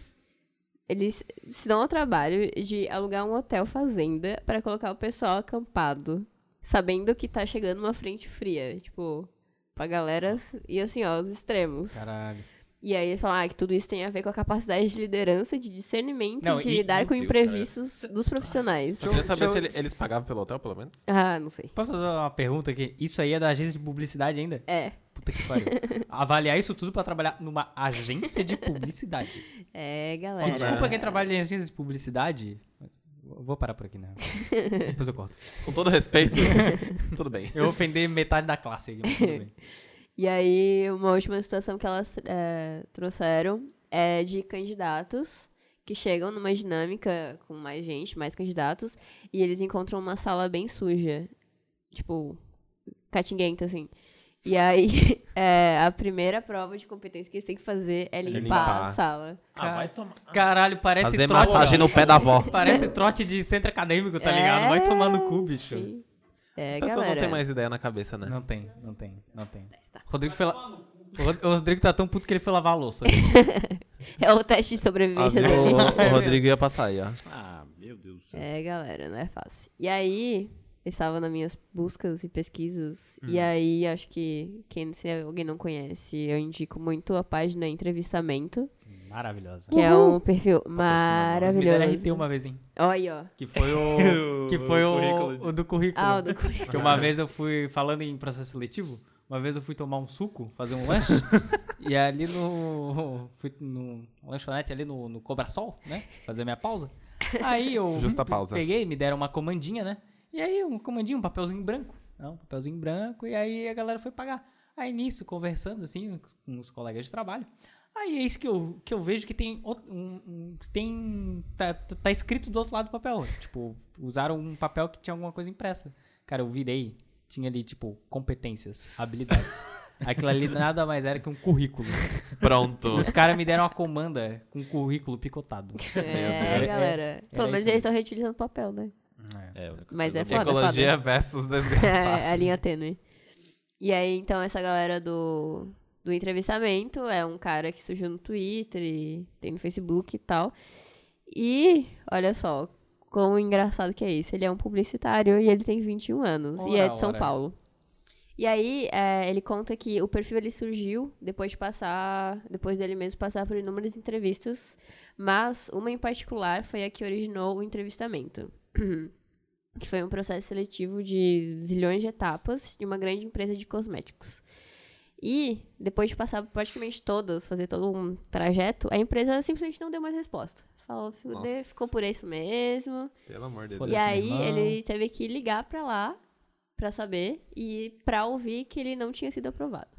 Speaker 4: Eles se dão ao trabalho de alugar um hotel fazenda para colocar o pessoal acampado. Sabendo que tá chegando uma frente fria. Tipo, pra galera e assim, ó, os extremos.
Speaker 1: Caralho.
Speaker 4: E aí eles falam ah, que tudo isso tem a ver com a capacidade de liderança, de discernimento
Speaker 1: Não,
Speaker 4: e de
Speaker 1: e-
Speaker 4: lidar
Speaker 3: meu
Speaker 4: com
Speaker 3: Deus,
Speaker 4: imprevistos dos profissionais.
Speaker 3: Eu queria saber se ele- eles pagavam pelo hotel, pelo menos.
Speaker 4: Ah, não sei.
Speaker 1: Posso fazer uma pergunta aqui? Isso aí é da agência de publicidade ainda?
Speaker 4: É,
Speaker 1: Puta que pariu. Avaliar isso tudo pra trabalhar numa agência de publicidade.
Speaker 4: é,
Speaker 1: E
Speaker 4: galera.
Speaker 1: desculpa quem trabalha em agência de publicidade. Eu Vou parar por aqui, né? Depois eu corto.
Speaker 3: Com todo respeito. tudo bem.
Speaker 1: Eu ofendi metade da classe aqui, mas tudo bem.
Speaker 4: E aí, uma última situação que elas é, trouxeram é de candidatos que chegam numa dinâmica com mais gente, mais candidatos, e eles encontram uma sala bem suja. Tipo, catinguenta, assim. E aí, é, a primeira prova de competência que eles têm que fazer é limpar,
Speaker 3: limpar.
Speaker 4: a sala.
Speaker 1: Ah, vai Caralho, parece
Speaker 3: Fazer
Speaker 1: trote.
Speaker 3: massagem no pé da avó.
Speaker 1: Parece trote de centro acadêmico, tá ligado? Vai tomar no cu, bicho.
Speaker 4: É, Sim. É,
Speaker 3: A pessoa não
Speaker 4: galera.
Speaker 3: tem mais ideia na cabeça, né?
Speaker 1: Não tem, não tem, não tem.
Speaker 4: Está.
Speaker 1: Rodrigo foi la... O Rod- o Rodrigo tá tão puto que ele foi lavar a louça.
Speaker 4: É o teste de
Speaker 3: Ah,
Speaker 4: sobrevivência
Speaker 3: viu?
Speaker 4: dele.
Speaker 3: o Rodrigo ia passar aí, ó.
Speaker 2: Ah, meu Deus do céu.
Speaker 4: É, galera, não é fácil. E aí, eu estava nas minhas buscas e pesquisas. E
Speaker 1: Hum.
Speaker 4: aí, acho que quem, se alguém não conhece, eu indico muito a página Entrevistamento,
Speaker 1: Maravilhosa.
Speaker 4: que é um perfil maravilhoso.
Speaker 1: RT uma vez, hein?
Speaker 4: Olha aí, ó.
Speaker 1: Que foi o. que foi o, o do currículo.
Speaker 4: Ah, o do currículo.
Speaker 1: Que uma vez eu fui, falando em processo seletivo, uma vez eu fui tomar um suco, fazer um lanche, e ali no. Fui no lanchonete ali no, no Cobra Sol, né? Fazer minha pausa. Aí eu
Speaker 3: Justa pausa.
Speaker 1: peguei, me deram uma comandinha, né? E aí, um comandinho, um papelzinho branco. né? Um papelzinho branco, e aí a galera foi pagar. Aí nisso, conversando assim com os colegas de trabalho. Aí eis que eu, que eu vejo que tem. out- Um, um- que tem tá, tá tá escrito do outro lado do papel. Tipo, usaram um papel que tinha alguma coisa impressa. Cara, eu virei. Tinha ali, tipo, competências, habilidades. Aquilo ali nada mais era que um currículo.
Speaker 3: Pronto.
Speaker 1: Os caras me deram uma comanda com um currículo picotado.
Speaker 4: É,
Speaker 1: Deus.
Speaker 4: galera.
Speaker 1: Era
Speaker 4: Pelo menos
Speaker 1: isso
Speaker 4: eles estão reutilizando papel, né?
Speaker 2: É, a única
Speaker 4: Mas
Speaker 2: coisa
Speaker 4: é
Speaker 2: boa.
Speaker 4: foda,
Speaker 3: Ecologia
Speaker 4: foda.
Speaker 3: versus desgraçado.
Speaker 4: É, a linha tênue. E aí, então, essa galera do, do entrevistamento é um cara que surgiu no Twitter e tem no Facebook e tal. E, olha só, quão engraçado que é isso. Ele é um publicitário e ele tem 21 anos. e
Speaker 1: Ora,
Speaker 4: é de São
Speaker 1: ora.
Speaker 4: Paulo. E aí, é, ele conta que o perfil ele surgiu depois de passar, depois dele mesmo passar por inúmeras entrevistas, mas uma em particular foi a que originou o entrevistamento. que foi um processo seletivo de zilhões de etapas de uma grande empresa de cosméticos. E, depois de passar por praticamente todas, fazer todo um trajeto, a empresa simplesmente não deu mais resposta. Falou,
Speaker 3: Nossa.
Speaker 4: "Fuder, ficou por isso mesmo.
Speaker 3: Pelo amor de
Speaker 1: Foda-se.
Speaker 4: E
Speaker 1: Parece
Speaker 4: aí
Speaker 1: minha irmã.
Speaker 4: ele teve que ligar pra lá pra saber e pra ouvir que ele não tinha sido aprovado.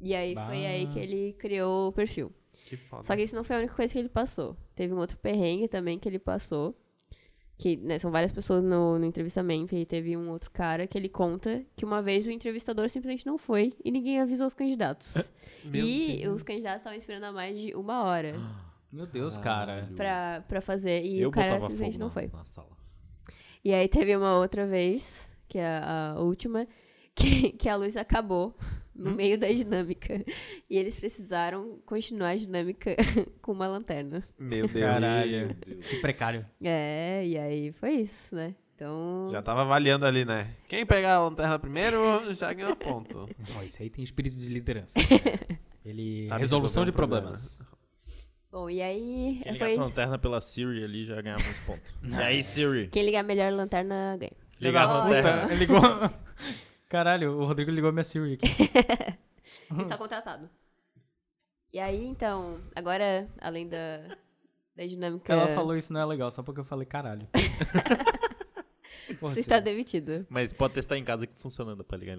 Speaker 4: E aí
Speaker 1: Bah.
Speaker 4: foi aí que ele criou o perfil.
Speaker 3: Que foda.
Speaker 4: Só que isso não foi a única coisa que ele passou. Teve um outro perrengue também que ele passou. Que né, são várias pessoas no, no entrevistamento. E aí teve um outro cara que ele conta que uma vez o entrevistador simplesmente não foi e ninguém avisou os
Speaker 2: É,
Speaker 4: candidatos. e os candidatos estavam esperando há mais de uma hora
Speaker 1: Meu Deus, cara.
Speaker 4: pra, pra fazer. E
Speaker 2: Ah, eu
Speaker 4: o cara
Speaker 2: botava
Speaker 4: simplesmente
Speaker 2: fogo
Speaker 4: não
Speaker 2: na-
Speaker 4: foi.
Speaker 2: Na sala.
Speaker 4: E aí teve uma outra vez, que é a a última, que, que a luz acabou
Speaker 2: Hum?
Speaker 4: no meio da dinâmica. E eles precisaram continuar a dinâmica com uma lanterna.
Speaker 3: Meu Deus.
Speaker 1: Caralho. Que precário.
Speaker 4: É, e aí foi isso, né? Então.
Speaker 3: Já tava avaliando ali, né? Quem pegar a lanterna primeiro já ganhou ponto.
Speaker 1: Ó, isso aí tem espírito de liderança. Ele.
Speaker 3: Sabe
Speaker 1: resolução
Speaker 3: resolver
Speaker 1: de
Speaker 3: um problema.
Speaker 1: problemas.
Speaker 4: Bom, e aí.
Speaker 2: Quem ligasse
Speaker 4: foi...
Speaker 2: a lanterna pela Siri ali já ganhava uns pontos. e aí, Siri?
Speaker 4: Quem ligar melhor lanterna ganha.
Speaker 3: É.
Speaker 2: Ligar a
Speaker 4: Olha.
Speaker 2: lanterna.
Speaker 1: ligou. Tá, Caralho, o Rodrigo ligou minha Siri aqui.
Speaker 4: Ele tá contratado. E aí, então, agora, além da, da dinâmica.
Speaker 1: Ela falou isso não é legal, só porque eu falei caralho. Porra, Siri.
Speaker 4: Você tá está demitido.
Speaker 2: Mas pode testar em casa que funcionando pra ligar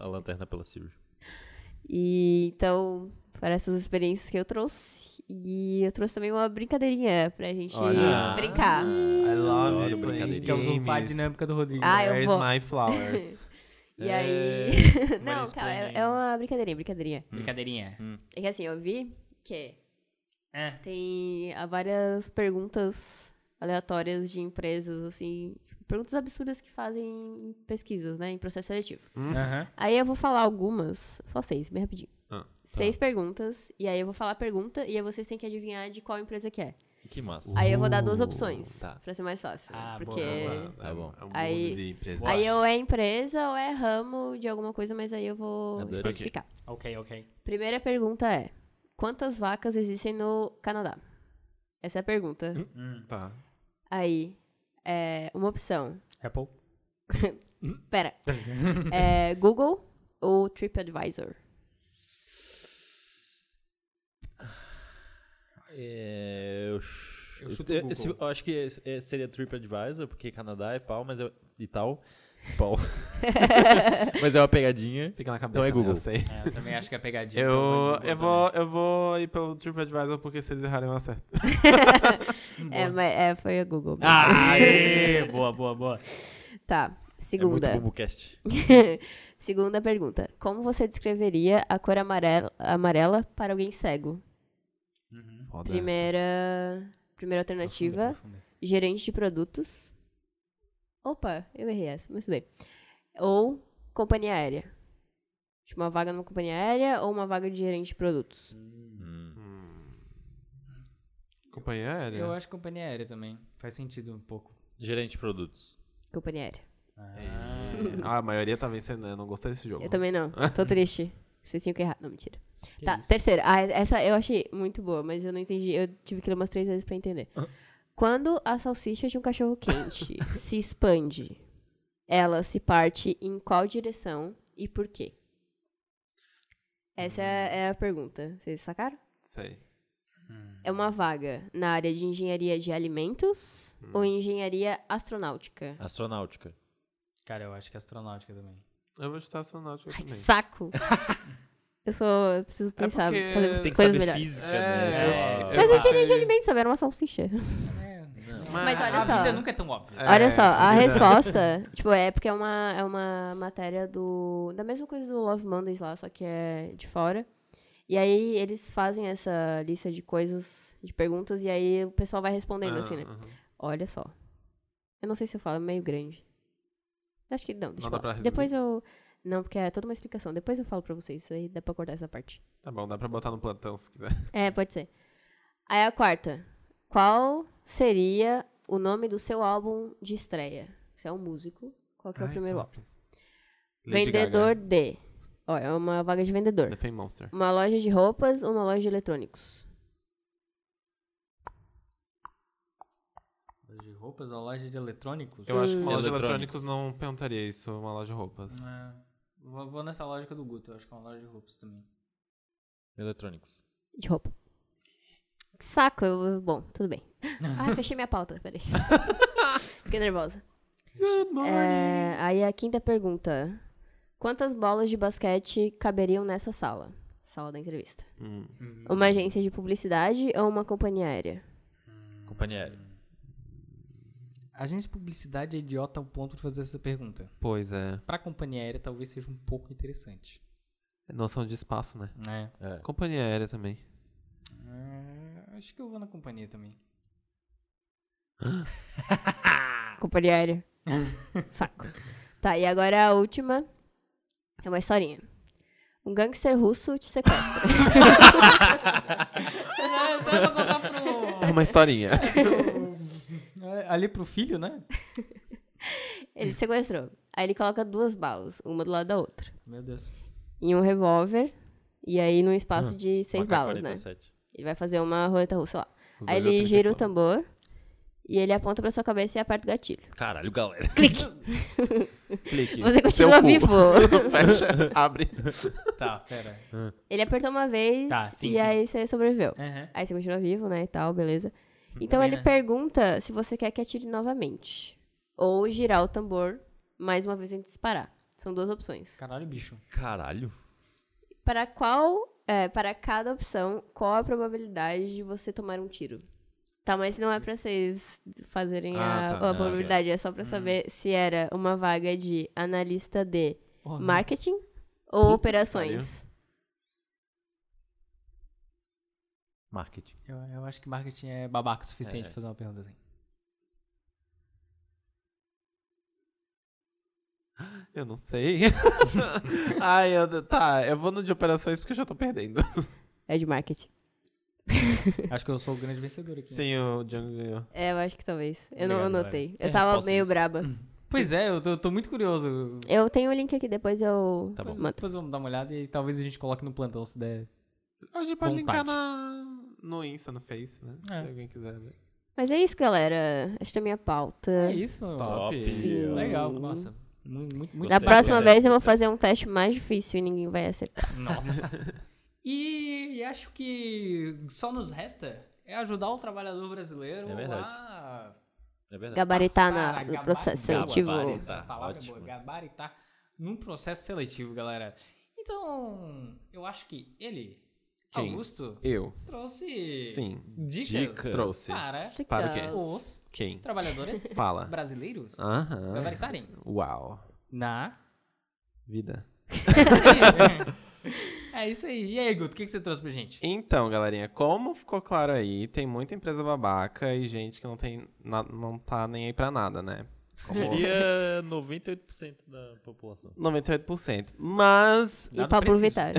Speaker 2: a lanterna pela Siri.
Speaker 4: E então, foram essas experiências que eu trouxe. E eu trouxe também uma brincadeirinha pra gente
Speaker 3: Olha.
Speaker 4: Ah. brincar.
Speaker 2: Ah.
Speaker 3: I love
Speaker 2: Adoro
Speaker 3: you, playing
Speaker 2: brincadeirinha.
Speaker 4: é
Speaker 1: Quer usurpar a
Speaker 3: games.
Speaker 1: é dinâmica do Rodrigo.
Speaker 4: Ah, eu
Speaker 3: Where's
Speaker 4: vou.
Speaker 3: my flowers? É
Speaker 4: E aí. Não,
Speaker 2: Maria
Speaker 4: calma, é,
Speaker 2: Explaining.
Speaker 4: é uma brincadeirinha, brincadeirinha.
Speaker 1: Brincadeirinha.
Speaker 4: É que assim, eu vi que
Speaker 1: É.
Speaker 4: tem ah, várias perguntas aleatórias de empresas, assim. tipo, Perguntas absurdas que fazem em pesquisas, né? Em processo seletivo.
Speaker 1: Aham.
Speaker 4: Aí eu vou falar algumas, só seis, bem rapidinho.
Speaker 2: Ah, tá.
Speaker 4: Seis perguntas, e aí eu vou falar a pergunta, e aí vocês têm que adivinhar de qual empresa que é.
Speaker 2: Ah, Que massa.
Speaker 4: Aí eu vou dar duas opções,
Speaker 2: tá.
Speaker 4: pra ser mais fácil. né?
Speaker 1: Ah, boa,
Speaker 4: porque
Speaker 1: boa.
Speaker 2: Tá bom.
Speaker 3: É um
Speaker 4: Aí-
Speaker 3: mundo de empresa.
Speaker 4: aí ou é empresa ou é ramo de alguma coisa, mas aí eu vou
Speaker 2: Adorei.
Speaker 4: especificar.
Speaker 1: Ok, ok.
Speaker 4: Primeira pergunta é: quantas vacas existem no Canadá? Essa é a pergunta.
Speaker 3: Tá.
Speaker 4: Aí, é, uma opção.
Speaker 1: Apple.
Speaker 4: Pera. É, Google ou TripAdvisor?
Speaker 2: É, eu, ch-
Speaker 1: Eu
Speaker 2: eu-
Speaker 1: chuto
Speaker 2: eu-
Speaker 1: Google.
Speaker 2: se- eu acho que esse- é, seria TripAdvisor, porque Canadá é pau, mas é e tal. Pau. mas é uma pegadinha.
Speaker 3: Fica na cabeça.
Speaker 2: Então é
Speaker 3: né?
Speaker 2: Google.
Speaker 3: Eu sei. Então
Speaker 1: É, eu também acho que é pegadinha.
Speaker 3: Eu, eu, vou, eu vou ir pelo TripAdvisor porque se eles errarem eu acerto.
Speaker 4: É, mas, é, foi a Google.
Speaker 2: Ah!
Speaker 4: mesmo.
Speaker 3: Ah,
Speaker 1: Aê! boa, boa, boa.
Speaker 4: Tá.
Speaker 2: É
Speaker 4: Segunda.
Speaker 2: muito Bumbocast.
Speaker 4: Segunda pergunta. Como você descreveria a cor amarela, amarela para alguém cego?
Speaker 3: Foda
Speaker 4: Primeira, primeira alternativa, gerente de produtos. Opa, eu errei essa, mas tudo bem. Ou companhia aérea. Tipo, uma vaga numa companhia aérea ou uma vaga de gerente de produtos.
Speaker 3: Companhia aérea?
Speaker 1: Eu acho que companhia aérea também. Faz sentido um pouco.
Speaker 2: Gerente de produtos.
Speaker 4: Companhia aérea.
Speaker 3: Ah, a maioria tá vencendo, né? Eu não gostei desse jogo.
Speaker 4: Eu também não. Tô triste. Vocês tinham que errar. Não, mentira.
Speaker 1: Que
Speaker 4: tá,
Speaker 1: isso?
Speaker 4: terceira. Ah, essa eu achei muito boa, mas eu não entendi. Eu tive que ler umas três vezes pra entender. Quando a salsicha de um cachorro quente se expande, ela se parte em qual direção e por quê? Essa é a pergunta. Vocês sacaram?
Speaker 3: Sei.
Speaker 4: É uma vaga na área de engenharia de alimentos ou engenharia astronáutica?
Speaker 2: Ah, Astronáutica.
Speaker 1: Cara, eu acho que é astronáutica também.
Speaker 3: Eu vou chutar astronáutica
Speaker 4: Ai, que
Speaker 3: também.
Speaker 4: saco! eu sou. Eu preciso pensar,
Speaker 3: porque
Speaker 4: fazer
Speaker 2: Tem que
Speaker 4: coisas
Speaker 2: saber
Speaker 4: melhores.
Speaker 2: física,
Speaker 3: É,
Speaker 2: né?
Speaker 3: eu-
Speaker 2: Sei
Speaker 3: eu
Speaker 2: lá.
Speaker 4: Mas eu engenharia de
Speaker 3: passei-
Speaker 4: alimentos, sabe? Era uma salsicha. Mas olha
Speaker 1: a
Speaker 4: só.
Speaker 1: vida nunca é tão óbvia.
Speaker 3: É.
Speaker 4: Olha só, a
Speaker 3: é verdade.
Speaker 4: resposta, tipo, é porque é uma, é uma matéria do. Da mesma coisa do Love Mondays lá, só que é de fora. E aí eles fazem essa lista de coisas, de perguntas, e aí o pessoal vai respondendo assim,
Speaker 3: Ah.
Speaker 4: né? Olha só. Eu não sei se eu falo, é meio grande. Acho que não,
Speaker 3: Não
Speaker 4: deixa
Speaker 3: dá
Speaker 4: eu falar.
Speaker 3: pra resumir?
Speaker 4: Depois eu. Não, porque é toda uma explicação. Depois eu falo pra vocês, aí dá pra cortar essa parte.
Speaker 3: Tá bom, dá pra botar no plantão se quiser.
Speaker 4: É, pode ser. Aí a quarta. Qual seria o nome do seu álbum de estreia? Você é um músico. Qual que é o primeiro álbum?
Speaker 1: É,
Speaker 4: Vendedor de. Ó, é uma vaga de vendedor.
Speaker 3: The Fame Monster.
Speaker 4: Uma loja de roupas ou uma loja de eletrônicos?
Speaker 1: Loja de roupas ou loja de eletrônicos?
Speaker 3: Eu acho que uma loja de
Speaker 2: Eletrônicos.
Speaker 3: eletrônicos não perguntaria isso, uma loja de roupas.
Speaker 1: Hum. É, vou, vou nessa lógica do Guto, eu acho que é uma loja de roupas também.
Speaker 2: Eletrônicos.
Speaker 4: De roupa. Que Saco, eu- bom, tudo bem. Ah, fechei minha pauta, peraí. Fiquei nervosa. É, aí a quinta pergunta. Quantas bolas de basquete caberiam nessa sala? Sala da entrevista.
Speaker 3: Hum.
Speaker 4: Uma agência de publicidade ou uma companhia aérea?
Speaker 2: Companhia aérea.
Speaker 1: A agência de publicidade é idiota ao ponto de fazer essa pergunta.
Speaker 3: Pois é.
Speaker 1: Pra companhia aérea, talvez seja um pouco interessante.
Speaker 3: É Noção de espaço, né?
Speaker 1: É.
Speaker 2: É.
Speaker 3: Companhia aérea também.
Speaker 1: Ah, acho que eu vou na companhia também.
Speaker 4: Companhia aérea. Saco. Tá, e agora a última. É uma historinha. Um gangster russo te sequestra.
Speaker 1: Não, É, só pra contar pro...
Speaker 3: É uma historinha.
Speaker 1: É, Ali pro filho, né?
Speaker 4: ele te sequestrou. Aí ele coloca duas balas, uma do lado da outra.
Speaker 1: Meu Deus.
Speaker 4: Em um revólver. E aí num espaço de seis
Speaker 2: Uma
Speaker 4: balas, né?
Speaker 2: K47.
Speaker 4: Ele vai fazer uma roleta russa lá.
Speaker 3: Os
Speaker 4: Aí
Speaker 3: dois é
Speaker 4: ele gira o
Speaker 3: 30
Speaker 4: tambor. E ele aponta pra sua cabeça e aperta o gatilho.
Speaker 2: Caralho, galera.
Speaker 3: Clique.
Speaker 4: Você
Speaker 3: Seu
Speaker 4: continua
Speaker 3: cu.
Speaker 4: vivo.
Speaker 3: Fecha, abre.
Speaker 1: Tá, pera.
Speaker 4: Ele apertou uma vez
Speaker 1: Tá, sim,
Speaker 4: e
Speaker 1: sim.
Speaker 4: aí você sobreviveu.
Speaker 1: Aham.
Speaker 4: Aí você continua vivo, né, e tal, beleza. Então
Speaker 1: Também,
Speaker 4: ele
Speaker 1: né?
Speaker 4: pergunta se você quer que atire novamente. Ou girar o tambor mais uma vez antes de disparar. São duas opções.
Speaker 1: Caralho, bicho.
Speaker 2: Caralho.
Speaker 4: Para qual... é, para cada opção, qual a probabilidade de você tomar um tiro? Tá, mas não é pra vocês fazerem
Speaker 3: Ah,
Speaker 4: a,
Speaker 3: tá.
Speaker 4: a
Speaker 3: Ah, ok.
Speaker 4: probabilidade. É só pra saber se era uma vaga de analista de
Speaker 1: Porra,
Speaker 4: marketing ou operações.
Speaker 2: Marketing.
Speaker 1: Eu, eu acho que marketing é babaca o suficiente pra fazer uma pergunta assim.
Speaker 3: Eu não sei. Ai, eu, tá, eu vou no de operações porque eu já tô perdendo.
Speaker 4: É de marketing.
Speaker 1: Acho que eu sou o grande vencedor aqui. né?
Speaker 3: Sim, o Django ganhou.
Speaker 4: É, eu acho que talvez. Eu não
Speaker 1: Obrigado,
Speaker 4: anotei. Eu
Speaker 2: Tem
Speaker 4: tava
Speaker 2: respostas.
Speaker 4: meio braba.
Speaker 1: Pois é, eu tô, eu tô muito curioso.
Speaker 4: Eu tenho o link aqui, depois eu
Speaker 2: Tá bom.
Speaker 4: mando.
Speaker 1: Depois vamos dar uma olhada e talvez a gente coloque no plantão se der.
Speaker 3: A gente pode linkar
Speaker 1: Vontade.
Speaker 3: na, no Insta, no Face, né?
Speaker 1: É.
Speaker 3: Se alguém quiser ver.
Speaker 4: Mas é isso, galera. Acho que é a minha pauta.
Speaker 1: É isso.
Speaker 2: Top.
Speaker 4: Sim.
Speaker 1: Legal, nossa. mu- Muito, muito
Speaker 4: Da
Speaker 2: Gostei,
Speaker 4: próxima
Speaker 2: gostei,
Speaker 4: vez eu vou
Speaker 2: gostei.
Speaker 4: fazer um teste mais difícil e ninguém vai acertar.
Speaker 1: Nossa. e, e acho que só nos resta é ajudar o trabalhador brasileiro
Speaker 2: É verdade.
Speaker 1: a
Speaker 2: É verdade.
Speaker 4: Gabaritar
Speaker 1: passar
Speaker 4: na,
Speaker 1: a
Speaker 4: no
Speaker 1: gabar-
Speaker 4: processo
Speaker 2: gabar-
Speaker 4: seletivo.
Speaker 2: gabarito.
Speaker 1: Essa palavra é
Speaker 2: Ótimo.
Speaker 1: boa, gabaritar num processo seletivo, galera. Então, eu acho que ele,
Speaker 3: Quem?
Speaker 1: Augusto,
Speaker 3: Eu.
Speaker 1: trouxe
Speaker 3: Sim.
Speaker 1: dicas,
Speaker 2: Dicas.
Speaker 3: Trouxe.
Speaker 1: para
Speaker 4: Dicas.
Speaker 3: Para o quê?
Speaker 1: os
Speaker 3: Quem?
Speaker 1: trabalhadores
Speaker 3: Fala. Ah.
Speaker 1: brasileiros
Speaker 3: Aham.
Speaker 1: gabaritarem
Speaker 3: Uau.
Speaker 1: na...
Speaker 3: Vida.
Speaker 1: é isso aí. E aí, Guto, o que, que você trouxe pra gente?
Speaker 3: Então, galerinha, como ficou claro aí, tem muita empresa babaca e gente que não tem na- não tá nem aí pra nada, né? Como
Speaker 6: Seria 98% da população.
Speaker 3: 98%. Mas
Speaker 4: E
Speaker 1: Nada
Speaker 4: Pablo
Speaker 1: preciso.
Speaker 4: Vittar.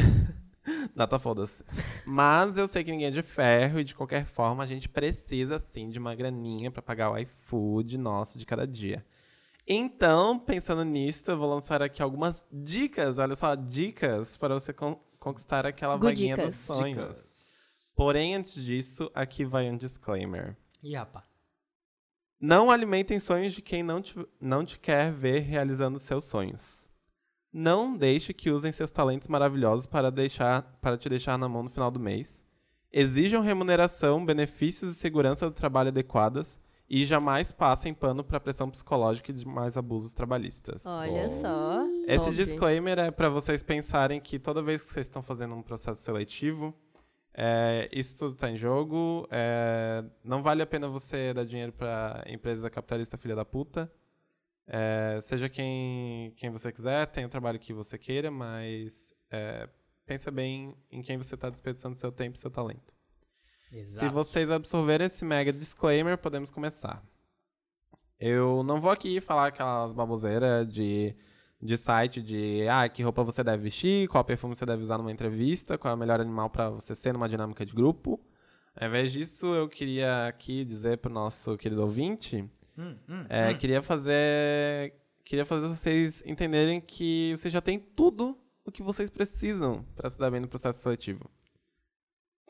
Speaker 3: Data foda-se. Mas eu sei que ninguém é de ferro e de qualquer forma a gente precisa sim de uma graninha pra pagar o iFood nosso de cada dia. Então, pensando nisso, eu vou lançar aqui algumas dicas, olha só, dicas para você con- conquistar aquela
Speaker 4: Good
Speaker 3: vaguinha
Speaker 4: dicas.
Speaker 3: dos sonhos. Porém, antes disso, aqui vai um disclaimer.
Speaker 1: Ih, rapaz.
Speaker 3: Não alimentem sonhos de quem não te, não te quer ver realizando seus sonhos. Não deixe que usem seus talentos maravilhosos para, deixar, para te deixar na mão no final do mês. Exijam remuneração, benefícios e segurança do trabalho adequadas e jamais passem pano para pressão psicológica e demais abusos trabalhistas.
Speaker 4: Olha só.
Speaker 3: Esse
Speaker 4: Top.
Speaker 3: disclaimer é para vocês pensarem que toda vez que vocês estão fazendo um processo seletivo, é, isso tudo tá em jogo, é, não vale a pena você dar dinheiro para empresa capitalista filha da puta. É, seja quem, quem você quiser, tenha o trabalho que você queira, mas é, pensa bem em quem você está desperdiçando seu tempo e seu talento.
Speaker 1: Exato.
Speaker 3: Se vocês absorverem esse mega disclaimer, podemos começar. Eu não vou aqui falar aquelas baboseiras de, de site de ah, que roupa você deve vestir, qual perfume você deve usar numa entrevista, qual é o melhor animal para você ser numa dinâmica de grupo. Ao invés disso, eu queria aqui dizer pro nosso querido ouvinte,
Speaker 1: Hum, hum,
Speaker 3: é,
Speaker 1: hum.
Speaker 3: queria fazer queria fazer vocês entenderem que vocês já têm tudo o que vocês precisam para se dar bem no processo seletivo.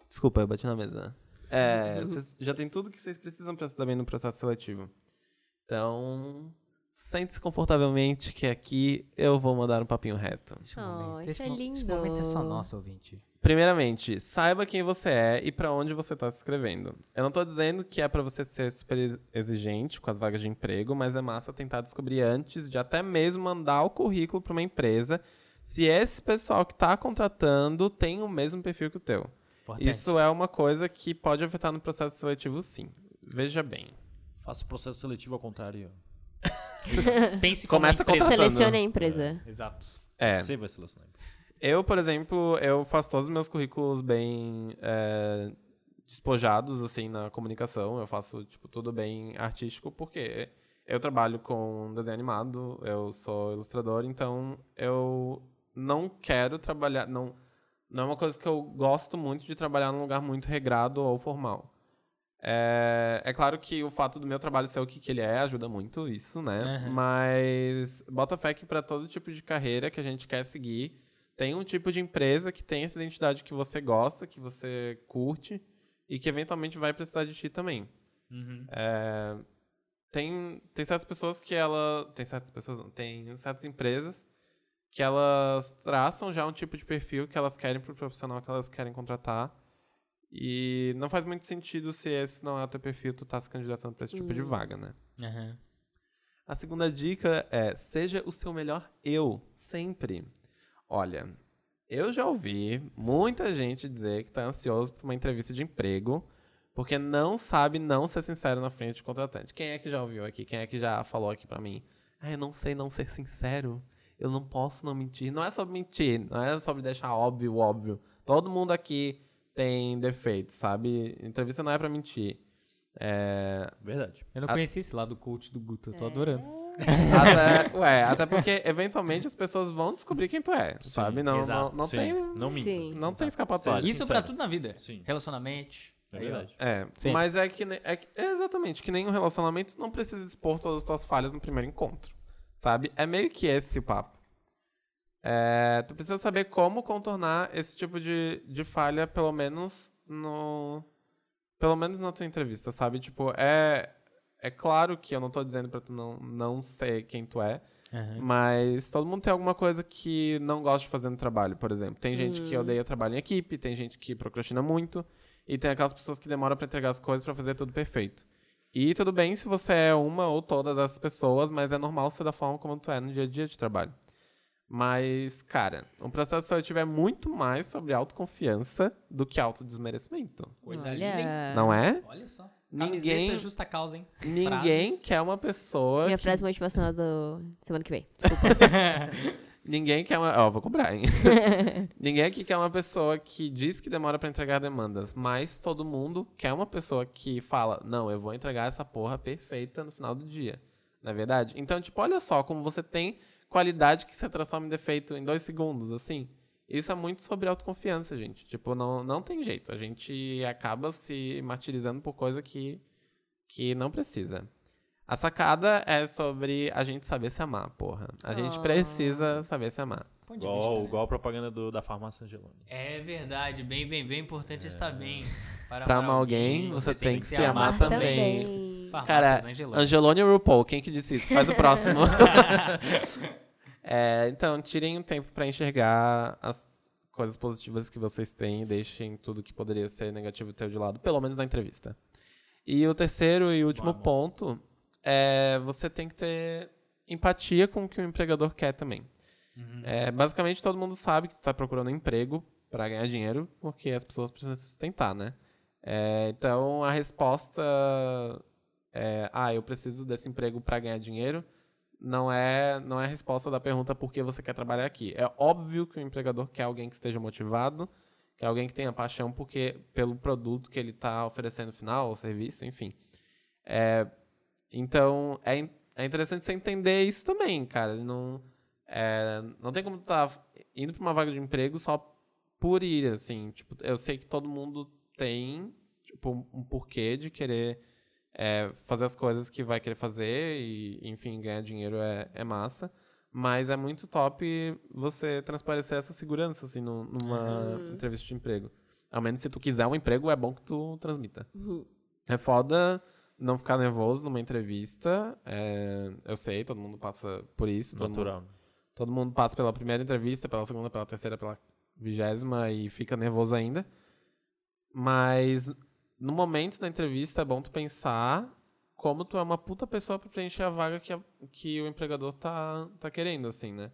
Speaker 3: Desculpa, eu bati na mesa. É, vocês já tem tudo que vocês precisam para se dar bem no processo seletivo. Então, sente-se confortavelmente que aqui eu vou mandar um papinho reto.
Speaker 1: Esse
Speaker 4: Oh,
Speaker 1: momento-
Speaker 4: isso é
Speaker 1: mo- Esse
Speaker 4: lindo.
Speaker 1: momento é só nosso, ouvinte.
Speaker 3: Primeiramente, saiba quem você é e pra onde você tá se inscrevendo. Eu não tô dizendo que é pra você ser super ex- exigente com as vagas de emprego, mas é massa tentar descobrir antes de até mesmo mandar o currículo pra uma empresa se esse pessoal que tá contratando tem o mesmo perfil que o teu.
Speaker 1: Importante.
Speaker 3: Isso é uma coisa que pode afetar no processo seletivo, sim. Veja bem.
Speaker 2: Faça o processo seletivo ao contrário.
Speaker 1: Pense como
Speaker 3: Começa
Speaker 1: empresa.
Speaker 3: contratando.
Speaker 4: Selecione a empresa.
Speaker 1: Exato.
Speaker 3: É.
Speaker 2: Você vai selecionar.
Speaker 3: Eu, por exemplo, eu faço todos os meus currículos bem é, despojados, assim, na comunicação. Eu faço, tipo, tudo bem artístico, porque eu trabalho com desenho animado, eu sou ilustrador, então eu não quero trabalhar... Não, não é uma coisa que eu gosto muito de trabalhar num lugar muito regrado ou formal. É, é claro que o fato do meu trabalho ser o que, que ele é ajuda muito isso, né?
Speaker 1: Aham.
Speaker 3: Mas bota fé que para todo tipo de carreira que a gente quer seguir, tem um tipo de empresa que tem essa identidade que você gosta, que você curte e que eventualmente vai precisar de ti também.
Speaker 1: Uhum.
Speaker 3: É, tem, tem certas pessoas que ela. Tem certas pessoas, não. Tem certas empresas que elas traçam já um tipo de perfil que elas querem pro profissional que elas querem contratar. E não faz muito sentido se esse não é o teu perfil, tu tá se candidatando pra esse tipo de
Speaker 4: Hum.
Speaker 3: vaga, né?
Speaker 1: Aham.
Speaker 3: A segunda dica é: seja o seu melhor eu, sempre. Olha, eu já ouvi muita gente dizer que tá ansioso pra uma entrevista de emprego porque não sabe não ser sincero na frente do contratante. Quem é que já ouviu aqui? Quem é que já falou aqui pra mim? Ah, eu não sei não ser sincero. Eu não posso não mentir. Não é sobre mentir, não é sobre deixar óbvio o óbvio. Todo mundo aqui tem defeitos, sabe? Entrevista não é pra mentir. É,
Speaker 2: Verdade.
Speaker 1: Eu não
Speaker 3: A-
Speaker 1: conheci esse lado coach do Guto,
Speaker 3: É.
Speaker 1: eu tô adorando.
Speaker 3: Até, ué, até porque eventualmente as pessoas vão descobrir quem tu é, sabe? Não, não,
Speaker 2: exato,
Speaker 3: não
Speaker 2: sim.
Speaker 3: tem,
Speaker 2: Não minta.
Speaker 4: Sim.
Speaker 3: não tem
Speaker 2: Seja
Speaker 3: escapatória.
Speaker 1: Isso pra
Speaker 2: sincero.
Speaker 1: tudo na vida.
Speaker 2: Sim.
Speaker 1: Relacionamento.
Speaker 2: É
Speaker 1: aí, ó.
Speaker 2: verdade.
Speaker 3: É,
Speaker 1: Sim.
Speaker 3: mas é que, ne- é que- é exatamente que nem um relacionamento tu não precisa expor todas as tuas falhas no primeiro encontro, sabe? É meio que esse o papo. É, tu precisa saber como contornar esse tipo de, de falha, pelo menos no. Pelo menos na tua entrevista, sabe? Tipo, é. É claro que eu não tô dizendo pra tu não, não ser quem tu é,
Speaker 1: Aham.
Speaker 3: Mas todo mundo tem alguma coisa que não gosta de fazer no trabalho, por exemplo. Tem gente que
Speaker 4: Hum.
Speaker 3: odeia trabalho em equipe, tem gente que procrastina muito, e tem aquelas pessoas que demoram pra entregar as coisas pra fazer tudo perfeito. E tudo bem se você é uma ou todas essas pessoas, mas é normal ser da forma como tu é no dia a dia de trabalho. Mas, cara, um processo seletivo é muito mais sobre autoconfiança do que autodesmerecimento.
Speaker 1: Coisa
Speaker 4: Olha.
Speaker 1: linda, hein?
Speaker 3: Não é?
Speaker 1: Olha só. Camiseta
Speaker 3: Ninguém,
Speaker 1: justa causa, hein?
Speaker 3: ninguém
Speaker 1: Frases.
Speaker 3: quer uma pessoa.
Speaker 4: Minha
Speaker 3: que-
Speaker 4: frase motivacional do semana que vem.
Speaker 3: Ninguém quer uma. Ó, vou cobrar, hein? Ninguém aqui quer uma pessoa que diz que demora pra entregar demandas, mas todo mundo quer uma pessoa que fala: não, eu vou entregar essa porra perfeita no final do dia. Na verdade? Então, tipo, olha só como você tem qualidade que você transforma em defeito em dois segundos, assim. Isso é muito sobre autoconfiança, gente. Tipo, não, não tem jeito. A gente acaba se martirizando por coisa que, que não precisa. A sacada é sobre a gente saber se amar, porra. A gente
Speaker 4: Ah.
Speaker 3: precisa saber se amar.
Speaker 1: Ponto de vista,
Speaker 2: Igual,
Speaker 1: né?
Speaker 2: igual a propaganda do- da farmácia Angeloni.
Speaker 1: É verdade, bem, bem, bem importante estar bem. Para
Speaker 3: É. Pra amar alguém, você tem que se amar também. Cara,
Speaker 1: Farmácias Angelone.
Speaker 3: Angelone ou RuPaul, quem que disse isso? Faz o próximo. É, então, tirem um tempo pra enxergar as coisas positivas que vocês têm e deixem tudo que poderia ser negativo teu de lado, pelo menos na entrevista. E o terceiro e último
Speaker 2: Vamos.
Speaker 3: ponto é você tem que ter empatia com o que o empregador quer também. É, basicamente, todo mundo sabe que tu tá procurando emprego pra ganhar dinheiro, porque as pessoas precisam se sustentar, né? É, então, a resposta é, ah, eu preciso desse emprego pra ganhar dinheiro, não é, não é a resposta da pergunta por que você quer trabalhar aqui. É óbvio que o empregador quer alguém que esteja motivado, quer alguém que tenha paixão porque, pelo produto que ele está oferecendo no final, o serviço, enfim. É, então, é, in- é interessante você entender isso também, cara. Não, é, não tem como tu tá indo pra uma vaga de emprego só por ir, assim. Tipo, eu sei que todo mundo tem tipo, um- um porquê de querer é, fazer as coisas que vai querer fazer e, enfim, ganhar dinheiro é, é massa. Mas é muito top você transparecer essa segurança, assim, num- numa
Speaker 4: Uhum.
Speaker 3: entrevista de emprego. Ao menos se tu quiser um emprego, é bom que tu transmita.
Speaker 4: Uhum.
Speaker 3: É foda não ficar nervoso numa entrevista. é, eu sei, todo mundo passa por isso. todo mundo-
Speaker 2: Natural. né?
Speaker 3: Todo mundo passa pela primeira entrevista, pela segunda, pela terceira, pela vigésima e fica nervoso ainda. Mas no momento da entrevista é bom tu pensar como tu é uma puta pessoa pra preencher a vaga que, a- que o empregador tá, tá querendo, assim, né?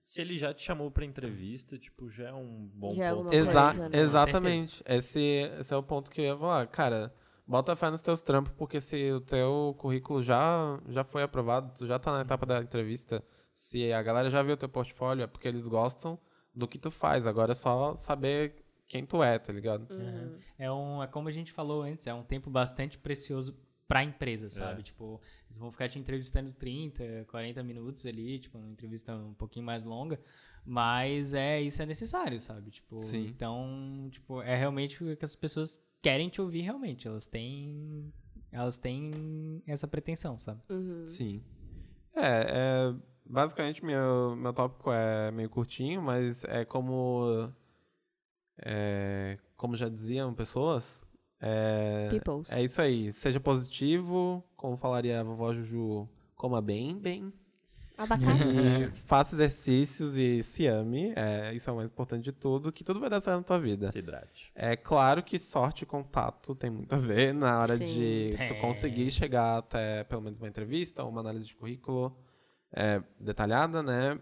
Speaker 2: Se ele já te chamou pra entrevista, tipo, já é um bom
Speaker 4: Já é
Speaker 2: ponto.
Speaker 4: alguma coisa.
Speaker 3: Exa-
Speaker 4: né?
Speaker 3: Exatamente. Esse, esse é o ponto que eu ia falar. Cara, bota fé nos teus trampos, porque se o teu currículo já, já foi aprovado, tu já tá na etapa da entrevista, se a galera já viu o teu portfólio, é porque eles gostam do que tu faz. Agora é só saber quem tu é, tá ligado?
Speaker 4: Uhum.
Speaker 1: É, um, é como a gente falou antes, é um tempo bastante precioso pra empresa,
Speaker 3: É.
Speaker 1: sabe? Tipo, eles vão ficar te entrevistando 30, 40 minutos ali, tipo, uma entrevista um pouquinho mais longa, mas é isso é necessário, sabe? Tipo,
Speaker 3: Sim.
Speaker 1: então, tipo, é realmente o que as pessoas querem te ouvir realmente, elas têm elas têm essa pretensão, sabe?
Speaker 4: Uhum.
Speaker 3: Sim. É, é basicamente meu, meu tópico é meio curtinho, mas é como é, como já diziam pessoas, É,
Speaker 4: Peoples.
Speaker 3: é isso aí. Seja positivo, como falaria a vovó Juju, coma bem, bem.
Speaker 4: Abacate.
Speaker 3: Faça exercícios e se ame. É, isso é o mais importante de tudo, que tudo vai dar certo na tua vida.
Speaker 2: Se hidrate.
Speaker 3: É claro que sorte e contato tem muito a ver na hora
Speaker 4: Sim.
Speaker 3: de tu
Speaker 1: Tem.
Speaker 3: conseguir chegar até pelo menos uma entrevista, uma análise de currículo é, detalhada, né?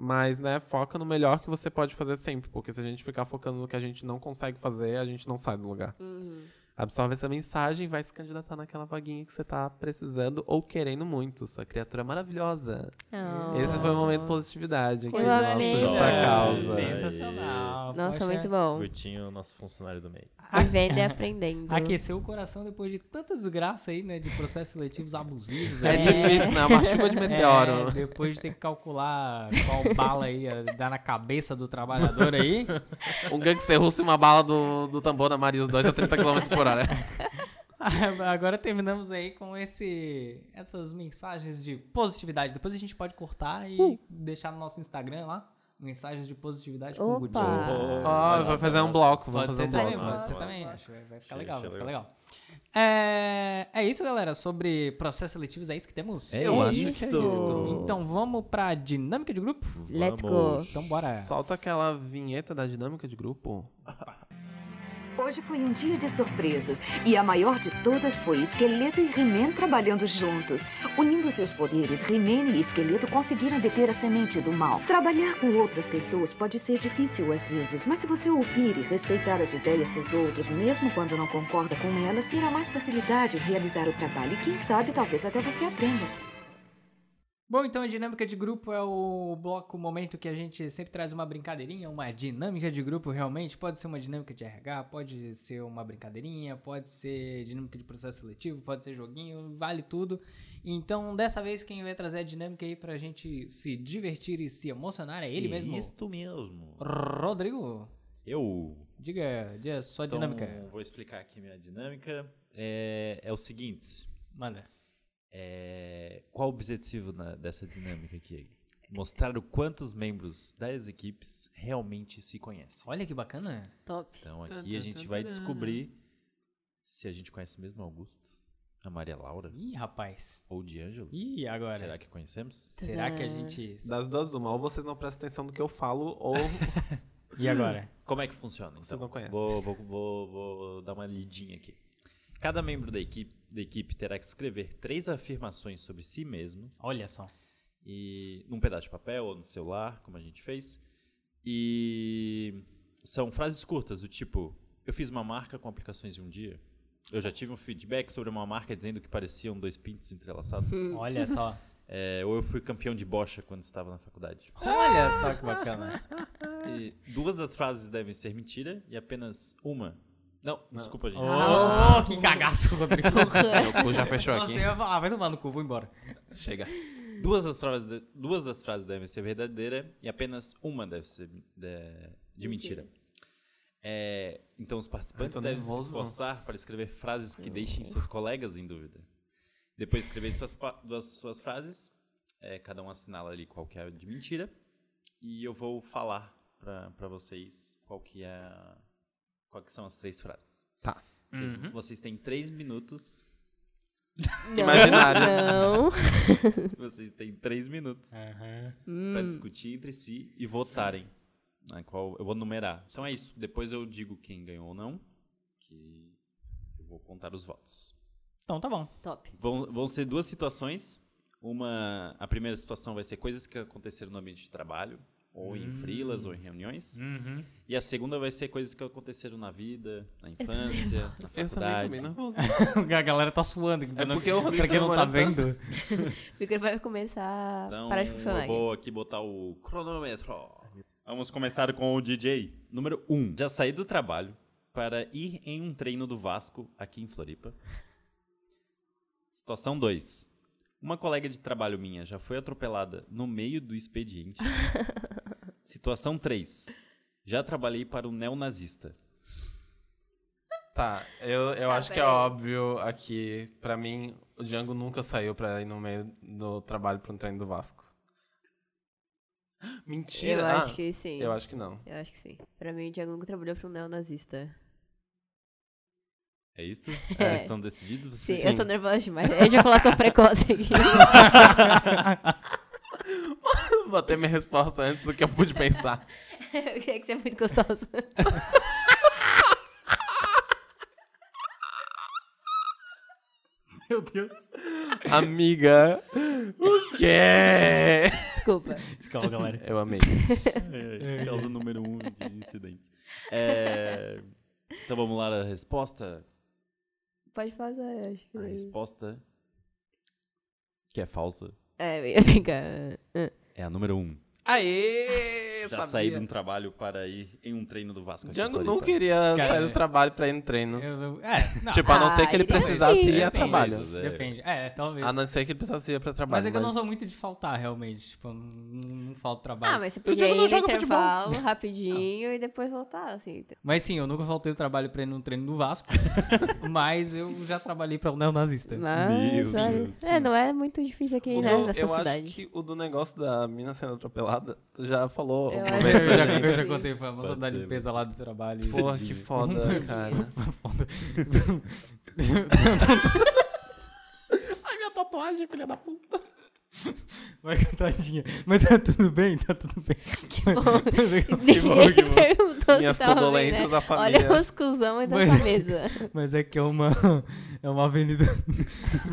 Speaker 3: Mas, né, foca no melhor que você pode fazer sempre, porque se a gente ficar focando no que a gente não consegue fazer, a gente não sai do lugar.
Speaker 4: Uhum.
Speaker 3: Absorve essa mensagem e vai se candidatar naquela vaguinha que você tá precisando ou querendo muito. Sua criatura maravilhosa.
Speaker 4: Ah.
Speaker 3: Esse é foi o momento positividade aqui
Speaker 4: Eu
Speaker 3: do nosso
Speaker 4: amei.
Speaker 3: Justa
Speaker 2: É,
Speaker 3: Causa.
Speaker 1: Sensacional.
Speaker 4: Nossa,
Speaker 1: poxa.
Speaker 4: muito bom.
Speaker 2: Gutinho, nosso funcionário do mês.
Speaker 4: Ah, Vivendo e aprendendo.
Speaker 1: Aqueceu o coração depois de tanta desgraça aí, né? De processos seletivos abusivos.
Speaker 3: É
Speaker 1: aí.
Speaker 3: difícil, né? É Uma chuva de
Speaker 1: É,
Speaker 3: meteoro.
Speaker 1: depois de ter que calcular qual bala aí eh, dá na cabeça do trabalhador aí.
Speaker 3: Um gangster russo e uma bala do, do tambor na Maria, os dois a 30 km por hora.
Speaker 1: Agora terminamos aí com esse, essas mensagens de positividade. Depois a gente pode cortar e
Speaker 4: Hum.
Speaker 1: deixar no nosso Instagram lá. Mensagens de positividade com o Guti.
Speaker 4: Opa.
Speaker 3: Ó, vai fazer um bloco, vamos
Speaker 1: Pode
Speaker 3: fazer
Speaker 1: ser
Speaker 3: um
Speaker 1: também,
Speaker 3: bloco.
Speaker 1: pode ser
Speaker 2: Nossa,
Speaker 1: também.
Speaker 2: nossa.
Speaker 1: Acho que vai- vai ficar
Speaker 2: Achei-
Speaker 1: legal, vai
Speaker 2: achei
Speaker 1: ficar legal. É, é isso, galera. Sobre processos seletivos, é isso que temos?
Speaker 2: É
Speaker 4: Eu
Speaker 2: Eu
Speaker 4: acho
Speaker 2: acho
Speaker 4: isso. que é isso.
Speaker 1: Então vamos pra dinâmica de grupo?
Speaker 4: Let's
Speaker 2: Vamos.
Speaker 4: go.
Speaker 1: Então bora.
Speaker 3: Solta aquela vinheta da dinâmica de grupo.
Speaker 7: Hoje foi um dia de surpresas e a maior de todas foi Esqueleto e He-Man trabalhando juntos. Unindo seus poderes, He-Man e Esqueleto conseguiram deter a semente do mal. Trabalhar com outras pessoas pode ser difícil às vezes, mas se você ouvir e respeitar as ideias dos outros, mesmo quando não concorda com elas, terá mais facilidade em realizar o trabalho e quem sabe talvez até você aprenda.
Speaker 1: Bom, então a dinâmica de grupo é o bloco, o momento que a gente sempre traz uma brincadeirinha, uma dinâmica de grupo realmente. Pode ser uma dinâmica de RH, pode ser uma brincadeirinha, pode ser dinâmica de processo seletivo, pode ser joguinho, vale tudo. Então, dessa vez, quem vai trazer a dinâmica aí pra gente se divertir e se emocionar é ele mesmo.
Speaker 2: Isto mesmo.
Speaker 1: Rodrigo,
Speaker 2: Eu
Speaker 1: diga, diga a sua
Speaker 2: Então,
Speaker 1: dinâmica.
Speaker 2: Vou explicar aqui minha dinâmica. É, é o seguinte:
Speaker 1: Manda.
Speaker 2: é, qual o objetivo na- dessa dinâmica aqui? Mostrar o quantos membros das equipes realmente se conhecem.
Speaker 1: Olha que bacana.
Speaker 4: Top.
Speaker 2: Então aqui a gente vai descobrir se a gente conhece mesmo Augusto, a Maria Laura
Speaker 1: Ih, rapaz.
Speaker 2: ou o D'Angelo.
Speaker 1: Ih, agora.
Speaker 2: Será que conhecemos?
Speaker 1: Será que a gente.
Speaker 3: Das duas, uma. Ou vocês não prestam atenção no que eu falo, ou
Speaker 1: E agora?
Speaker 2: Como é que funciona? Então,
Speaker 3: Vocês não conhecem.
Speaker 2: Vou, vou- vou- vou dar uma lidinha aqui. Cada membro da equipe, da equipe terá que escrever três afirmações sobre si mesmo
Speaker 1: Olha só.
Speaker 2: e num pedaço de papel ou no celular, como a gente fez. E são frases curtas do tipo: eu fiz uma marca com aplicações em um dia. Eu já tive um feedback sobre uma marca dizendo que pareciam dois pintos entrelaçados.
Speaker 1: Olha só.
Speaker 2: É, ou eu fui campeão de bocha quando estava na faculdade.
Speaker 1: Ah. Olha só que bacana.
Speaker 2: E duas das frases devem ser mentira e apenas uma. Não, desculpa,
Speaker 1: Oh.
Speaker 2: gente.
Speaker 3: Ah,
Speaker 1: Ô, que cagaço, Rodrigo.
Speaker 3: meu cu já fechou
Speaker 1: Nossa,
Speaker 3: aqui.
Speaker 1: eu ia falar, "Ah, vai tomar no cu, vou embora.
Speaker 3: Chega.
Speaker 2: Duas das, frases de- duas das frases devem ser verdadeira e apenas uma deve ser de, de mentira. É, então, os participantes
Speaker 3: Ai, tô
Speaker 2: devem se
Speaker 3: nervoso.
Speaker 2: esforçar para escrever frases que deixem seus colegas em dúvida. Depois de escrever suas, pa- duas- suas frases, é, cada um assinala ali qual que é a de mentira. E eu vou falar para vocês qual que é a- qual que são as três frases.
Speaker 3: Tá.
Speaker 2: Vocês, vocês têm três minutos.
Speaker 3: Imaginários.
Speaker 4: Não.
Speaker 2: Vocês têm três minutos. Pra discutir entre si e votarem. Na qual eu vou numerar. Então é isso. Depois eu digo quem ganhou ou não. Que eu vou contar os votos.
Speaker 1: Então tá bom.
Speaker 4: Top.
Speaker 2: Vão, vão ser duas situações. Uma. A primeira situação vai ser coisas que aconteceram no ambiente de trabalho. Ou em frilas, ou em reuniões. E a segunda vai ser coisas que aconteceram na vida, na infância, na
Speaker 3: Eu também né? tô
Speaker 2: faculdade.
Speaker 3: meio nervoso.
Speaker 1: A galera tá suando.
Speaker 3: É porque o Rodrigo
Speaker 1: pra quem não tá
Speaker 3: tá demorando
Speaker 1: vendo.
Speaker 4: O microfone vai começar a
Speaker 2: Então,
Speaker 4: parar de funcionar.
Speaker 2: eu vou aqui botar o cronômetro. Vamos começar com o DJ. Número 1. Um. Já saí do trabalho para ir em um treino do Vasco aqui em Floripa. Situação 2. Uma colega de trabalho minha já foi atropelada no meio do expediente. Situação 3. Já trabalhei para um neonazista.
Speaker 3: Tá, eu, eu
Speaker 4: Tá,
Speaker 3: acho que é
Speaker 4: peraí.
Speaker 3: óbvio aqui. Pra mim, o Django nunca saiu pra ir no meio do trabalho pra um treino do Vasco. Mentira!
Speaker 4: Eu
Speaker 3: Ah,
Speaker 4: acho que sim.
Speaker 3: Eu acho que não.
Speaker 4: Eu acho que sim. Pra mim, o Diagongo trabalhou pra um neonazista.
Speaker 2: É isso?
Speaker 4: É.
Speaker 2: Vocês estão decididos?
Speaker 4: Sim,
Speaker 2: Vocês
Speaker 4: eu tô nervosa demais. É ejaculação precoce aqui.
Speaker 3: Vou ter minha resposta antes do que eu pude pensar.
Speaker 4: eu queria que você é muito gostosa.
Speaker 2: Meu Deus.
Speaker 3: Amiga, o quê?
Speaker 4: Desculpa.
Speaker 1: Calma, galera.
Speaker 3: Eu amei.
Speaker 2: É, causa número um de incidentes. É, então vamos lá, a resposta.
Speaker 4: Pode passar, eu acho que.
Speaker 2: A resposta que é falsa
Speaker 4: É, eu ia ah. brincar.
Speaker 2: é a número um.
Speaker 3: Aê! eu
Speaker 2: Já
Speaker 3: sabia.
Speaker 2: saí de um trabalho para ir em um treino do Vasco. de
Speaker 3: Django
Speaker 2: Floripa.
Speaker 3: não queria
Speaker 1: Cara,
Speaker 3: sair do trabalho pra ir no treino.
Speaker 1: Eu, eu- é, não.
Speaker 3: Tipo, a é. não
Speaker 4: Ah,
Speaker 3: ser que ele
Speaker 4: iria
Speaker 3: precisasse
Speaker 4: sim.
Speaker 3: ir a
Speaker 2: Depende,
Speaker 3: trabalho.
Speaker 2: mas é-
Speaker 1: Depende. É, talvez.
Speaker 3: A não ser que ele precisasse ir pra trabalho.
Speaker 1: mas é que eu não sou muito de faltar, realmente. Tipo, não, não falta trabalho.
Speaker 4: Ah,
Speaker 1: mas...
Speaker 4: mas você podia ir no intervalo rapidinho e depois voltar, assim.
Speaker 1: sim, eu nunca faltei o trabalho pra ir num treino do Vasco. mas eu já trabalhei pra um neonazista.
Speaker 4: Mas,
Speaker 2: Meu
Speaker 4: olha,
Speaker 2: Deus.
Speaker 4: é, não é muito difícil aqui,
Speaker 3: O
Speaker 4: né,
Speaker 3: do-
Speaker 4: nessa
Speaker 3: eu
Speaker 4: cidade.
Speaker 3: acho que o do negócio da mina sendo atropelada, tu já falou.
Speaker 4: Eu
Speaker 3: alguma
Speaker 4: acho
Speaker 1: Eu
Speaker 3: vez
Speaker 1: já,
Speaker 4: que
Speaker 3: pra
Speaker 1: eu já-
Speaker 3: gente.
Speaker 1: eu já contei pra moça
Speaker 2: Pode
Speaker 1: da
Speaker 2: ser,
Speaker 1: limpeza lá do trabalho.
Speaker 3: né? Porra, que foda, cara.
Speaker 1: Foda.
Speaker 3: Ai, minha tatuagem, filha da puta.
Speaker 1: Vai, tadinha. Mas tá tudo bem, tá tudo bem.
Speaker 4: Ninguém perguntou se
Speaker 3: é Minhas
Speaker 4: tava bem,
Speaker 3: condolências
Speaker 4: né?
Speaker 3: à família.
Speaker 4: Olha os cuzão aí da
Speaker 1: Mas-
Speaker 4: mesa.
Speaker 1: Mas é que é uma, é uma avenida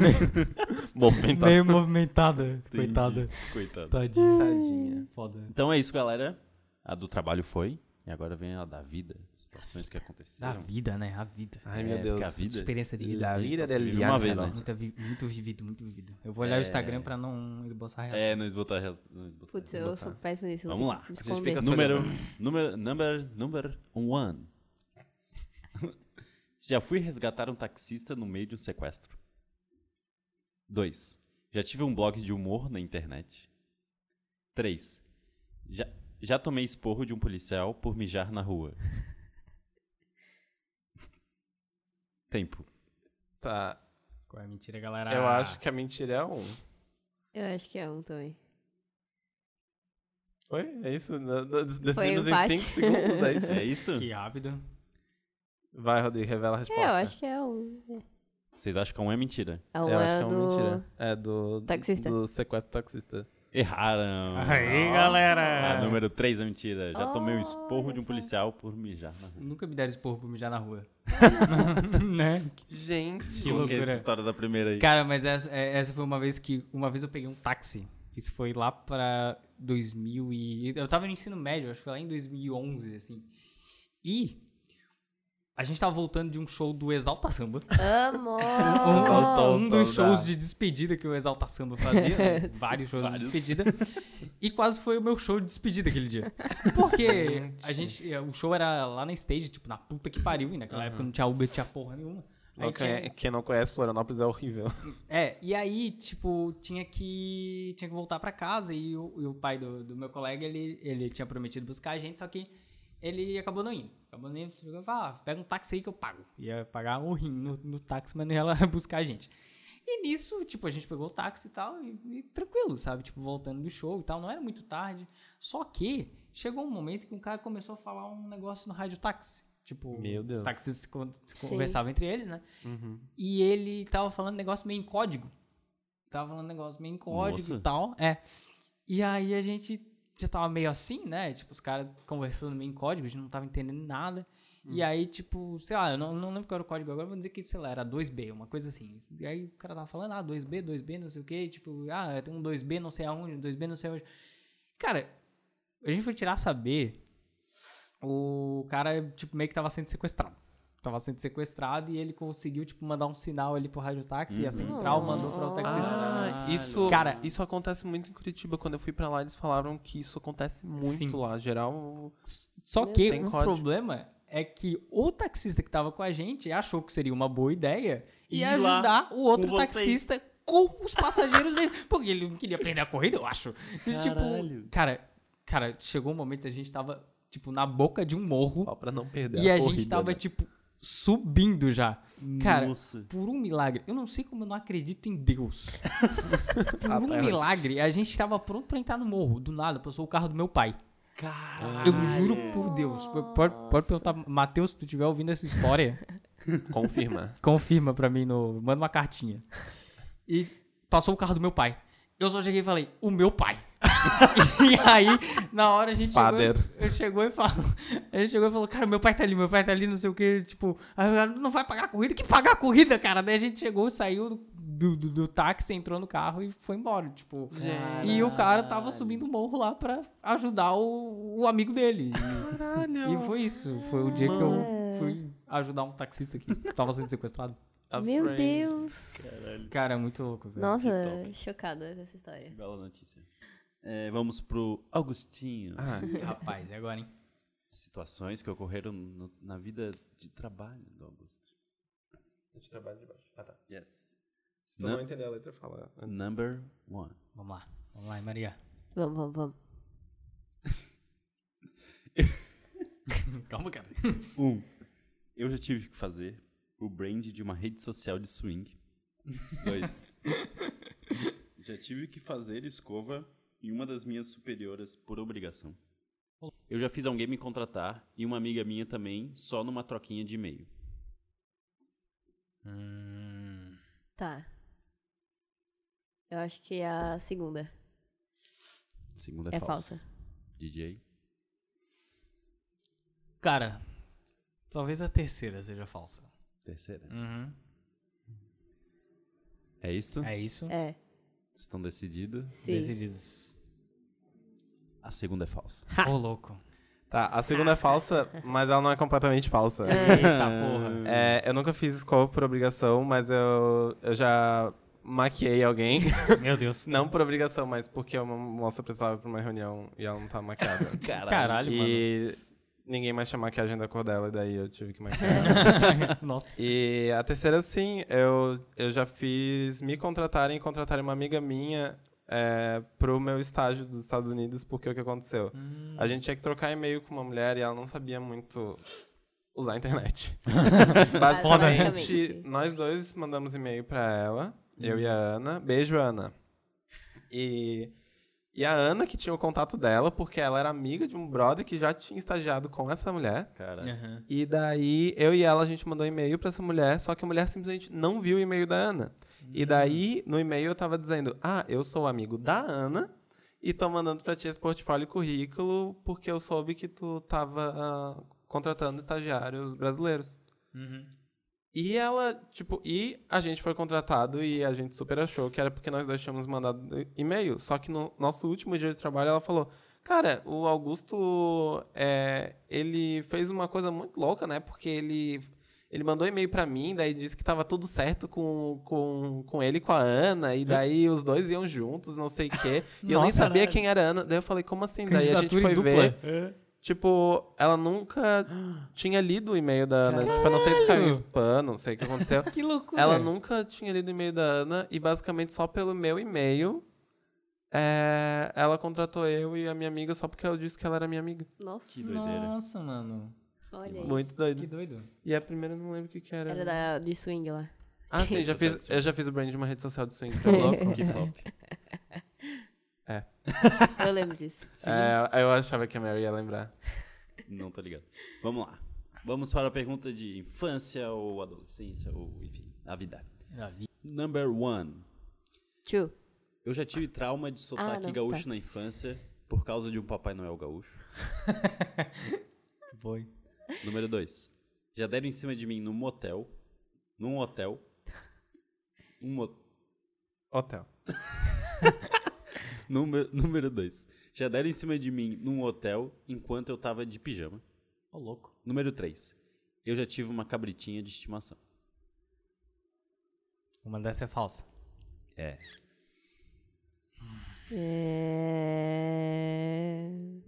Speaker 3: Movimentado.
Speaker 1: meio movimentada.
Speaker 2: Entendi.
Speaker 1: Coitada.
Speaker 2: Coitada.
Speaker 1: Tadinha.
Speaker 3: Tadinha.
Speaker 1: Foda.
Speaker 2: Então é isso, galera. A do trabalho foi. E agora vem a da vida. Situações que
Speaker 1: A
Speaker 2: aconteceram.
Speaker 1: vida, né? A vida.
Speaker 3: Ai,
Speaker 2: É,
Speaker 3: meu
Speaker 2: porque A
Speaker 3: Deus.
Speaker 2: vida.
Speaker 1: Experiência de
Speaker 2: É,
Speaker 1: vida.
Speaker 2: a
Speaker 3: vida
Speaker 2: só se
Speaker 3: del
Speaker 2: vive
Speaker 3: diablo.
Speaker 2: uma vez, né?
Speaker 1: Muito, vi- muito vivido, muito vivido. Eu vou olhar
Speaker 2: É.
Speaker 1: o Instagram pra não esboçar a reação.
Speaker 2: É, não esbotar. res- Não esbotar
Speaker 4: Putz,
Speaker 2: res-
Speaker 4: eu sou péssima nisso. vou
Speaker 2: Vamos
Speaker 4: ter
Speaker 2: lá.
Speaker 4: que me
Speaker 2: A gente
Speaker 4: esconder.
Speaker 2: fica
Speaker 3: só
Speaker 2: número, número, number, number one. Já fui resgatar um taxista no meio de um sequestro. Dois. Já tive um blog de humor na internet. Três. Já, já tomei esporro de um policial por mijar na rua. Tempo.
Speaker 3: Tá.
Speaker 1: Qual é a mentira,
Speaker 2: Tá.
Speaker 1: galera?
Speaker 3: Eu acho que a mentira é um.
Speaker 4: Eu acho que é um também.
Speaker 3: Oi? É isso? Na- na-
Speaker 4: Foi
Speaker 3: Decidimos em
Speaker 4: empate.
Speaker 3: 5 segundos, é isso?
Speaker 2: É isso?
Speaker 1: Que rápido.
Speaker 3: Vai, Rodrigo, revela a resposta.
Speaker 4: É, eu acho que é um.
Speaker 2: Vocês acham que é um é mentira?
Speaker 4: É um
Speaker 3: Eu acho que é
Speaker 4: ano.
Speaker 3: uma mentira. É do...
Speaker 4: Taxista.
Speaker 3: Do sequestro taxista.
Speaker 2: Erraram.
Speaker 1: Aí,
Speaker 2: A
Speaker 1: galera.
Speaker 2: número 3 é mentira. Já tomei o
Speaker 4: Olha
Speaker 2: esporro de um
Speaker 4: só.
Speaker 2: policial por mijar na rua.
Speaker 1: Nunca me deram esporro por mijar na rua. né?
Speaker 3: Gente.
Speaker 1: Que
Speaker 2: Como que é
Speaker 1: loucura.
Speaker 2: essa história da primeira aí?
Speaker 1: Cara, mas essa, é- essa foi uma vez que. Uma vez eu peguei um táxi. Isso foi lá pra 2000 e. Eu tava no ensino médio, acho que foi lá em 2011, assim. E. A gente tava voltando de um show do Exalta Samba.
Speaker 4: Amo!
Speaker 1: Um,
Speaker 3: Faltou
Speaker 1: um dos
Speaker 3: toda.
Speaker 1: shows de despedida que o Exalta Samba fazia. né? Vários shows de
Speaker 2: Vários.
Speaker 1: despedida. E quase foi o meu show de despedida aquele dia. Porque a gente, eh, o show era lá na stage, tipo, na puta que pariu. E naquela época não tinha Uber, tinha porra nenhuma. Aí
Speaker 3: Não
Speaker 1: tinha-
Speaker 3: conhe- Quem não conhece Florianópolis é horrível.
Speaker 1: É, e aí, tipo, tinha que, tinha que voltar pra casa e o, e o pai do, do meu colega, ele, ele tinha prometido buscar a gente, só que ele acabou não indo. Acabou não indo, falou, ah, pega um táxi aí que eu pago. Ia pagar um rim no, no táxi, mas não ia lá buscar a gente. E nisso, tipo, a gente pegou o táxi e tal, e, e tranquilo, sabe? Tipo, voltando do show e tal, não era muito tarde. Só que chegou um momento que um cara começou a falar um negócio no rádio táxi. Tipo,
Speaker 3: Meu Deus.
Speaker 1: os táxis se con- se
Speaker 4: Sim.
Speaker 1: conversavam entre eles, né?
Speaker 3: Uhum.
Speaker 1: E ele tava falando negócio meio em código. Tava falando negócio meio em código
Speaker 2: Nossa.
Speaker 1: e tal. É. E aí a gente já tava meio assim, né? Tipo, os caras conversando meio em código, a gente não tava entendendo nada. E aí, tipo, sei lá, eu não, não lembro qual era o código agora, vou dizer que, sei lá, era 2B, uma coisa assim. E aí o cara tava falando, ah, 2B, 2B, não sei o quê, tipo, ah, tem um 2B não sei aonde, um 2B não sei onde. Cara, a gente foi tirar saber, o cara, tipo, meio que tava sendo sequestrado. Tava sendo sequestrado e ele conseguiu, tipo, mandar um sinal ali pro rádio táxi e a central mandou pra o taxista.
Speaker 3: Ah, isso,
Speaker 1: Cara-
Speaker 3: isso acontece muito em Curitiba. Quando eu fui pra lá, eles falaram que isso acontece muito
Speaker 1: Sim.
Speaker 3: lá. Geral,
Speaker 1: Só
Speaker 4: Meu
Speaker 1: que
Speaker 3: Tem
Speaker 1: o
Speaker 3: código.
Speaker 1: problema é que o taxista que tava com a gente achou que seria uma boa ideia e
Speaker 2: Ir
Speaker 1: ajudar o outro
Speaker 2: com vocês.
Speaker 1: taxista com os passageiros dele. Porque ele não queria perder a corrida, eu acho. E, tipo, cara, cara, chegou um momento que a gente tava, tipo, na boca de um morro
Speaker 3: só pra não perder
Speaker 1: e a, gente
Speaker 3: corrida,
Speaker 1: tava,
Speaker 3: né?
Speaker 1: tipo, subindo já. Cara,
Speaker 2: Nossa.
Speaker 1: por um milagre, eu não sei como eu não acredito em Deus. por
Speaker 3: Ah, tá,
Speaker 1: um
Speaker 3: eu-
Speaker 1: milagre, a gente tava pronto pra entrar no morro. Do nada, passou o carro do meu pai. Eu juro por Deus. P- Pode, pode perguntar, Matheus, se tu estiver ouvindo essa história.
Speaker 3: Confirma.
Speaker 1: Confirma pra mim no. Manda uma cartinha. E passou o carro do meu pai. Eu só cheguei e falei, o meu pai. e aí, na hora a gente
Speaker 3: Father.
Speaker 1: chegou. Ele chegou e falou. A gente chegou e falou, cara, meu pai tá ali, meu pai tá ali, não sei o que. Tipo, aí eu, "Ah, não vai pagar a corrida? Que pagar a corrida, cara? Daí a gente chegou, saiu do, do, do táxi, entrou no carro e foi embora. Tipo. E o cara tava subindo o morro lá pra ajudar o, o amigo dele. E- E foi isso. Foi o dia que eu fui ajudar um taxista que tava sendo sequestrado.
Speaker 4: Meu Deus.
Speaker 1: Cara, é muito louco, velho.
Speaker 4: Nossa, chocada com essa história.
Speaker 2: Bela notícia. É, vamos pro Augustinho.
Speaker 3: Ah,
Speaker 1: Rapaz, e agora, hein?
Speaker 2: Situações que ocorreram no- na vida de trabalho do Augusto.
Speaker 5: De trabalho de baixo. Ah, tá.
Speaker 2: Yes.
Speaker 5: Se tu não,
Speaker 2: Não.
Speaker 5: entender a letra, fala.
Speaker 2: Number one.
Speaker 1: Vamos lá. Vamos lá, hein, Maria.
Speaker 4: Vamos, vamos, vamos.
Speaker 1: Calma, cara.
Speaker 2: Um. Eu já tive que fazer o brand de uma rede social de swing. Dois. já tive que fazer escova em uma das minhas superioras por obrigação. Eu já fiz alguém me contratar e uma amiga minha também, só numa troquinha de e-mail.
Speaker 4: Tá. Eu acho que é a segunda
Speaker 2: Segunda
Speaker 4: é, falsa.
Speaker 2: DJ.
Speaker 1: Cara, talvez a terceira seja falsa.
Speaker 2: Terceira.
Speaker 1: Uhum.
Speaker 2: É isso?
Speaker 1: É isso?
Speaker 4: É,
Speaker 2: Estão decididos?
Speaker 4: sim.
Speaker 1: Decididos.
Speaker 2: A segunda é falsa.
Speaker 1: Ô, louco.
Speaker 3: tá, a segunda é falsa, mas ela não é completamente falsa.
Speaker 1: Eita porra.
Speaker 3: É, eu nunca fiz escova por obrigação, mas eu, eu já maquiei alguém.
Speaker 1: Meu Deus.
Speaker 3: Não por obrigação, mas porque uma moça precisava pra uma reunião e ela não tava maquiada.
Speaker 1: Caralho,
Speaker 3: e ninguém mais tinha maquiagem da cor dela, e daí eu tive que maquiar. ela.
Speaker 1: mano. Nossa.
Speaker 3: E a terceira, sim, eu, eu já fiz me contratarem e contratarem uma amiga minha é, pro meu estágio dos Estados Unidos, porque o que aconteceu? A gente tinha que trocar e-mail com uma mulher e ela não sabia muito usar a internet.
Speaker 4: Basicamente.
Speaker 3: Basicamente, nós dois mandamos e-mail pra ela, eu e a Ana. Beijo, Ana. E, e a Ana, que tinha o contato dela, porque ela era amiga de um brother que já tinha estagiado com essa mulher.
Speaker 2: Caralho.
Speaker 1: Uhum.
Speaker 3: E daí, eu e ela, a gente mandou um e-mail pra essa mulher, só que a mulher simplesmente não viu o e-mail da Ana. E daí, no e-mail, eu tava dizendo, ah, eu sou amigo da Ana e tô mandando pra ti esse portfólio e currículo porque eu soube que tu tava ah, contratando estagiários brasileiros.
Speaker 1: Uhum.
Speaker 3: E ela, tipo, e a gente foi contratado e a gente super achou que era porque nós dois tínhamos mandado e-mail. Só que no nosso último dia de trabalho ela falou: Cara, o Augusto, é, ele fez uma coisa muito louca, né? Porque ele, ele mandou e-mail pra mim, daí disse que tava tudo certo com, com, com ele e com a Ana, e daí os dois iam juntos, não sei o quê. E eu
Speaker 1: É.
Speaker 3: nem
Speaker 1: Nossa,
Speaker 3: sabia
Speaker 1: caralho.
Speaker 3: quem era a Ana. Daí eu falei: Como assim? Daí a gente
Speaker 1: Candidatura em
Speaker 3: foi
Speaker 1: dupla.
Speaker 3: ver.
Speaker 1: É.
Speaker 3: Tipo, ela nunca tinha lido o e-mail da Ana. Tipo, eu não sei se caiu spam, não sei o que aconteceu.
Speaker 1: Que loucura.
Speaker 3: ela nunca tinha lido o e-mail da Ana e basicamente só pelo meu e-mail é, ela contratou eu e a minha amiga só porque eu disse que ela era minha amiga.
Speaker 4: Nossa,
Speaker 2: Que doideira.
Speaker 1: Nossa, mano.
Speaker 4: olha aí.
Speaker 3: Muito
Speaker 1: Que
Speaker 3: doido.
Speaker 1: doido.
Speaker 3: E a primeira eu não lembro o que, que era.
Speaker 4: Era da, de swing lá.
Speaker 3: Ah, sim,
Speaker 2: Rede
Speaker 3: já
Speaker 2: social
Speaker 3: fiz,
Speaker 2: de swing.
Speaker 3: eu já fiz o brand de uma rede social de swing. pra
Speaker 2: Nossa,
Speaker 3: Globo.
Speaker 2: que top.
Speaker 4: Eu lembro disso.
Speaker 3: é, eu achava que a Mary ia lembrar.
Speaker 2: Não tô ligado. Vamos lá. Vamos para a pergunta de infância ou adolescência ou, enfim, a vida. Number one.
Speaker 4: Tchu.
Speaker 2: Eu já tive trauma de sotaque
Speaker 4: não,
Speaker 2: gaúcho
Speaker 4: tá.
Speaker 2: na infância por causa de um Papai Noel gaúcho.
Speaker 1: Foi.
Speaker 2: Número dois. Já deram em cima de mim num motel. Num hotel. Um mo-
Speaker 3: Hotel.
Speaker 2: Número, número dois. Já deram em cima de mim num hotel enquanto eu tava de pijama.
Speaker 1: Ô, louco.
Speaker 2: Número três. Eu já tive uma cabritinha de estimação.
Speaker 1: Uma dessa é falsa.
Speaker 2: É.
Speaker 4: É...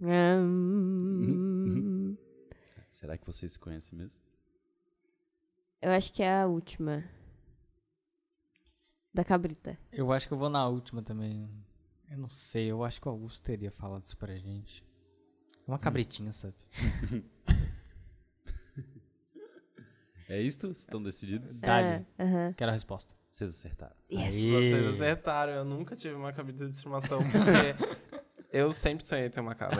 Speaker 4: Hum.
Speaker 2: Será que vocês se conhecem mesmo?
Speaker 4: Eu acho que é a última. Da cabrita.
Speaker 1: Eu acho que eu vou na última também. Eu não sei, eu acho que o Augusto teria falado isso pra gente. Uma cabritinha, sabe?
Speaker 2: É isto? Estão decididos?
Speaker 1: Dali.
Speaker 4: É, aham.
Speaker 1: Quero a resposta.
Speaker 2: Vocês acertaram.
Speaker 3: Vocês acertaram, eu nunca tive uma cabida de estimação, porque eu sempre sonhei ter uma cabra.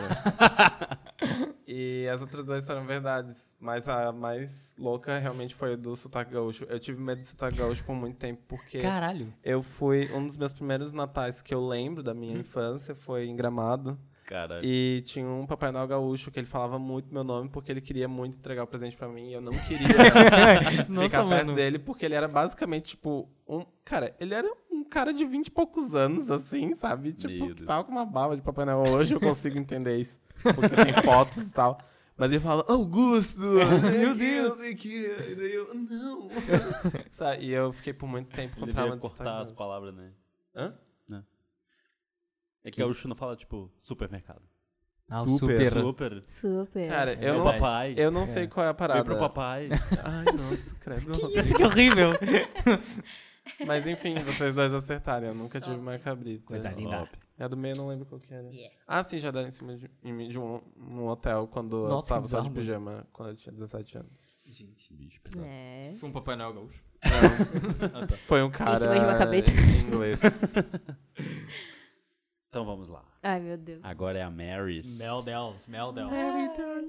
Speaker 3: e as as outras duas foram verdades. Mas a mais louca realmente foi a do sotaque gaúcho. Eu tive medo do sotaque gaúcho por muito tempo, porque
Speaker 1: Caralho.
Speaker 3: eu fui. Um dos meus primeiros natais que eu lembro da minha infância foi em Gramado.
Speaker 2: Cara,
Speaker 3: E tinha um Papai Noel gaúcho que ele falava muito meu nome porque ele queria muito entregar o presente pra mim e eu não queria
Speaker 1: Nossa,
Speaker 3: ficar
Speaker 1: mano.
Speaker 3: perto dele porque ele era basicamente tipo um, cara, ele era um cara de 20 e poucos anos assim, sabe? Tipo,
Speaker 2: Meu
Speaker 3: que
Speaker 2: Deus.
Speaker 3: tava com uma baba de Papai Noel hoje eu consigo entender isso, porque tem fotos e tal. Mas ele falava, Augusto! Meu Deus! Não sei o que. E daí eu, não! Sabe? E eu fiquei por muito tempo com
Speaker 2: ele
Speaker 3: trauma
Speaker 2: ia
Speaker 3: de
Speaker 2: cortar as
Speaker 3: sotaque.
Speaker 2: palavras, né?
Speaker 3: Hã?
Speaker 2: Não. É que gaúcho não fala, tipo, supermercado.
Speaker 1: Ah, o
Speaker 3: Super.
Speaker 1: super.
Speaker 2: Super.
Speaker 4: Super.
Speaker 3: Cara,
Speaker 1: É
Speaker 3: eu,
Speaker 2: meu
Speaker 3: não,
Speaker 2: papai.
Speaker 3: eu não sei qual é a parada.
Speaker 2: Vem pro papai.
Speaker 3: Ai, nossa, credo.
Speaker 1: Isso que é horrível.
Speaker 3: Mas enfim, vocês dois acertaram. Eu nunca tive mais cabrita.
Speaker 1: Coisa linda.
Speaker 2: Top.
Speaker 3: É do meio, eu não lembro qual que era.
Speaker 4: Yeah.
Speaker 3: Ah, sim, já deram em cima de, em mim de um, num hotel quando
Speaker 1: Nossa, que
Speaker 3: eu tava só de
Speaker 1: bizarro.
Speaker 3: pijama, quando eu tinha 17 anos.
Speaker 2: Gente, bicho pesado.
Speaker 4: É.
Speaker 1: Foi um Papai Noel gaúcho. Ah, tá.
Speaker 3: Foi um
Speaker 4: Em cima de uma
Speaker 3: cara
Speaker 4: cabrita.
Speaker 3: em inglês.
Speaker 2: Então vamos lá.
Speaker 4: Ai, meu Deus.
Speaker 2: Agora é a Marys.
Speaker 1: Mel Dells, Mel Dells.
Speaker 4: É, então.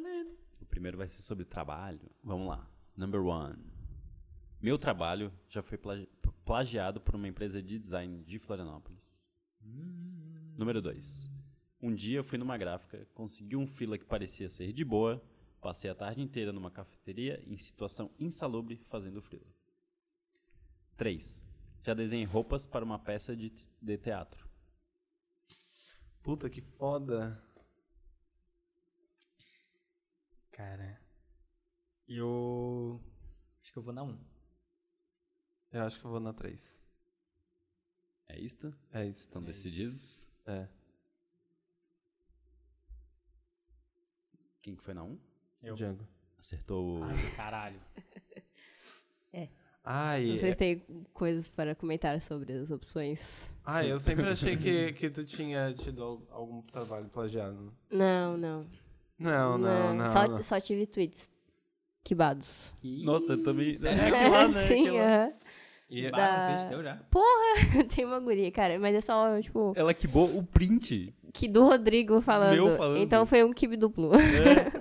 Speaker 2: O primeiro vai ser sobre trabalho. Vamos lá. Number one. Meu trabalho já foi plagi- plagiado por uma empresa de design de Florianópolis. Número dois. Um dia fui numa gráfica, consegui um fila que parecia ser de boa, passei a tarde inteira numa cafeteria em situação insalubre fazendo fila. 3. Já desenhei roupas para uma peça de, te- de teatro.
Speaker 3: Puta que foda.
Speaker 1: Cara. Eu. Acho que eu vou na 1.
Speaker 3: Eu acho que eu vou na 3.
Speaker 2: É isto?
Speaker 3: É isso.
Speaker 2: Estão decididos?
Speaker 3: É.
Speaker 2: Quem que foi na 1?
Speaker 1: Eu.
Speaker 3: Django.
Speaker 2: Acertou. o-
Speaker 1: Ai, caralho.
Speaker 3: Ai,
Speaker 4: Vocês têm coisas para comentar sobre as opções?
Speaker 3: ai, eu sempre achei que, que tu tinha tido al- algum trabalho plagiado.
Speaker 4: Não, não.
Speaker 3: Não, não, não.
Speaker 4: só,
Speaker 3: não.
Speaker 4: só tive tweets. Quibados.
Speaker 2: Nossa, eu também. é
Speaker 4: É,
Speaker 2: né?
Speaker 4: Sim, é. aham.
Speaker 3: E-
Speaker 4: Ba- Da-
Speaker 1: teu já.
Speaker 4: Tem uma guria, cara, mas é só, tipo,
Speaker 2: Ela quibou o print.
Speaker 4: que do Rodrigo falando.
Speaker 2: Meu falando.
Speaker 4: Então foi um kibe duplo.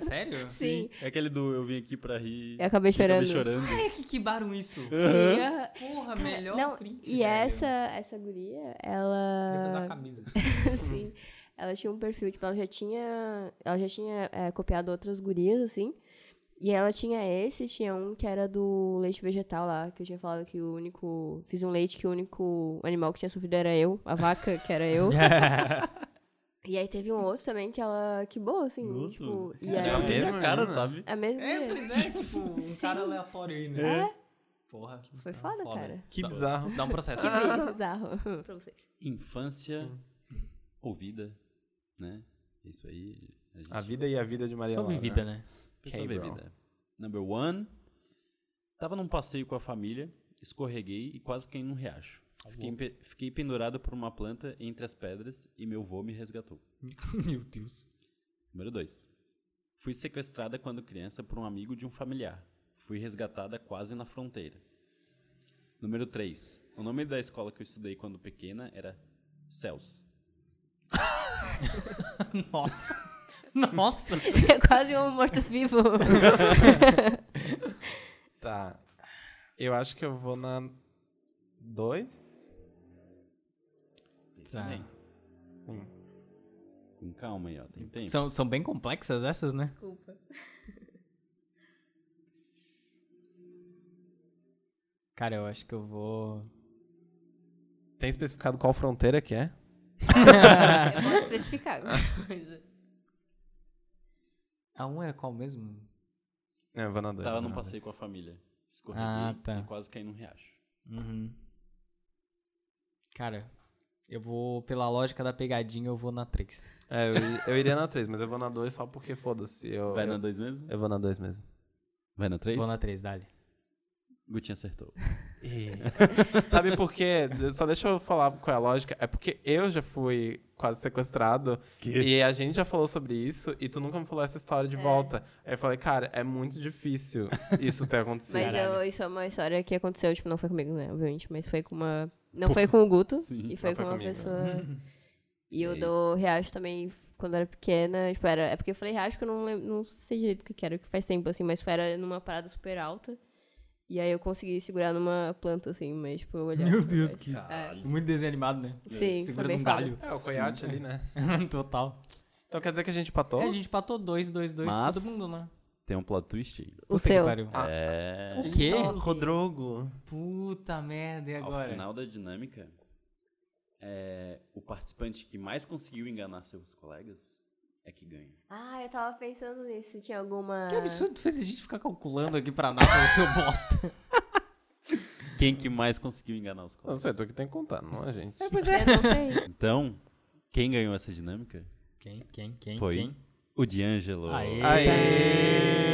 Speaker 1: Sério?
Speaker 4: Sim.
Speaker 2: É aquele do eu vim aqui pra rir.
Speaker 4: Eu acabei É chorando.
Speaker 1: Como é que quebaram isso?
Speaker 4: Sim, aham.
Speaker 1: Porra, melhor
Speaker 4: Não,
Speaker 1: print.
Speaker 4: e
Speaker 1: velho.
Speaker 4: essa, essa guria,
Speaker 1: Eu vou fazer uma
Speaker 4: ela.
Speaker 1: camisa.
Speaker 4: assim, ela tinha um perfil, tipo, ela já tinha. Ela já tinha é, copiado outras gurias, assim. E ela tinha esse, tinha um que era do leite vegetal lá, que eu tinha falado que o único. Fiz um leite que o único animal que tinha sofrido era eu, a vaca, que era eu. e aí teve um outro também que ela. Que boa, assim.
Speaker 2: Nossa.
Speaker 4: Tipo, e
Speaker 3: Já
Speaker 4: aí-
Speaker 3: teve?
Speaker 2: Mesma cara, É, né? sabe?
Speaker 4: a mesma.
Speaker 1: É,
Speaker 4: guria.
Speaker 1: pois é, tipo, um
Speaker 4: Sim. É?
Speaker 1: cara aleatório aí, né? Porra.
Speaker 4: Foi foda, cara.
Speaker 3: Que
Speaker 1: Dá-
Speaker 3: bizarro.
Speaker 1: Isso dá um processo.
Speaker 4: Que bizarro pra vocês.
Speaker 2: Infância ouvida, né? Isso aí. gente-
Speaker 3: A vida e a vida de Maria
Speaker 1: Sobre
Speaker 3: Laura.
Speaker 1: vida, né? K,
Speaker 2: Pessoa
Speaker 1: bro.
Speaker 2: bebida. Number one. Tava num passeio com a família, escorreguei e quase caí num riacho. Fiquei, pe- fiquei pendurado por uma planta entre as pedras e meu vô me resgatou.
Speaker 1: Meu Deus.
Speaker 2: Número 2. Fui sequestrada quando criança por um amigo de um familiar. Fui resgatada quase na fronteira. Número 3. O nome da escola que eu estudei quando pequena era Céus.
Speaker 1: Nossa. Nossa.
Speaker 4: É quase um morto-vivo.
Speaker 3: Tá. Eu acho que eu vou na 2.
Speaker 1: Tá.
Speaker 3: Sim.
Speaker 2: Com calma aí, ó. Tem tempo.
Speaker 1: São, são bem complexas essas, né?
Speaker 4: Desculpa.
Speaker 1: Cara, eu acho que eu vou.
Speaker 3: Tem especificado qual fronteira que é?
Speaker 4: Eu posso especificar alguma coisa.
Speaker 1: A um era qual mesmo?
Speaker 3: É, eu vou na 2.
Speaker 2: Tava num passeio com a família. Escorreguei
Speaker 1: Ah, tá.
Speaker 2: e quase caí num riacho.
Speaker 1: Uhum. Cara, eu vou, pela lógica da pegadinha, eu vou na 3.
Speaker 3: É, eu, i- eu iria na 3, mas eu vou na 2 só porque foda-se. Eu,
Speaker 2: Vai
Speaker 3: eu,
Speaker 2: na 2 mesmo?
Speaker 3: eu vou na 2 mesmo.
Speaker 2: Vai na 3?
Speaker 1: Vou na 3, dali.
Speaker 2: Gutinha acertou.
Speaker 3: Sabe por quê? Só deixa eu falar qual é a lógica. É porque eu já fui quase sequestrado. E a gente já falou sobre isso e tu nunca me falou essa história de volta. Aí eu falei, cara, é muito difícil isso ter acontecido.
Speaker 4: Mas eu, isso é uma história que aconteceu, tipo, não foi comigo, né? Obviamente, mas foi com uma. Não foi com o Guto,
Speaker 2: Sim,
Speaker 1: Hum,
Speaker 4: e foi
Speaker 3: não
Speaker 4: com
Speaker 3: foi
Speaker 4: uma
Speaker 3: comigo,
Speaker 4: pessoa. E
Speaker 2: É
Speaker 4: o
Speaker 2: isso.
Speaker 4: do Riacho também quando eu era pequena, tipo, era, é porque eu falei rasco, eu não, lem- não sei direito o que que era, que faz tempo, assim, mas era numa parada super alta. E aí eu consegui segurar numa planta, assim, mas, tipo, eu olhava.
Speaker 1: Meu
Speaker 4: pra
Speaker 1: Deus,
Speaker 4: trás.
Speaker 1: que.
Speaker 4: É.
Speaker 1: Muito desenho animado, né?
Speaker 4: Sim, foi
Speaker 1: Segurando
Speaker 4: bem
Speaker 1: um
Speaker 4: foda.
Speaker 1: galho.
Speaker 3: É, o coiate ali, né?
Speaker 1: Total.
Speaker 3: Então quer dizer que a gente patou?
Speaker 1: É, a gente patou dois, dois, dois,
Speaker 2: Mas-
Speaker 1: todo mundo, né?
Speaker 2: Tem um plot twist aí.
Speaker 4: O
Speaker 1: Puta que
Speaker 4: seu.
Speaker 1: pariu.
Speaker 2: É.
Speaker 1: O quê?
Speaker 4: Top.
Speaker 3: Rodrogo.
Speaker 1: Puta merda, e
Speaker 2: Ao
Speaker 1: agora?
Speaker 2: final da dinâmica, é, o participante que mais conseguiu enganar seus colegas é que ganha.
Speaker 4: Ah, eu tava pensando nisso, se tinha alguma.
Speaker 1: Que absurdo fez a gente ficar calculando aqui pra nada o seu bosta.
Speaker 2: Quem que mais conseguiu enganar os
Speaker 3: Não
Speaker 2: colegas?
Speaker 3: sei, tu que tem que contar, não é, gente?
Speaker 4: Pois é. Eu não sei.
Speaker 2: Então, quem ganhou essa dinâmica
Speaker 1: Quem, quem, quem,
Speaker 2: foi
Speaker 1: quem?
Speaker 2: o D'Angelo.
Speaker 1: Aê.
Speaker 3: então.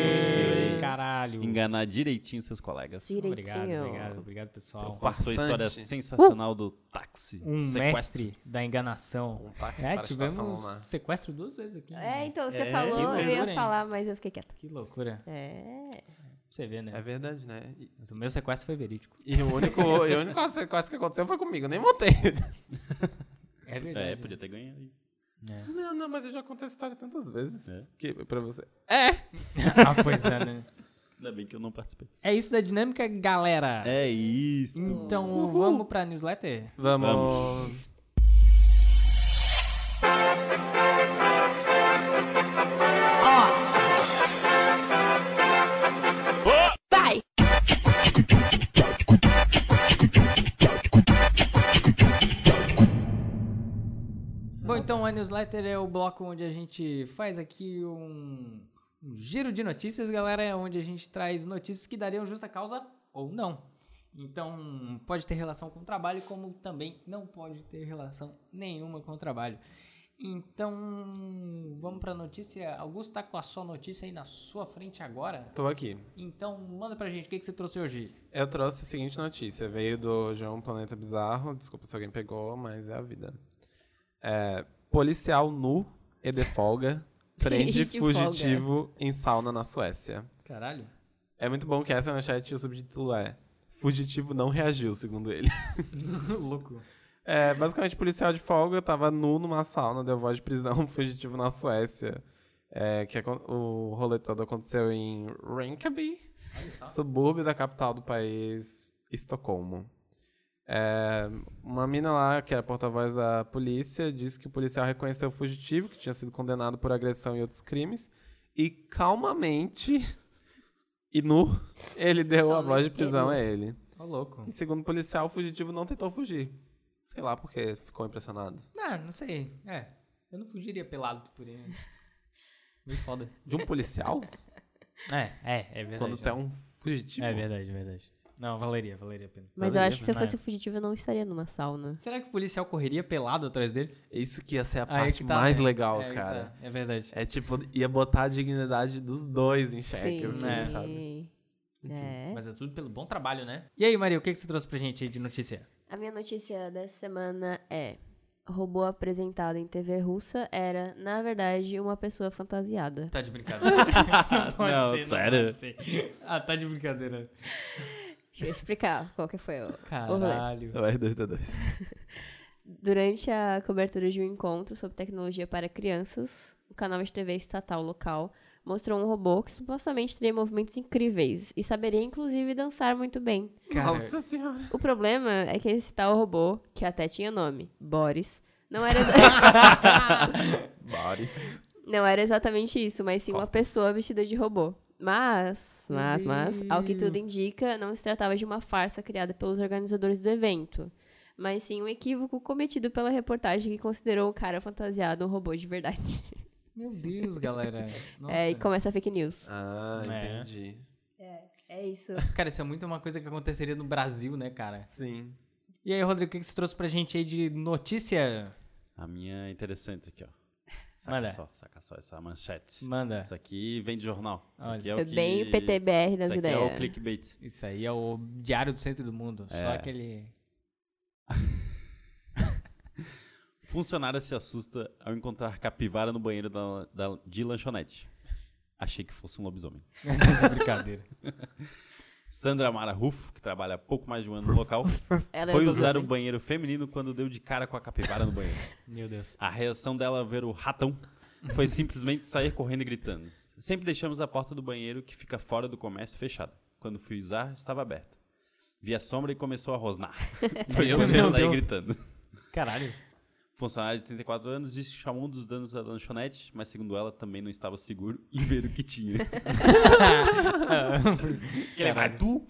Speaker 2: Conseguiu aí
Speaker 1: Caralho.
Speaker 2: enganar direitinho seus colegas.
Speaker 4: Direitinho.
Speaker 1: Obrigado, obrigado, obrigado, pessoal.
Speaker 2: Com a sua
Speaker 3: Passante.
Speaker 2: história sensacional do táxi.
Speaker 1: Um
Speaker 2: sequestro. tá
Speaker 1: mestre da enganação.
Speaker 3: Um táxi
Speaker 1: É,
Speaker 3: para a estação
Speaker 1: tivemos
Speaker 3: Luna.
Speaker 1: sequestro duas vezes aqui.
Speaker 4: É,
Speaker 1: né?
Speaker 4: então, você
Speaker 8: É,
Speaker 4: falou,
Speaker 1: que
Speaker 4: eu
Speaker 1: loucura,
Speaker 4: ia
Speaker 1: hein?
Speaker 4: falar, mas eu fiquei quieta.
Speaker 1: Que loucura.
Speaker 4: É.
Speaker 1: Pra Você vê,
Speaker 3: É
Speaker 1: né?
Speaker 3: verdade, né? E,
Speaker 1: Mas o meu sequestro foi verídico.
Speaker 3: e o único, e o único quase, quase que aconteceu foi comigo, eu nem montei.
Speaker 1: É verdade.
Speaker 2: É, podia ter ganho aí.
Speaker 1: né?
Speaker 3: Não, não, mas eu já contei essa história tantas vezes
Speaker 2: É.
Speaker 3: que pra você.
Speaker 1: ah, pois é, né?
Speaker 2: Ainda bem que eu não participei.
Speaker 1: É isso da dinâmica, galera.
Speaker 2: É isso.
Speaker 1: Então vamos pra newsletter?
Speaker 3: Vamos.
Speaker 2: Vamos.
Speaker 4: Vai!
Speaker 1: Bom, então a newsletter é o bloco onde a gente faz aqui um, um giro de notícias, galera, onde a gente traz notícias que dariam justa causa ou não. Então, pode ter relação com o trabalho, como também não pode ter relação nenhuma com o trabalho. Então, vamos pra notícia. Augusto tá com a sua notícia aí na sua frente agora.
Speaker 3: Tô aqui.
Speaker 1: Então, manda pra gente o que, que você trouxe hoje.
Speaker 3: Eu trouxe a seguinte notícia. Veio do João Planeta Bizarro. Desculpa se alguém pegou, mas é a vida. É, policial nu e de folga prende
Speaker 4: E de
Speaker 3: fugitivo em sauna na Suécia.
Speaker 1: Caralho.
Speaker 3: É muito bom que essa manchete e o subtítulo é Fugitivo não reagiu, segundo ele.
Speaker 1: Louco.
Speaker 3: É, basicamente, policial de folga tava nu numa sauna, deu voz de prisão, um fugitivo na Suécia. É, que acon- o rolê todo aconteceu em Rinkeby, subúrbio da capital do país, Estocolmo. É, uma mina lá, que era porta-voz da polícia, disse que o policial reconheceu o fugitivo, que tinha sido condenado por agressão e outros crimes, e calmamente e nu, ele deu a
Speaker 4: Calmamente
Speaker 3: voz de prisão
Speaker 4: e
Speaker 3: a
Speaker 4: nu.
Speaker 3: ele.
Speaker 1: Ô, Tá louco.
Speaker 3: E segundo o policial, o fugitivo não tentou fugir. Sei lá porque ficou impressionado.
Speaker 1: Ah, não sei. É. Eu não fugiria pelado por ele. Meio foda.
Speaker 3: De um policial?
Speaker 1: É, é, é verdade.
Speaker 3: quando tu é um fugitivo?
Speaker 1: É verdade, é verdade. Não, valeria, valeria a pena.
Speaker 4: Mas eu acho que se eu
Speaker 1: Mas-
Speaker 4: fosse o fugitivo, eu não estaria numa sauna.
Speaker 1: Será que o policial correria pelado atrás dele?
Speaker 3: Isso que ia ser a
Speaker 1: Aí
Speaker 3: parte
Speaker 1: que tá,
Speaker 3: mais
Speaker 1: né?
Speaker 3: legal,
Speaker 1: É, aí que
Speaker 3: cara.
Speaker 1: tá. É verdade.
Speaker 3: É tipo, ia botar a dignidade dos dois em xeque,
Speaker 4: Sim.
Speaker 3: assim,
Speaker 1: né?
Speaker 3: sabe?
Speaker 4: É.
Speaker 1: Mas é tudo pelo bom trabalho, né? E aí, Maria, o que, que você trouxe pra gente aí de notícia?
Speaker 4: A minha notícia dessa semana é: robô apresentado em TV russa era, na verdade, uma pessoa fantasiada.
Speaker 1: Tá de brincadeira. Não pode
Speaker 2: Não,
Speaker 1: ser,
Speaker 2: sério?
Speaker 1: pode ser. Ah, tá de brincadeira.
Speaker 4: Deixa eu explicar qual que foi o.
Speaker 1: Caralho.
Speaker 3: É o R2D2.
Speaker 4: Durante a cobertura de um encontro sobre tecnologia para crianças, o canal de TV estatal local mostrou um robô que supostamente teria movimentos incríveis e saberia inclusive dançar muito bem.
Speaker 1: É.
Speaker 3: Nossa senhora.
Speaker 4: O problema é que esse tal robô, que até tinha nome, Boris, não era, exa-
Speaker 3: Boris.
Speaker 4: não era exatamente isso, mas sim uma pessoa vestida de robô. Mas, mas, mas, ao que tudo indica, não se tratava de uma farsa criada pelos organizadores do evento, mas sim um equívoco cometido pela reportagem que considerou o cara fantasiado um robô de verdade.
Speaker 1: Meu Deus, galera.
Speaker 4: É, e
Speaker 1: Nossa.
Speaker 4: começa a fake news.
Speaker 3: Ah,
Speaker 1: É.
Speaker 3: entendi.
Speaker 4: É isso.
Speaker 1: Cara, isso é muito uma coisa que aconteceria no Brasil, né, cara?
Speaker 3: Sim.
Speaker 1: E aí, Rodrigo, o que, que você trouxe pra gente aí de notícia?
Speaker 2: A minha é interessante aqui, ó. Saca
Speaker 1: Manda.
Speaker 2: só, saca só essa manchete.
Speaker 1: Manda.
Speaker 2: Isso aqui vem de jornal. Isso
Speaker 1: Olha.
Speaker 2: aqui é
Speaker 4: Foi
Speaker 2: o que...
Speaker 4: bem o PTBR das
Speaker 2: Isso aqui
Speaker 4: ideias.
Speaker 2: é o clickbait.
Speaker 1: Isso aí é o Diário do Centro do Mundo. Só aquele.
Speaker 2: Funcionária se assusta ao encontrar capivara no banheiro da, da- de lanchonete. Achei que fosse um lobisomem.
Speaker 1: de brincadeira.
Speaker 2: Sandra Mara Ruffo, que trabalha há pouco mais de um ano no local,
Speaker 4: Ela
Speaker 2: foi
Speaker 4: é
Speaker 2: usar o banheiro feminino quando deu de cara com a capivara no banheiro.
Speaker 1: Meu Deus.
Speaker 2: A reação dela ao ver o ratão foi simplesmente sair correndo e gritando. Sempre deixamos a porta do banheiro, que fica fora do comércio, fechada. Quando fui usar, estava aberta. Vi a sombra e começou a rosnar. Foi eu mesmo sair gritando.
Speaker 1: Caralho.
Speaker 2: Funcionário de 34 anos disse que chamou um dos danos da lanchonete, mas segundo ela, também não estava seguro em ver o que tinha. e ele vai, tu?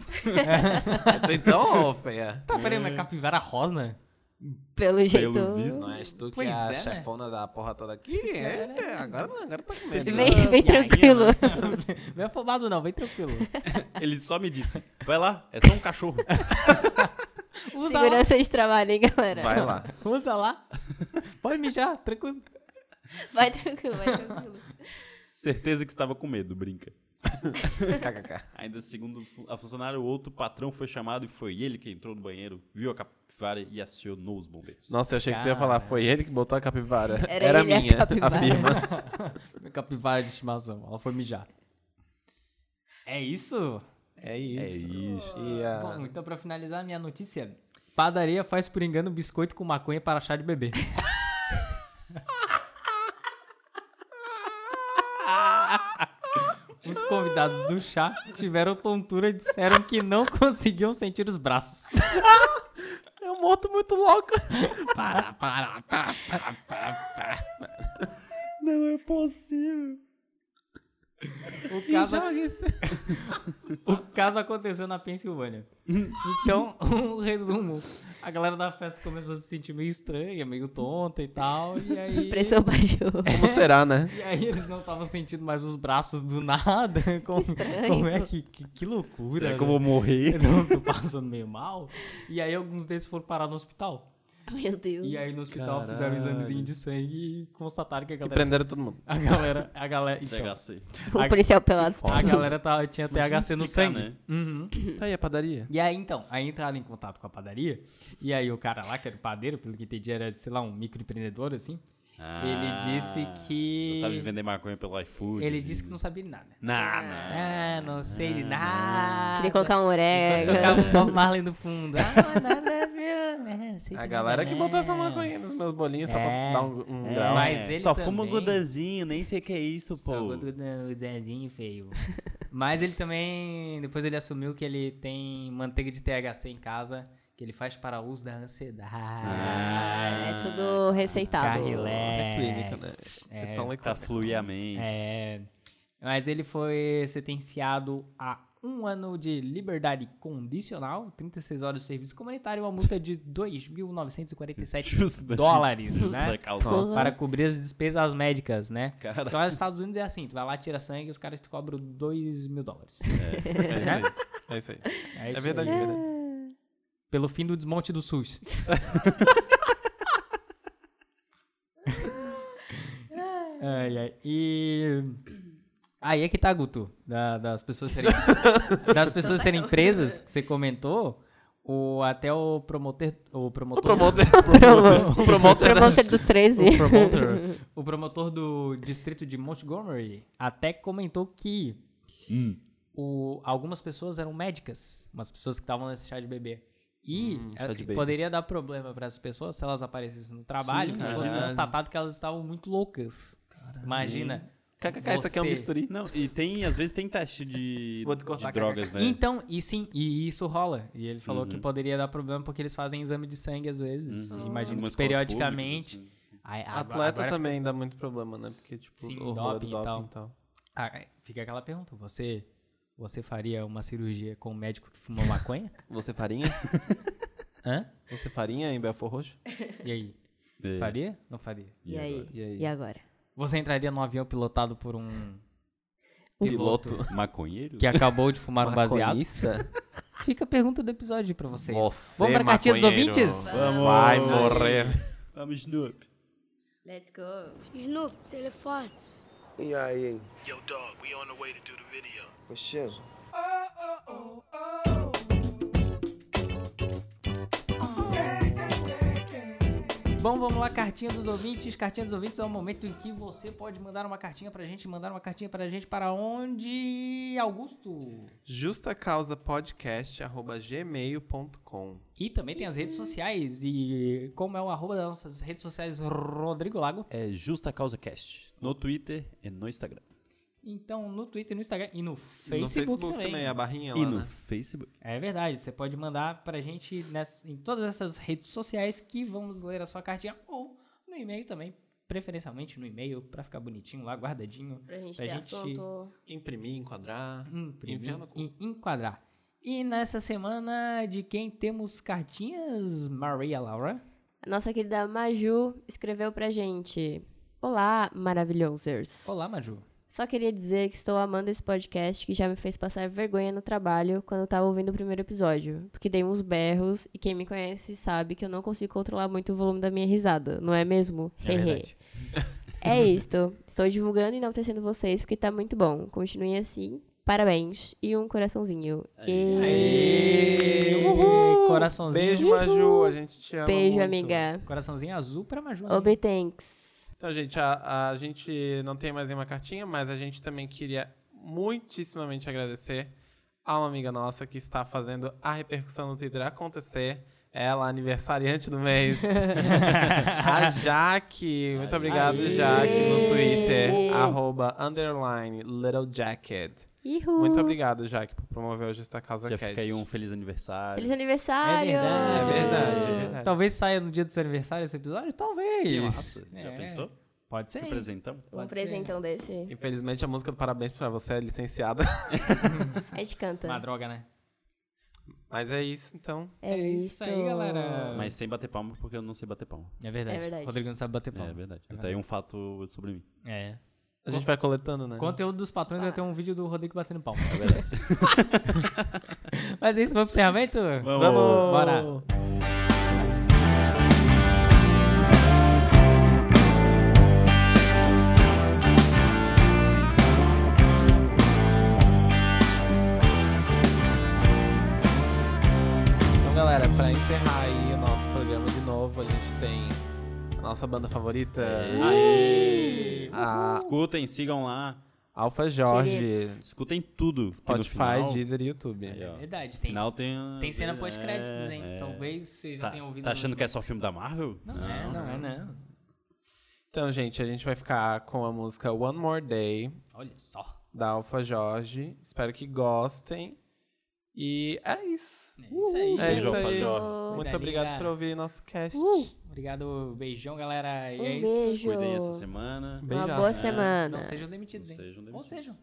Speaker 5: Então, ô, feia.
Speaker 1: Tá, peraí, mas capivara rosna?
Speaker 4: Pelo jeito.
Speaker 2: visto.
Speaker 5: Não és tu que
Speaker 1: Pois
Speaker 5: é a
Speaker 1: é, né?
Speaker 5: chefona da porra toda aqui? É, agora não, agora tá com medo.
Speaker 4: Vem, vem tranquilo.
Speaker 2: né?
Speaker 1: Não é afobado não, vem tranquilo.
Speaker 2: Ele só me disse, vai lá, é só um cachorro.
Speaker 1: Usa lá,
Speaker 4: Segurança de trabalho, hein,
Speaker 1: é.
Speaker 4: galera?
Speaker 5: Vai lá.
Speaker 1: usa lá. Pode mijar, tranquilo.
Speaker 4: Vai tranquilo, vai tranquilo.
Speaker 2: Certeza que estava com medo, brinca.
Speaker 5: KKK.
Speaker 2: Ainda segundo fu- a funcionária, o outro patrão foi chamado e foi ele que entrou no banheiro, viu a capivara e acionou os bombeiros.
Speaker 5: Nossa, eu achei que tu ia falar, foi ele que botou a capivara.
Speaker 4: Era ele a
Speaker 5: minha,
Speaker 4: capivara.
Speaker 5: afirma.
Speaker 1: Capivara de estimação, ela foi mijar. É isso?
Speaker 5: É isso.
Speaker 2: isso.
Speaker 5: E a-
Speaker 1: Bom, então pra finalizar a minha notícia, padaria faz por engano biscoito com maconha para chá de bebê. Os convidados do chá tiveram tontura e disseram que não conseguiam sentir os braços.
Speaker 5: É um morto muito louco.
Speaker 1: O caso, o caso aconteceu na Pensilvânia. Então, um resumo. A galera da festa começou a se sentir meio estranha, meio tonta e tal. E aí.
Speaker 4: Pressão baixou.
Speaker 5: Como será, né?
Speaker 1: E aí eles não estavam sentindo mais os braços do nada. Como,
Speaker 4: estranho.
Speaker 1: como é que, que, que
Speaker 5: é
Speaker 1: loucura.
Speaker 2: Será que eu vou morrer?
Speaker 1: né? Não, tô passando meio mal. E aí alguns deles foram parar no hospital.
Speaker 4: Meu Deus.
Speaker 1: E aí no hospital fizeram um examezinho de sangue e constataram que a
Speaker 5: E
Speaker 1: galera.
Speaker 5: prenderam todo mundo.
Speaker 1: A galera. A galera. Então,
Speaker 2: THC.
Speaker 4: O policial pelado.
Speaker 1: a galera tava- tinha
Speaker 2: Imagina
Speaker 1: THC no
Speaker 2: explicar,
Speaker 1: sangue.
Speaker 2: né?
Speaker 1: Uhum.
Speaker 5: Tá aí a padaria.
Speaker 1: E aí, então, aí entraram em contato com a padaria, e aí o cara lá, que era o padeiro, pelo que entendi, era, sei lá, um microempreendedor, assim, ele disse que...
Speaker 2: Ah, Não sabe vender maconha pelo iFood. né?
Speaker 1: Ele disse que não sabia de nada.
Speaker 2: Não,
Speaker 1: Ah, não sei de nada.
Speaker 4: Queria colocar um orégano.
Speaker 1: Tocava o Bob Marley no fundo. Ah, nada, viu? É, não É. sei
Speaker 5: A
Speaker 1: de
Speaker 5: galera
Speaker 1: nada.
Speaker 5: que botou essa maconha nos meus bolinhos só
Speaker 1: É.
Speaker 5: pra dar um, um
Speaker 1: É.
Speaker 5: grau.
Speaker 1: Mas ele
Speaker 2: Só fuma um
Speaker 1: também-
Speaker 2: gudanzinho, nem sei o que é isso,
Speaker 1: Só
Speaker 2: pô.
Speaker 1: botou no dezinho feio. Mas ele também, depois ele assumiu que ele tem manteiga de THC em casa, que ele faz para uso da ansiedade.
Speaker 2: Ah,
Speaker 4: É tudo receitado.
Speaker 1: Carrilé.
Speaker 5: Ah, É clínica, né?
Speaker 1: É.
Speaker 5: It's only
Speaker 2: Pra
Speaker 5: clinic.
Speaker 2: fluir a mente.
Speaker 1: É, mas ele foi sentenciado a um ano de liberdade condicional, 36 horas de serviço comunitário e uma multa de 2.947
Speaker 2: Justo, né?
Speaker 1: dólares,
Speaker 2: Justo
Speaker 1: né?
Speaker 2: da causa.
Speaker 4: Nossa.
Speaker 1: Para cobrir as despesas médicas, né?
Speaker 2: Cara,
Speaker 1: Então, nos Estados Unidos é assim, tu vai lá, tira sangue e os caras te cobram 2 mil dólares.
Speaker 2: é isso aí.
Speaker 5: É isso aí.
Speaker 1: É, isso
Speaker 5: É
Speaker 1: aí.
Speaker 5: verdade, é verdade.
Speaker 1: Pelo fim do desmonte do SUS. ai, ai. E. Aí é que tá, Guto. da- das pessoas serem. das pessoas serem presas, que você comentou. O, até o promotor. O promotor.
Speaker 4: Promo-
Speaker 1: O
Speaker 4: Promotor dos 13.
Speaker 1: o promotor, o promotor do distrito de Montgomery até comentou que
Speaker 5: Hum.
Speaker 1: o- algumas pessoas eram médicas, umas pessoas que estavam nesse chá de bebê. E eh,
Speaker 5: de bebê.
Speaker 1: poderia dar problema para as pessoas se elas aparecessem no trabalho e fosse
Speaker 5: caralho.
Speaker 1: constatado que elas estavam muito loucas. Imagina.
Speaker 5: KKK, isso aqui é um
Speaker 1: Você-
Speaker 5: bisturi.
Speaker 2: Não, e tem, às vezes tem teste de,
Speaker 5: Vou te cortar,
Speaker 2: de drogas, né?
Speaker 1: Então, e sim, e isso rola. E ele falou
Speaker 5: Uhum.
Speaker 1: que poderia dar problema porque eles fazem exame de sangue às vezes. Imagino
Speaker 2: Umas
Speaker 1: que
Speaker 2: escolas
Speaker 1: periodicamente.
Speaker 2: Uhum. públicas,
Speaker 5: assim.
Speaker 1: Aí, agora-
Speaker 5: Atleta
Speaker 1: agora
Speaker 5: também dá muito problema, né? Porque, tipo,
Speaker 1: Sim,
Speaker 5: o rolê
Speaker 1: doping
Speaker 5: do doping
Speaker 1: e tal.
Speaker 5: e tal.
Speaker 1: Ah, é, fica aquela pergunta. Você, você faria uma cirurgia com um médico que fumou maconha?
Speaker 5: Você farinha?
Speaker 1: Hã?
Speaker 5: Você farinha em Belfor Roxo?
Speaker 1: E aí?
Speaker 2: né? É.
Speaker 1: Faria? Não faria.
Speaker 4: E aí?
Speaker 5: E aí?
Speaker 4: E agora?
Speaker 1: Você entraria num avião pilotado por um
Speaker 5: Um Piloto.
Speaker 2: Maconheiro?
Speaker 1: que acabou de fumar um baseado?
Speaker 5: Maconhista?
Speaker 1: Fica a pergunta do episódio pra vocês.
Speaker 5: Você, é
Speaker 1: Vamos pra cartinha dos
Speaker 5: maconheiro.
Speaker 1: ouvintes?
Speaker 5: Vai morrer.
Speaker 2: Vamos, Snoop.
Speaker 4: Let's go.
Speaker 9: Snoop, telefone.
Speaker 10: E aí, hein?
Speaker 11: Yo, dog, we on the way to do the video.
Speaker 10: Preciso.
Speaker 1: Bom, vamos lá, cartinha dos ouvintes. Cartinha dos ouvintes é o momento em que você pode mandar uma cartinha pra gente. Mandar uma cartinha pra gente para onde, Augusto?
Speaker 3: justacausapodcast.gmail.com
Speaker 1: E também tem as redes sociais. E como é o arroba das nossas redes sociais, Rodrigo Lago.
Speaker 2: É Justa Causa Cast. No Twitter e no Instagram.
Speaker 1: Então, no Twitter, no Instagram e no Facebook,
Speaker 3: No Facebook também, a barrinha lá,
Speaker 2: e no
Speaker 3: né?
Speaker 2: Facebook.
Speaker 1: É verdade, você pode mandar pra gente nessa- em todas essas redes sociais que vamos ler a sua cartinha ou no e-mail também, preferencialmente no e-mail, pra ficar bonitinho lá, guardadinho, hum,
Speaker 4: Pra gente
Speaker 1: Pra
Speaker 4: ter
Speaker 1: gente-
Speaker 4: assunto.
Speaker 3: Imprimir, enquadrar.
Speaker 1: imprimir
Speaker 3: Enfiar no cu.
Speaker 1: e enquadrar. E nessa semana de quem temos cartinhas, Maria Laura?
Speaker 4: A nossa querida Maju escreveu pra gente. Olá, maravilhosers.
Speaker 1: Olá, Maju.
Speaker 4: Só queria dizer que estou amando esse podcast que já me fez passar vergonha no trabalho quando eu tava ouvindo o primeiro episódio. Porque dei uns berros e quem me conhece sabe que eu não consigo controlar muito o volume da minha risada, não é mesmo?
Speaker 2: É verdade.
Speaker 4: é isto. Estou divulgando e enaltecendo vocês porque tá muito bom. Continuem assim. Parabéns. E um coraçãozinho. E...
Speaker 1: Uhul! Coraçãozinho,
Speaker 3: Beijo, Maju. A gente te ama
Speaker 4: Beijo,
Speaker 3: muito.
Speaker 4: amiga.
Speaker 1: coraçãozinho azul pra Maju. né?
Speaker 4: Obetanks.
Speaker 3: Então, gente, a, a gente não tem mais nenhuma cartinha, mas a gente também queria muitíssimamente agradecer a uma amiga nossa que está fazendo a repercussão no Twitter acontecer. Ela, aniversariante do mês. a Jaque. Muito obrigado,
Speaker 2: Aê.
Speaker 3: Jaque, no
Speaker 4: Aê.
Speaker 3: Twitter. Arroba, underline, little jacket.
Speaker 4: Ihu.
Speaker 3: Muito obrigado, Jaque, por promover o Justa Causa
Speaker 2: Já
Speaker 3: Cast.
Speaker 2: fica aí um feliz aniversário.
Speaker 4: Feliz aniversário!
Speaker 1: É verdade.
Speaker 3: É verdade, é verdade.
Speaker 1: Talvez saia no dia do seu aniversário esse episódio?
Speaker 2: Que
Speaker 1: Talvez.
Speaker 2: massa.
Speaker 1: É.
Speaker 2: Já pensou?
Speaker 1: Pode ser.
Speaker 2: Que
Speaker 1: hein?
Speaker 2: presentão?
Speaker 4: Um
Speaker 1: Pode ser.
Speaker 4: presentão desse.
Speaker 3: Infelizmente, a música do Parabéns pra você é licenciada.
Speaker 4: A gente canta.
Speaker 1: Uma droga, né?
Speaker 3: Mas é isso, então.
Speaker 4: É,
Speaker 1: isso aí, galera.
Speaker 2: Mas sem bater palma, porque eu não sei bater palma.
Speaker 1: É verdade.
Speaker 4: É verdade.
Speaker 1: Rodrigo não sabe bater
Speaker 2: É
Speaker 1: palma.
Speaker 2: verdade. Tá aí um fato sobre mim.
Speaker 1: É.
Speaker 3: A gente vai coletando, né?
Speaker 1: Conteúdo dos patrões vai ter um vídeo do Rodrigo batendo palma. É verdade. Mas é isso, vamos pro encerramento?
Speaker 3: Vamos!
Speaker 1: Bora.
Speaker 3: Então, galera, pra encerrar aí o nosso programa de novo, a gente tem a nossa banda favorita,
Speaker 2: É. Aê! Ah.
Speaker 3: a
Speaker 2: Escutem, sigam lá.
Speaker 3: Alfa Jorge,
Speaker 4: Queridos.
Speaker 2: Escutem tudo. que no
Speaker 3: Spotify,
Speaker 2: final,
Speaker 3: Deezer e YouTube.
Speaker 2: Aí, ó.
Speaker 1: Verdade, tem,
Speaker 2: Final tem...
Speaker 1: tem cena
Speaker 2: É,
Speaker 1: pós-créditos, hein?
Speaker 2: é.
Speaker 1: Talvez você já
Speaker 2: Tá,
Speaker 1: tenha ouvido.
Speaker 2: tá achando que é só filme da Marvel?
Speaker 1: Não, é, não é, não.
Speaker 3: Então, gente, a gente vai ficar com a música One More Day,
Speaker 1: Olha só.
Speaker 3: da Alfa Jorge. Espero que gostem. E é isso.
Speaker 1: É isso aí.
Speaker 3: É isso
Speaker 2: João
Speaker 3: aí.
Speaker 2: Fajor.
Speaker 3: Muito
Speaker 1: Coisa
Speaker 3: obrigado
Speaker 1: linda.
Speaker 3: por ouvir nosso cast.
Speaker 1: Obrigado, beijão, galera. E
Speaker 4: Um
Speaker 1: é isso.
Speaker 4: beijo.
Speaker 2: Se cuidem essa semana.
Speaker 4: Uma
Speaker 3: Beijaço.
Speaker 4: boa
Speaker 3: É,
Speaker 4: semana.
Speaker 1: Não sejam demitidos, hein?
Speaker 2: Não sejam
Speaker 1: Ou sejam.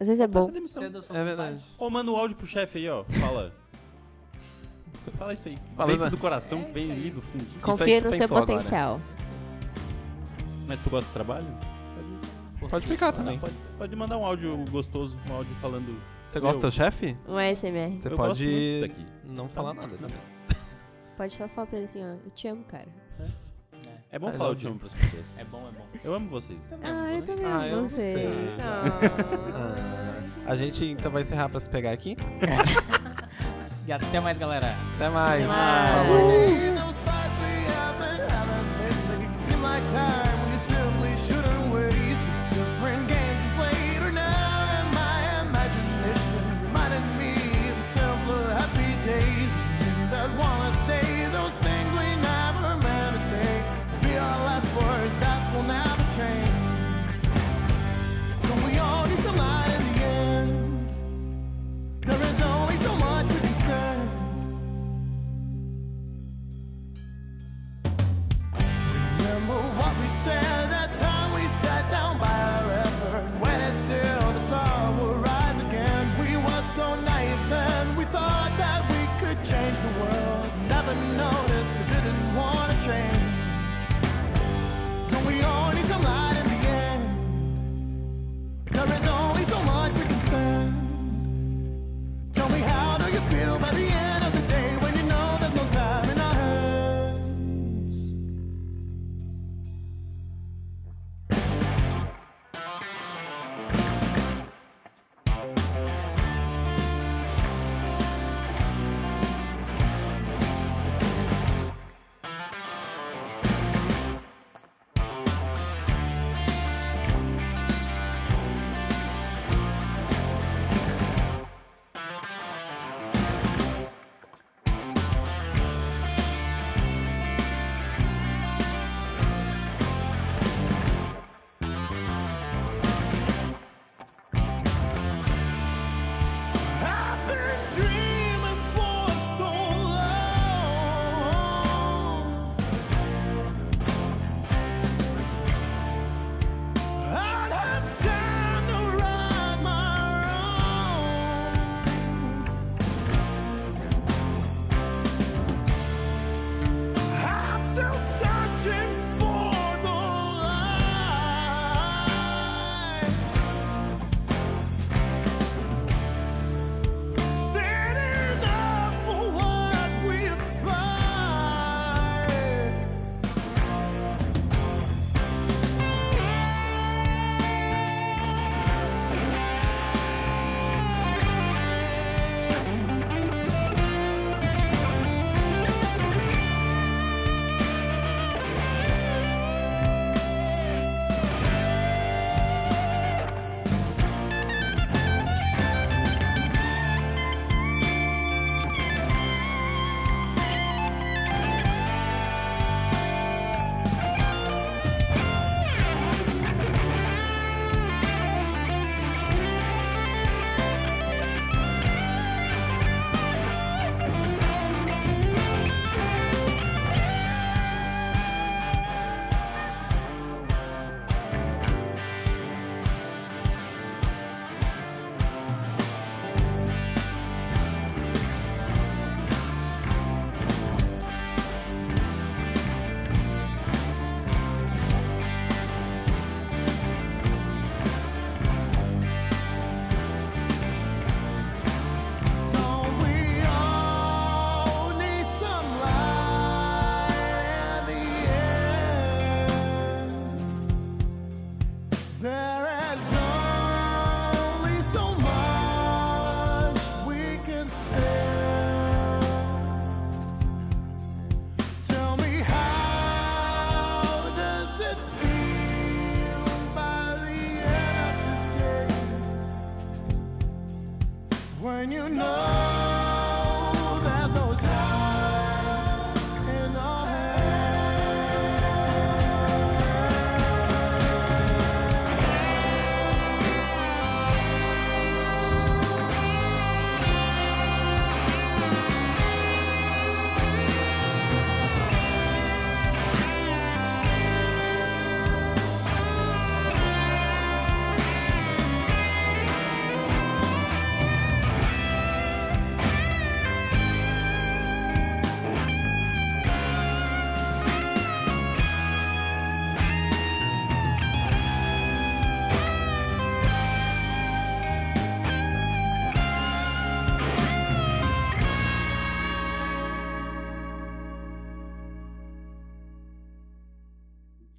Speaker 4: Às vezes é bom.
Speaker 1: Você é da sua
Speaker 3: Então, É verdade.
Speaker 1: vontade.
Speaker 2: Ô, manda o áudio pro chefe aí, ó. Fala. Fala isso aí.
Speaker 3: Fala,
Speaker 2: vem
Speaker 3: né?
Speaker 2: do coração,
Speaker 1: É
Speaker 2: vem ali do fundo.
Speaker 3: Isso
Speaker 4: Confia
Speaker 3: aí tu
Speaker 4: no seu
Speaker 3: pensou agora.
Speaker 4: potencial.
Speaker 2: Mas tu gosta do trabalho?
Speaker 3: Pode ficar também.
Speaker 2: Pode, pode mandar um áudio gostoso, um áudio falando.
Speaker 3: Você gosta do
Speaker 2: Meu.
Speaker 3: seu chefe?
Speaker 4: Um ASMR.
Speaker 3: Você
Speaker 2: eu gosto
Speaker 3: pode
Speaker 2: muito daqui.
Speaker 3: não falar nada. Né?
Speaker 4: Pode só falar pra ele assim, ó. Eu te amo,
Speaker 1: um
Speaker 4: cara.
Speaker 2: É bom
Speaker 3: I
Speaker 2: falar o
Speaker 3: love
Speaker 2: te
Speaker 3: you.
Speaker 2: amo pras pessoas.
Speaker 1: É bom, é bom.
Speaker 2: Eu amo vocês.
Speaker 4: Ah, eu também
Speaker 3: Ah, eu
Speaker 4: amo você.
Speaker 3: sei. Ah, a gente então vai encerrar pra se pegar aqui.
Speaker 1: E até mais, galera.
Speaker 3: Até mais.
Speaker 4: mais.
Speaker 3: Falou.
Speaker 11: Those fights we have been having, it's like it's in my time. We simply shouldn't waste these different games we played. Or now in my imagination, reminding me of simpler happy days. And That wanna stay, those things we never meant to say. They'll Be our last words that will never change. Don't we all need some light in the end? There is only so much we can say. when you know there's no time in our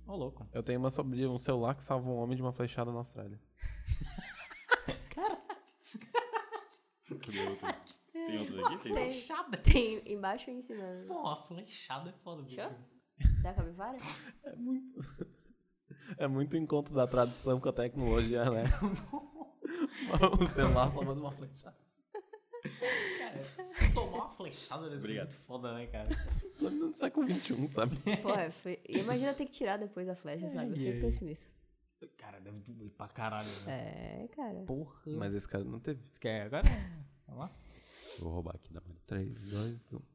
Speaker 1: Ô, louco.
Speaker 3: Eu tenho uma sobre um celular que salva um homem de uma flechada na Austrália.
Speaker 2: Tem outro aqui? Tem outro?
Speaker 1: Flechada?
Speaker 4: Tem embaixo e em cima. né?
Speaker 1: Pô, a flechada é foda, bicho.
Speaker 4: Show? Da capivara?
Speaker 3: É muito encontro da tradição com a tecnologia, né? o celular salvando uma flechada.
Speaker 1: Cara, É, tomar uma flechada desse é
Speaker 2: Obrigado.
Speaker 1: muito foda, né, cara?
Speaker 3: Pelo menos No século XXI, um, sabe?
Speaker 4: Porra, foi... imagina ter que tirar depois a flecha, sabe? Eu sempre penso nisso.
Speaker 1: Cara, deve doer pra caralho, né?
Speaker 4: É, cara.
Speaker 1: Porra.
Speaker 3: Mas esse cara não teve.
Speaker 1: Quer agora? Vamos lá.
Speaker 2: Vou roubar aqui da Maria.
Speaker 3: 3, 2, 1.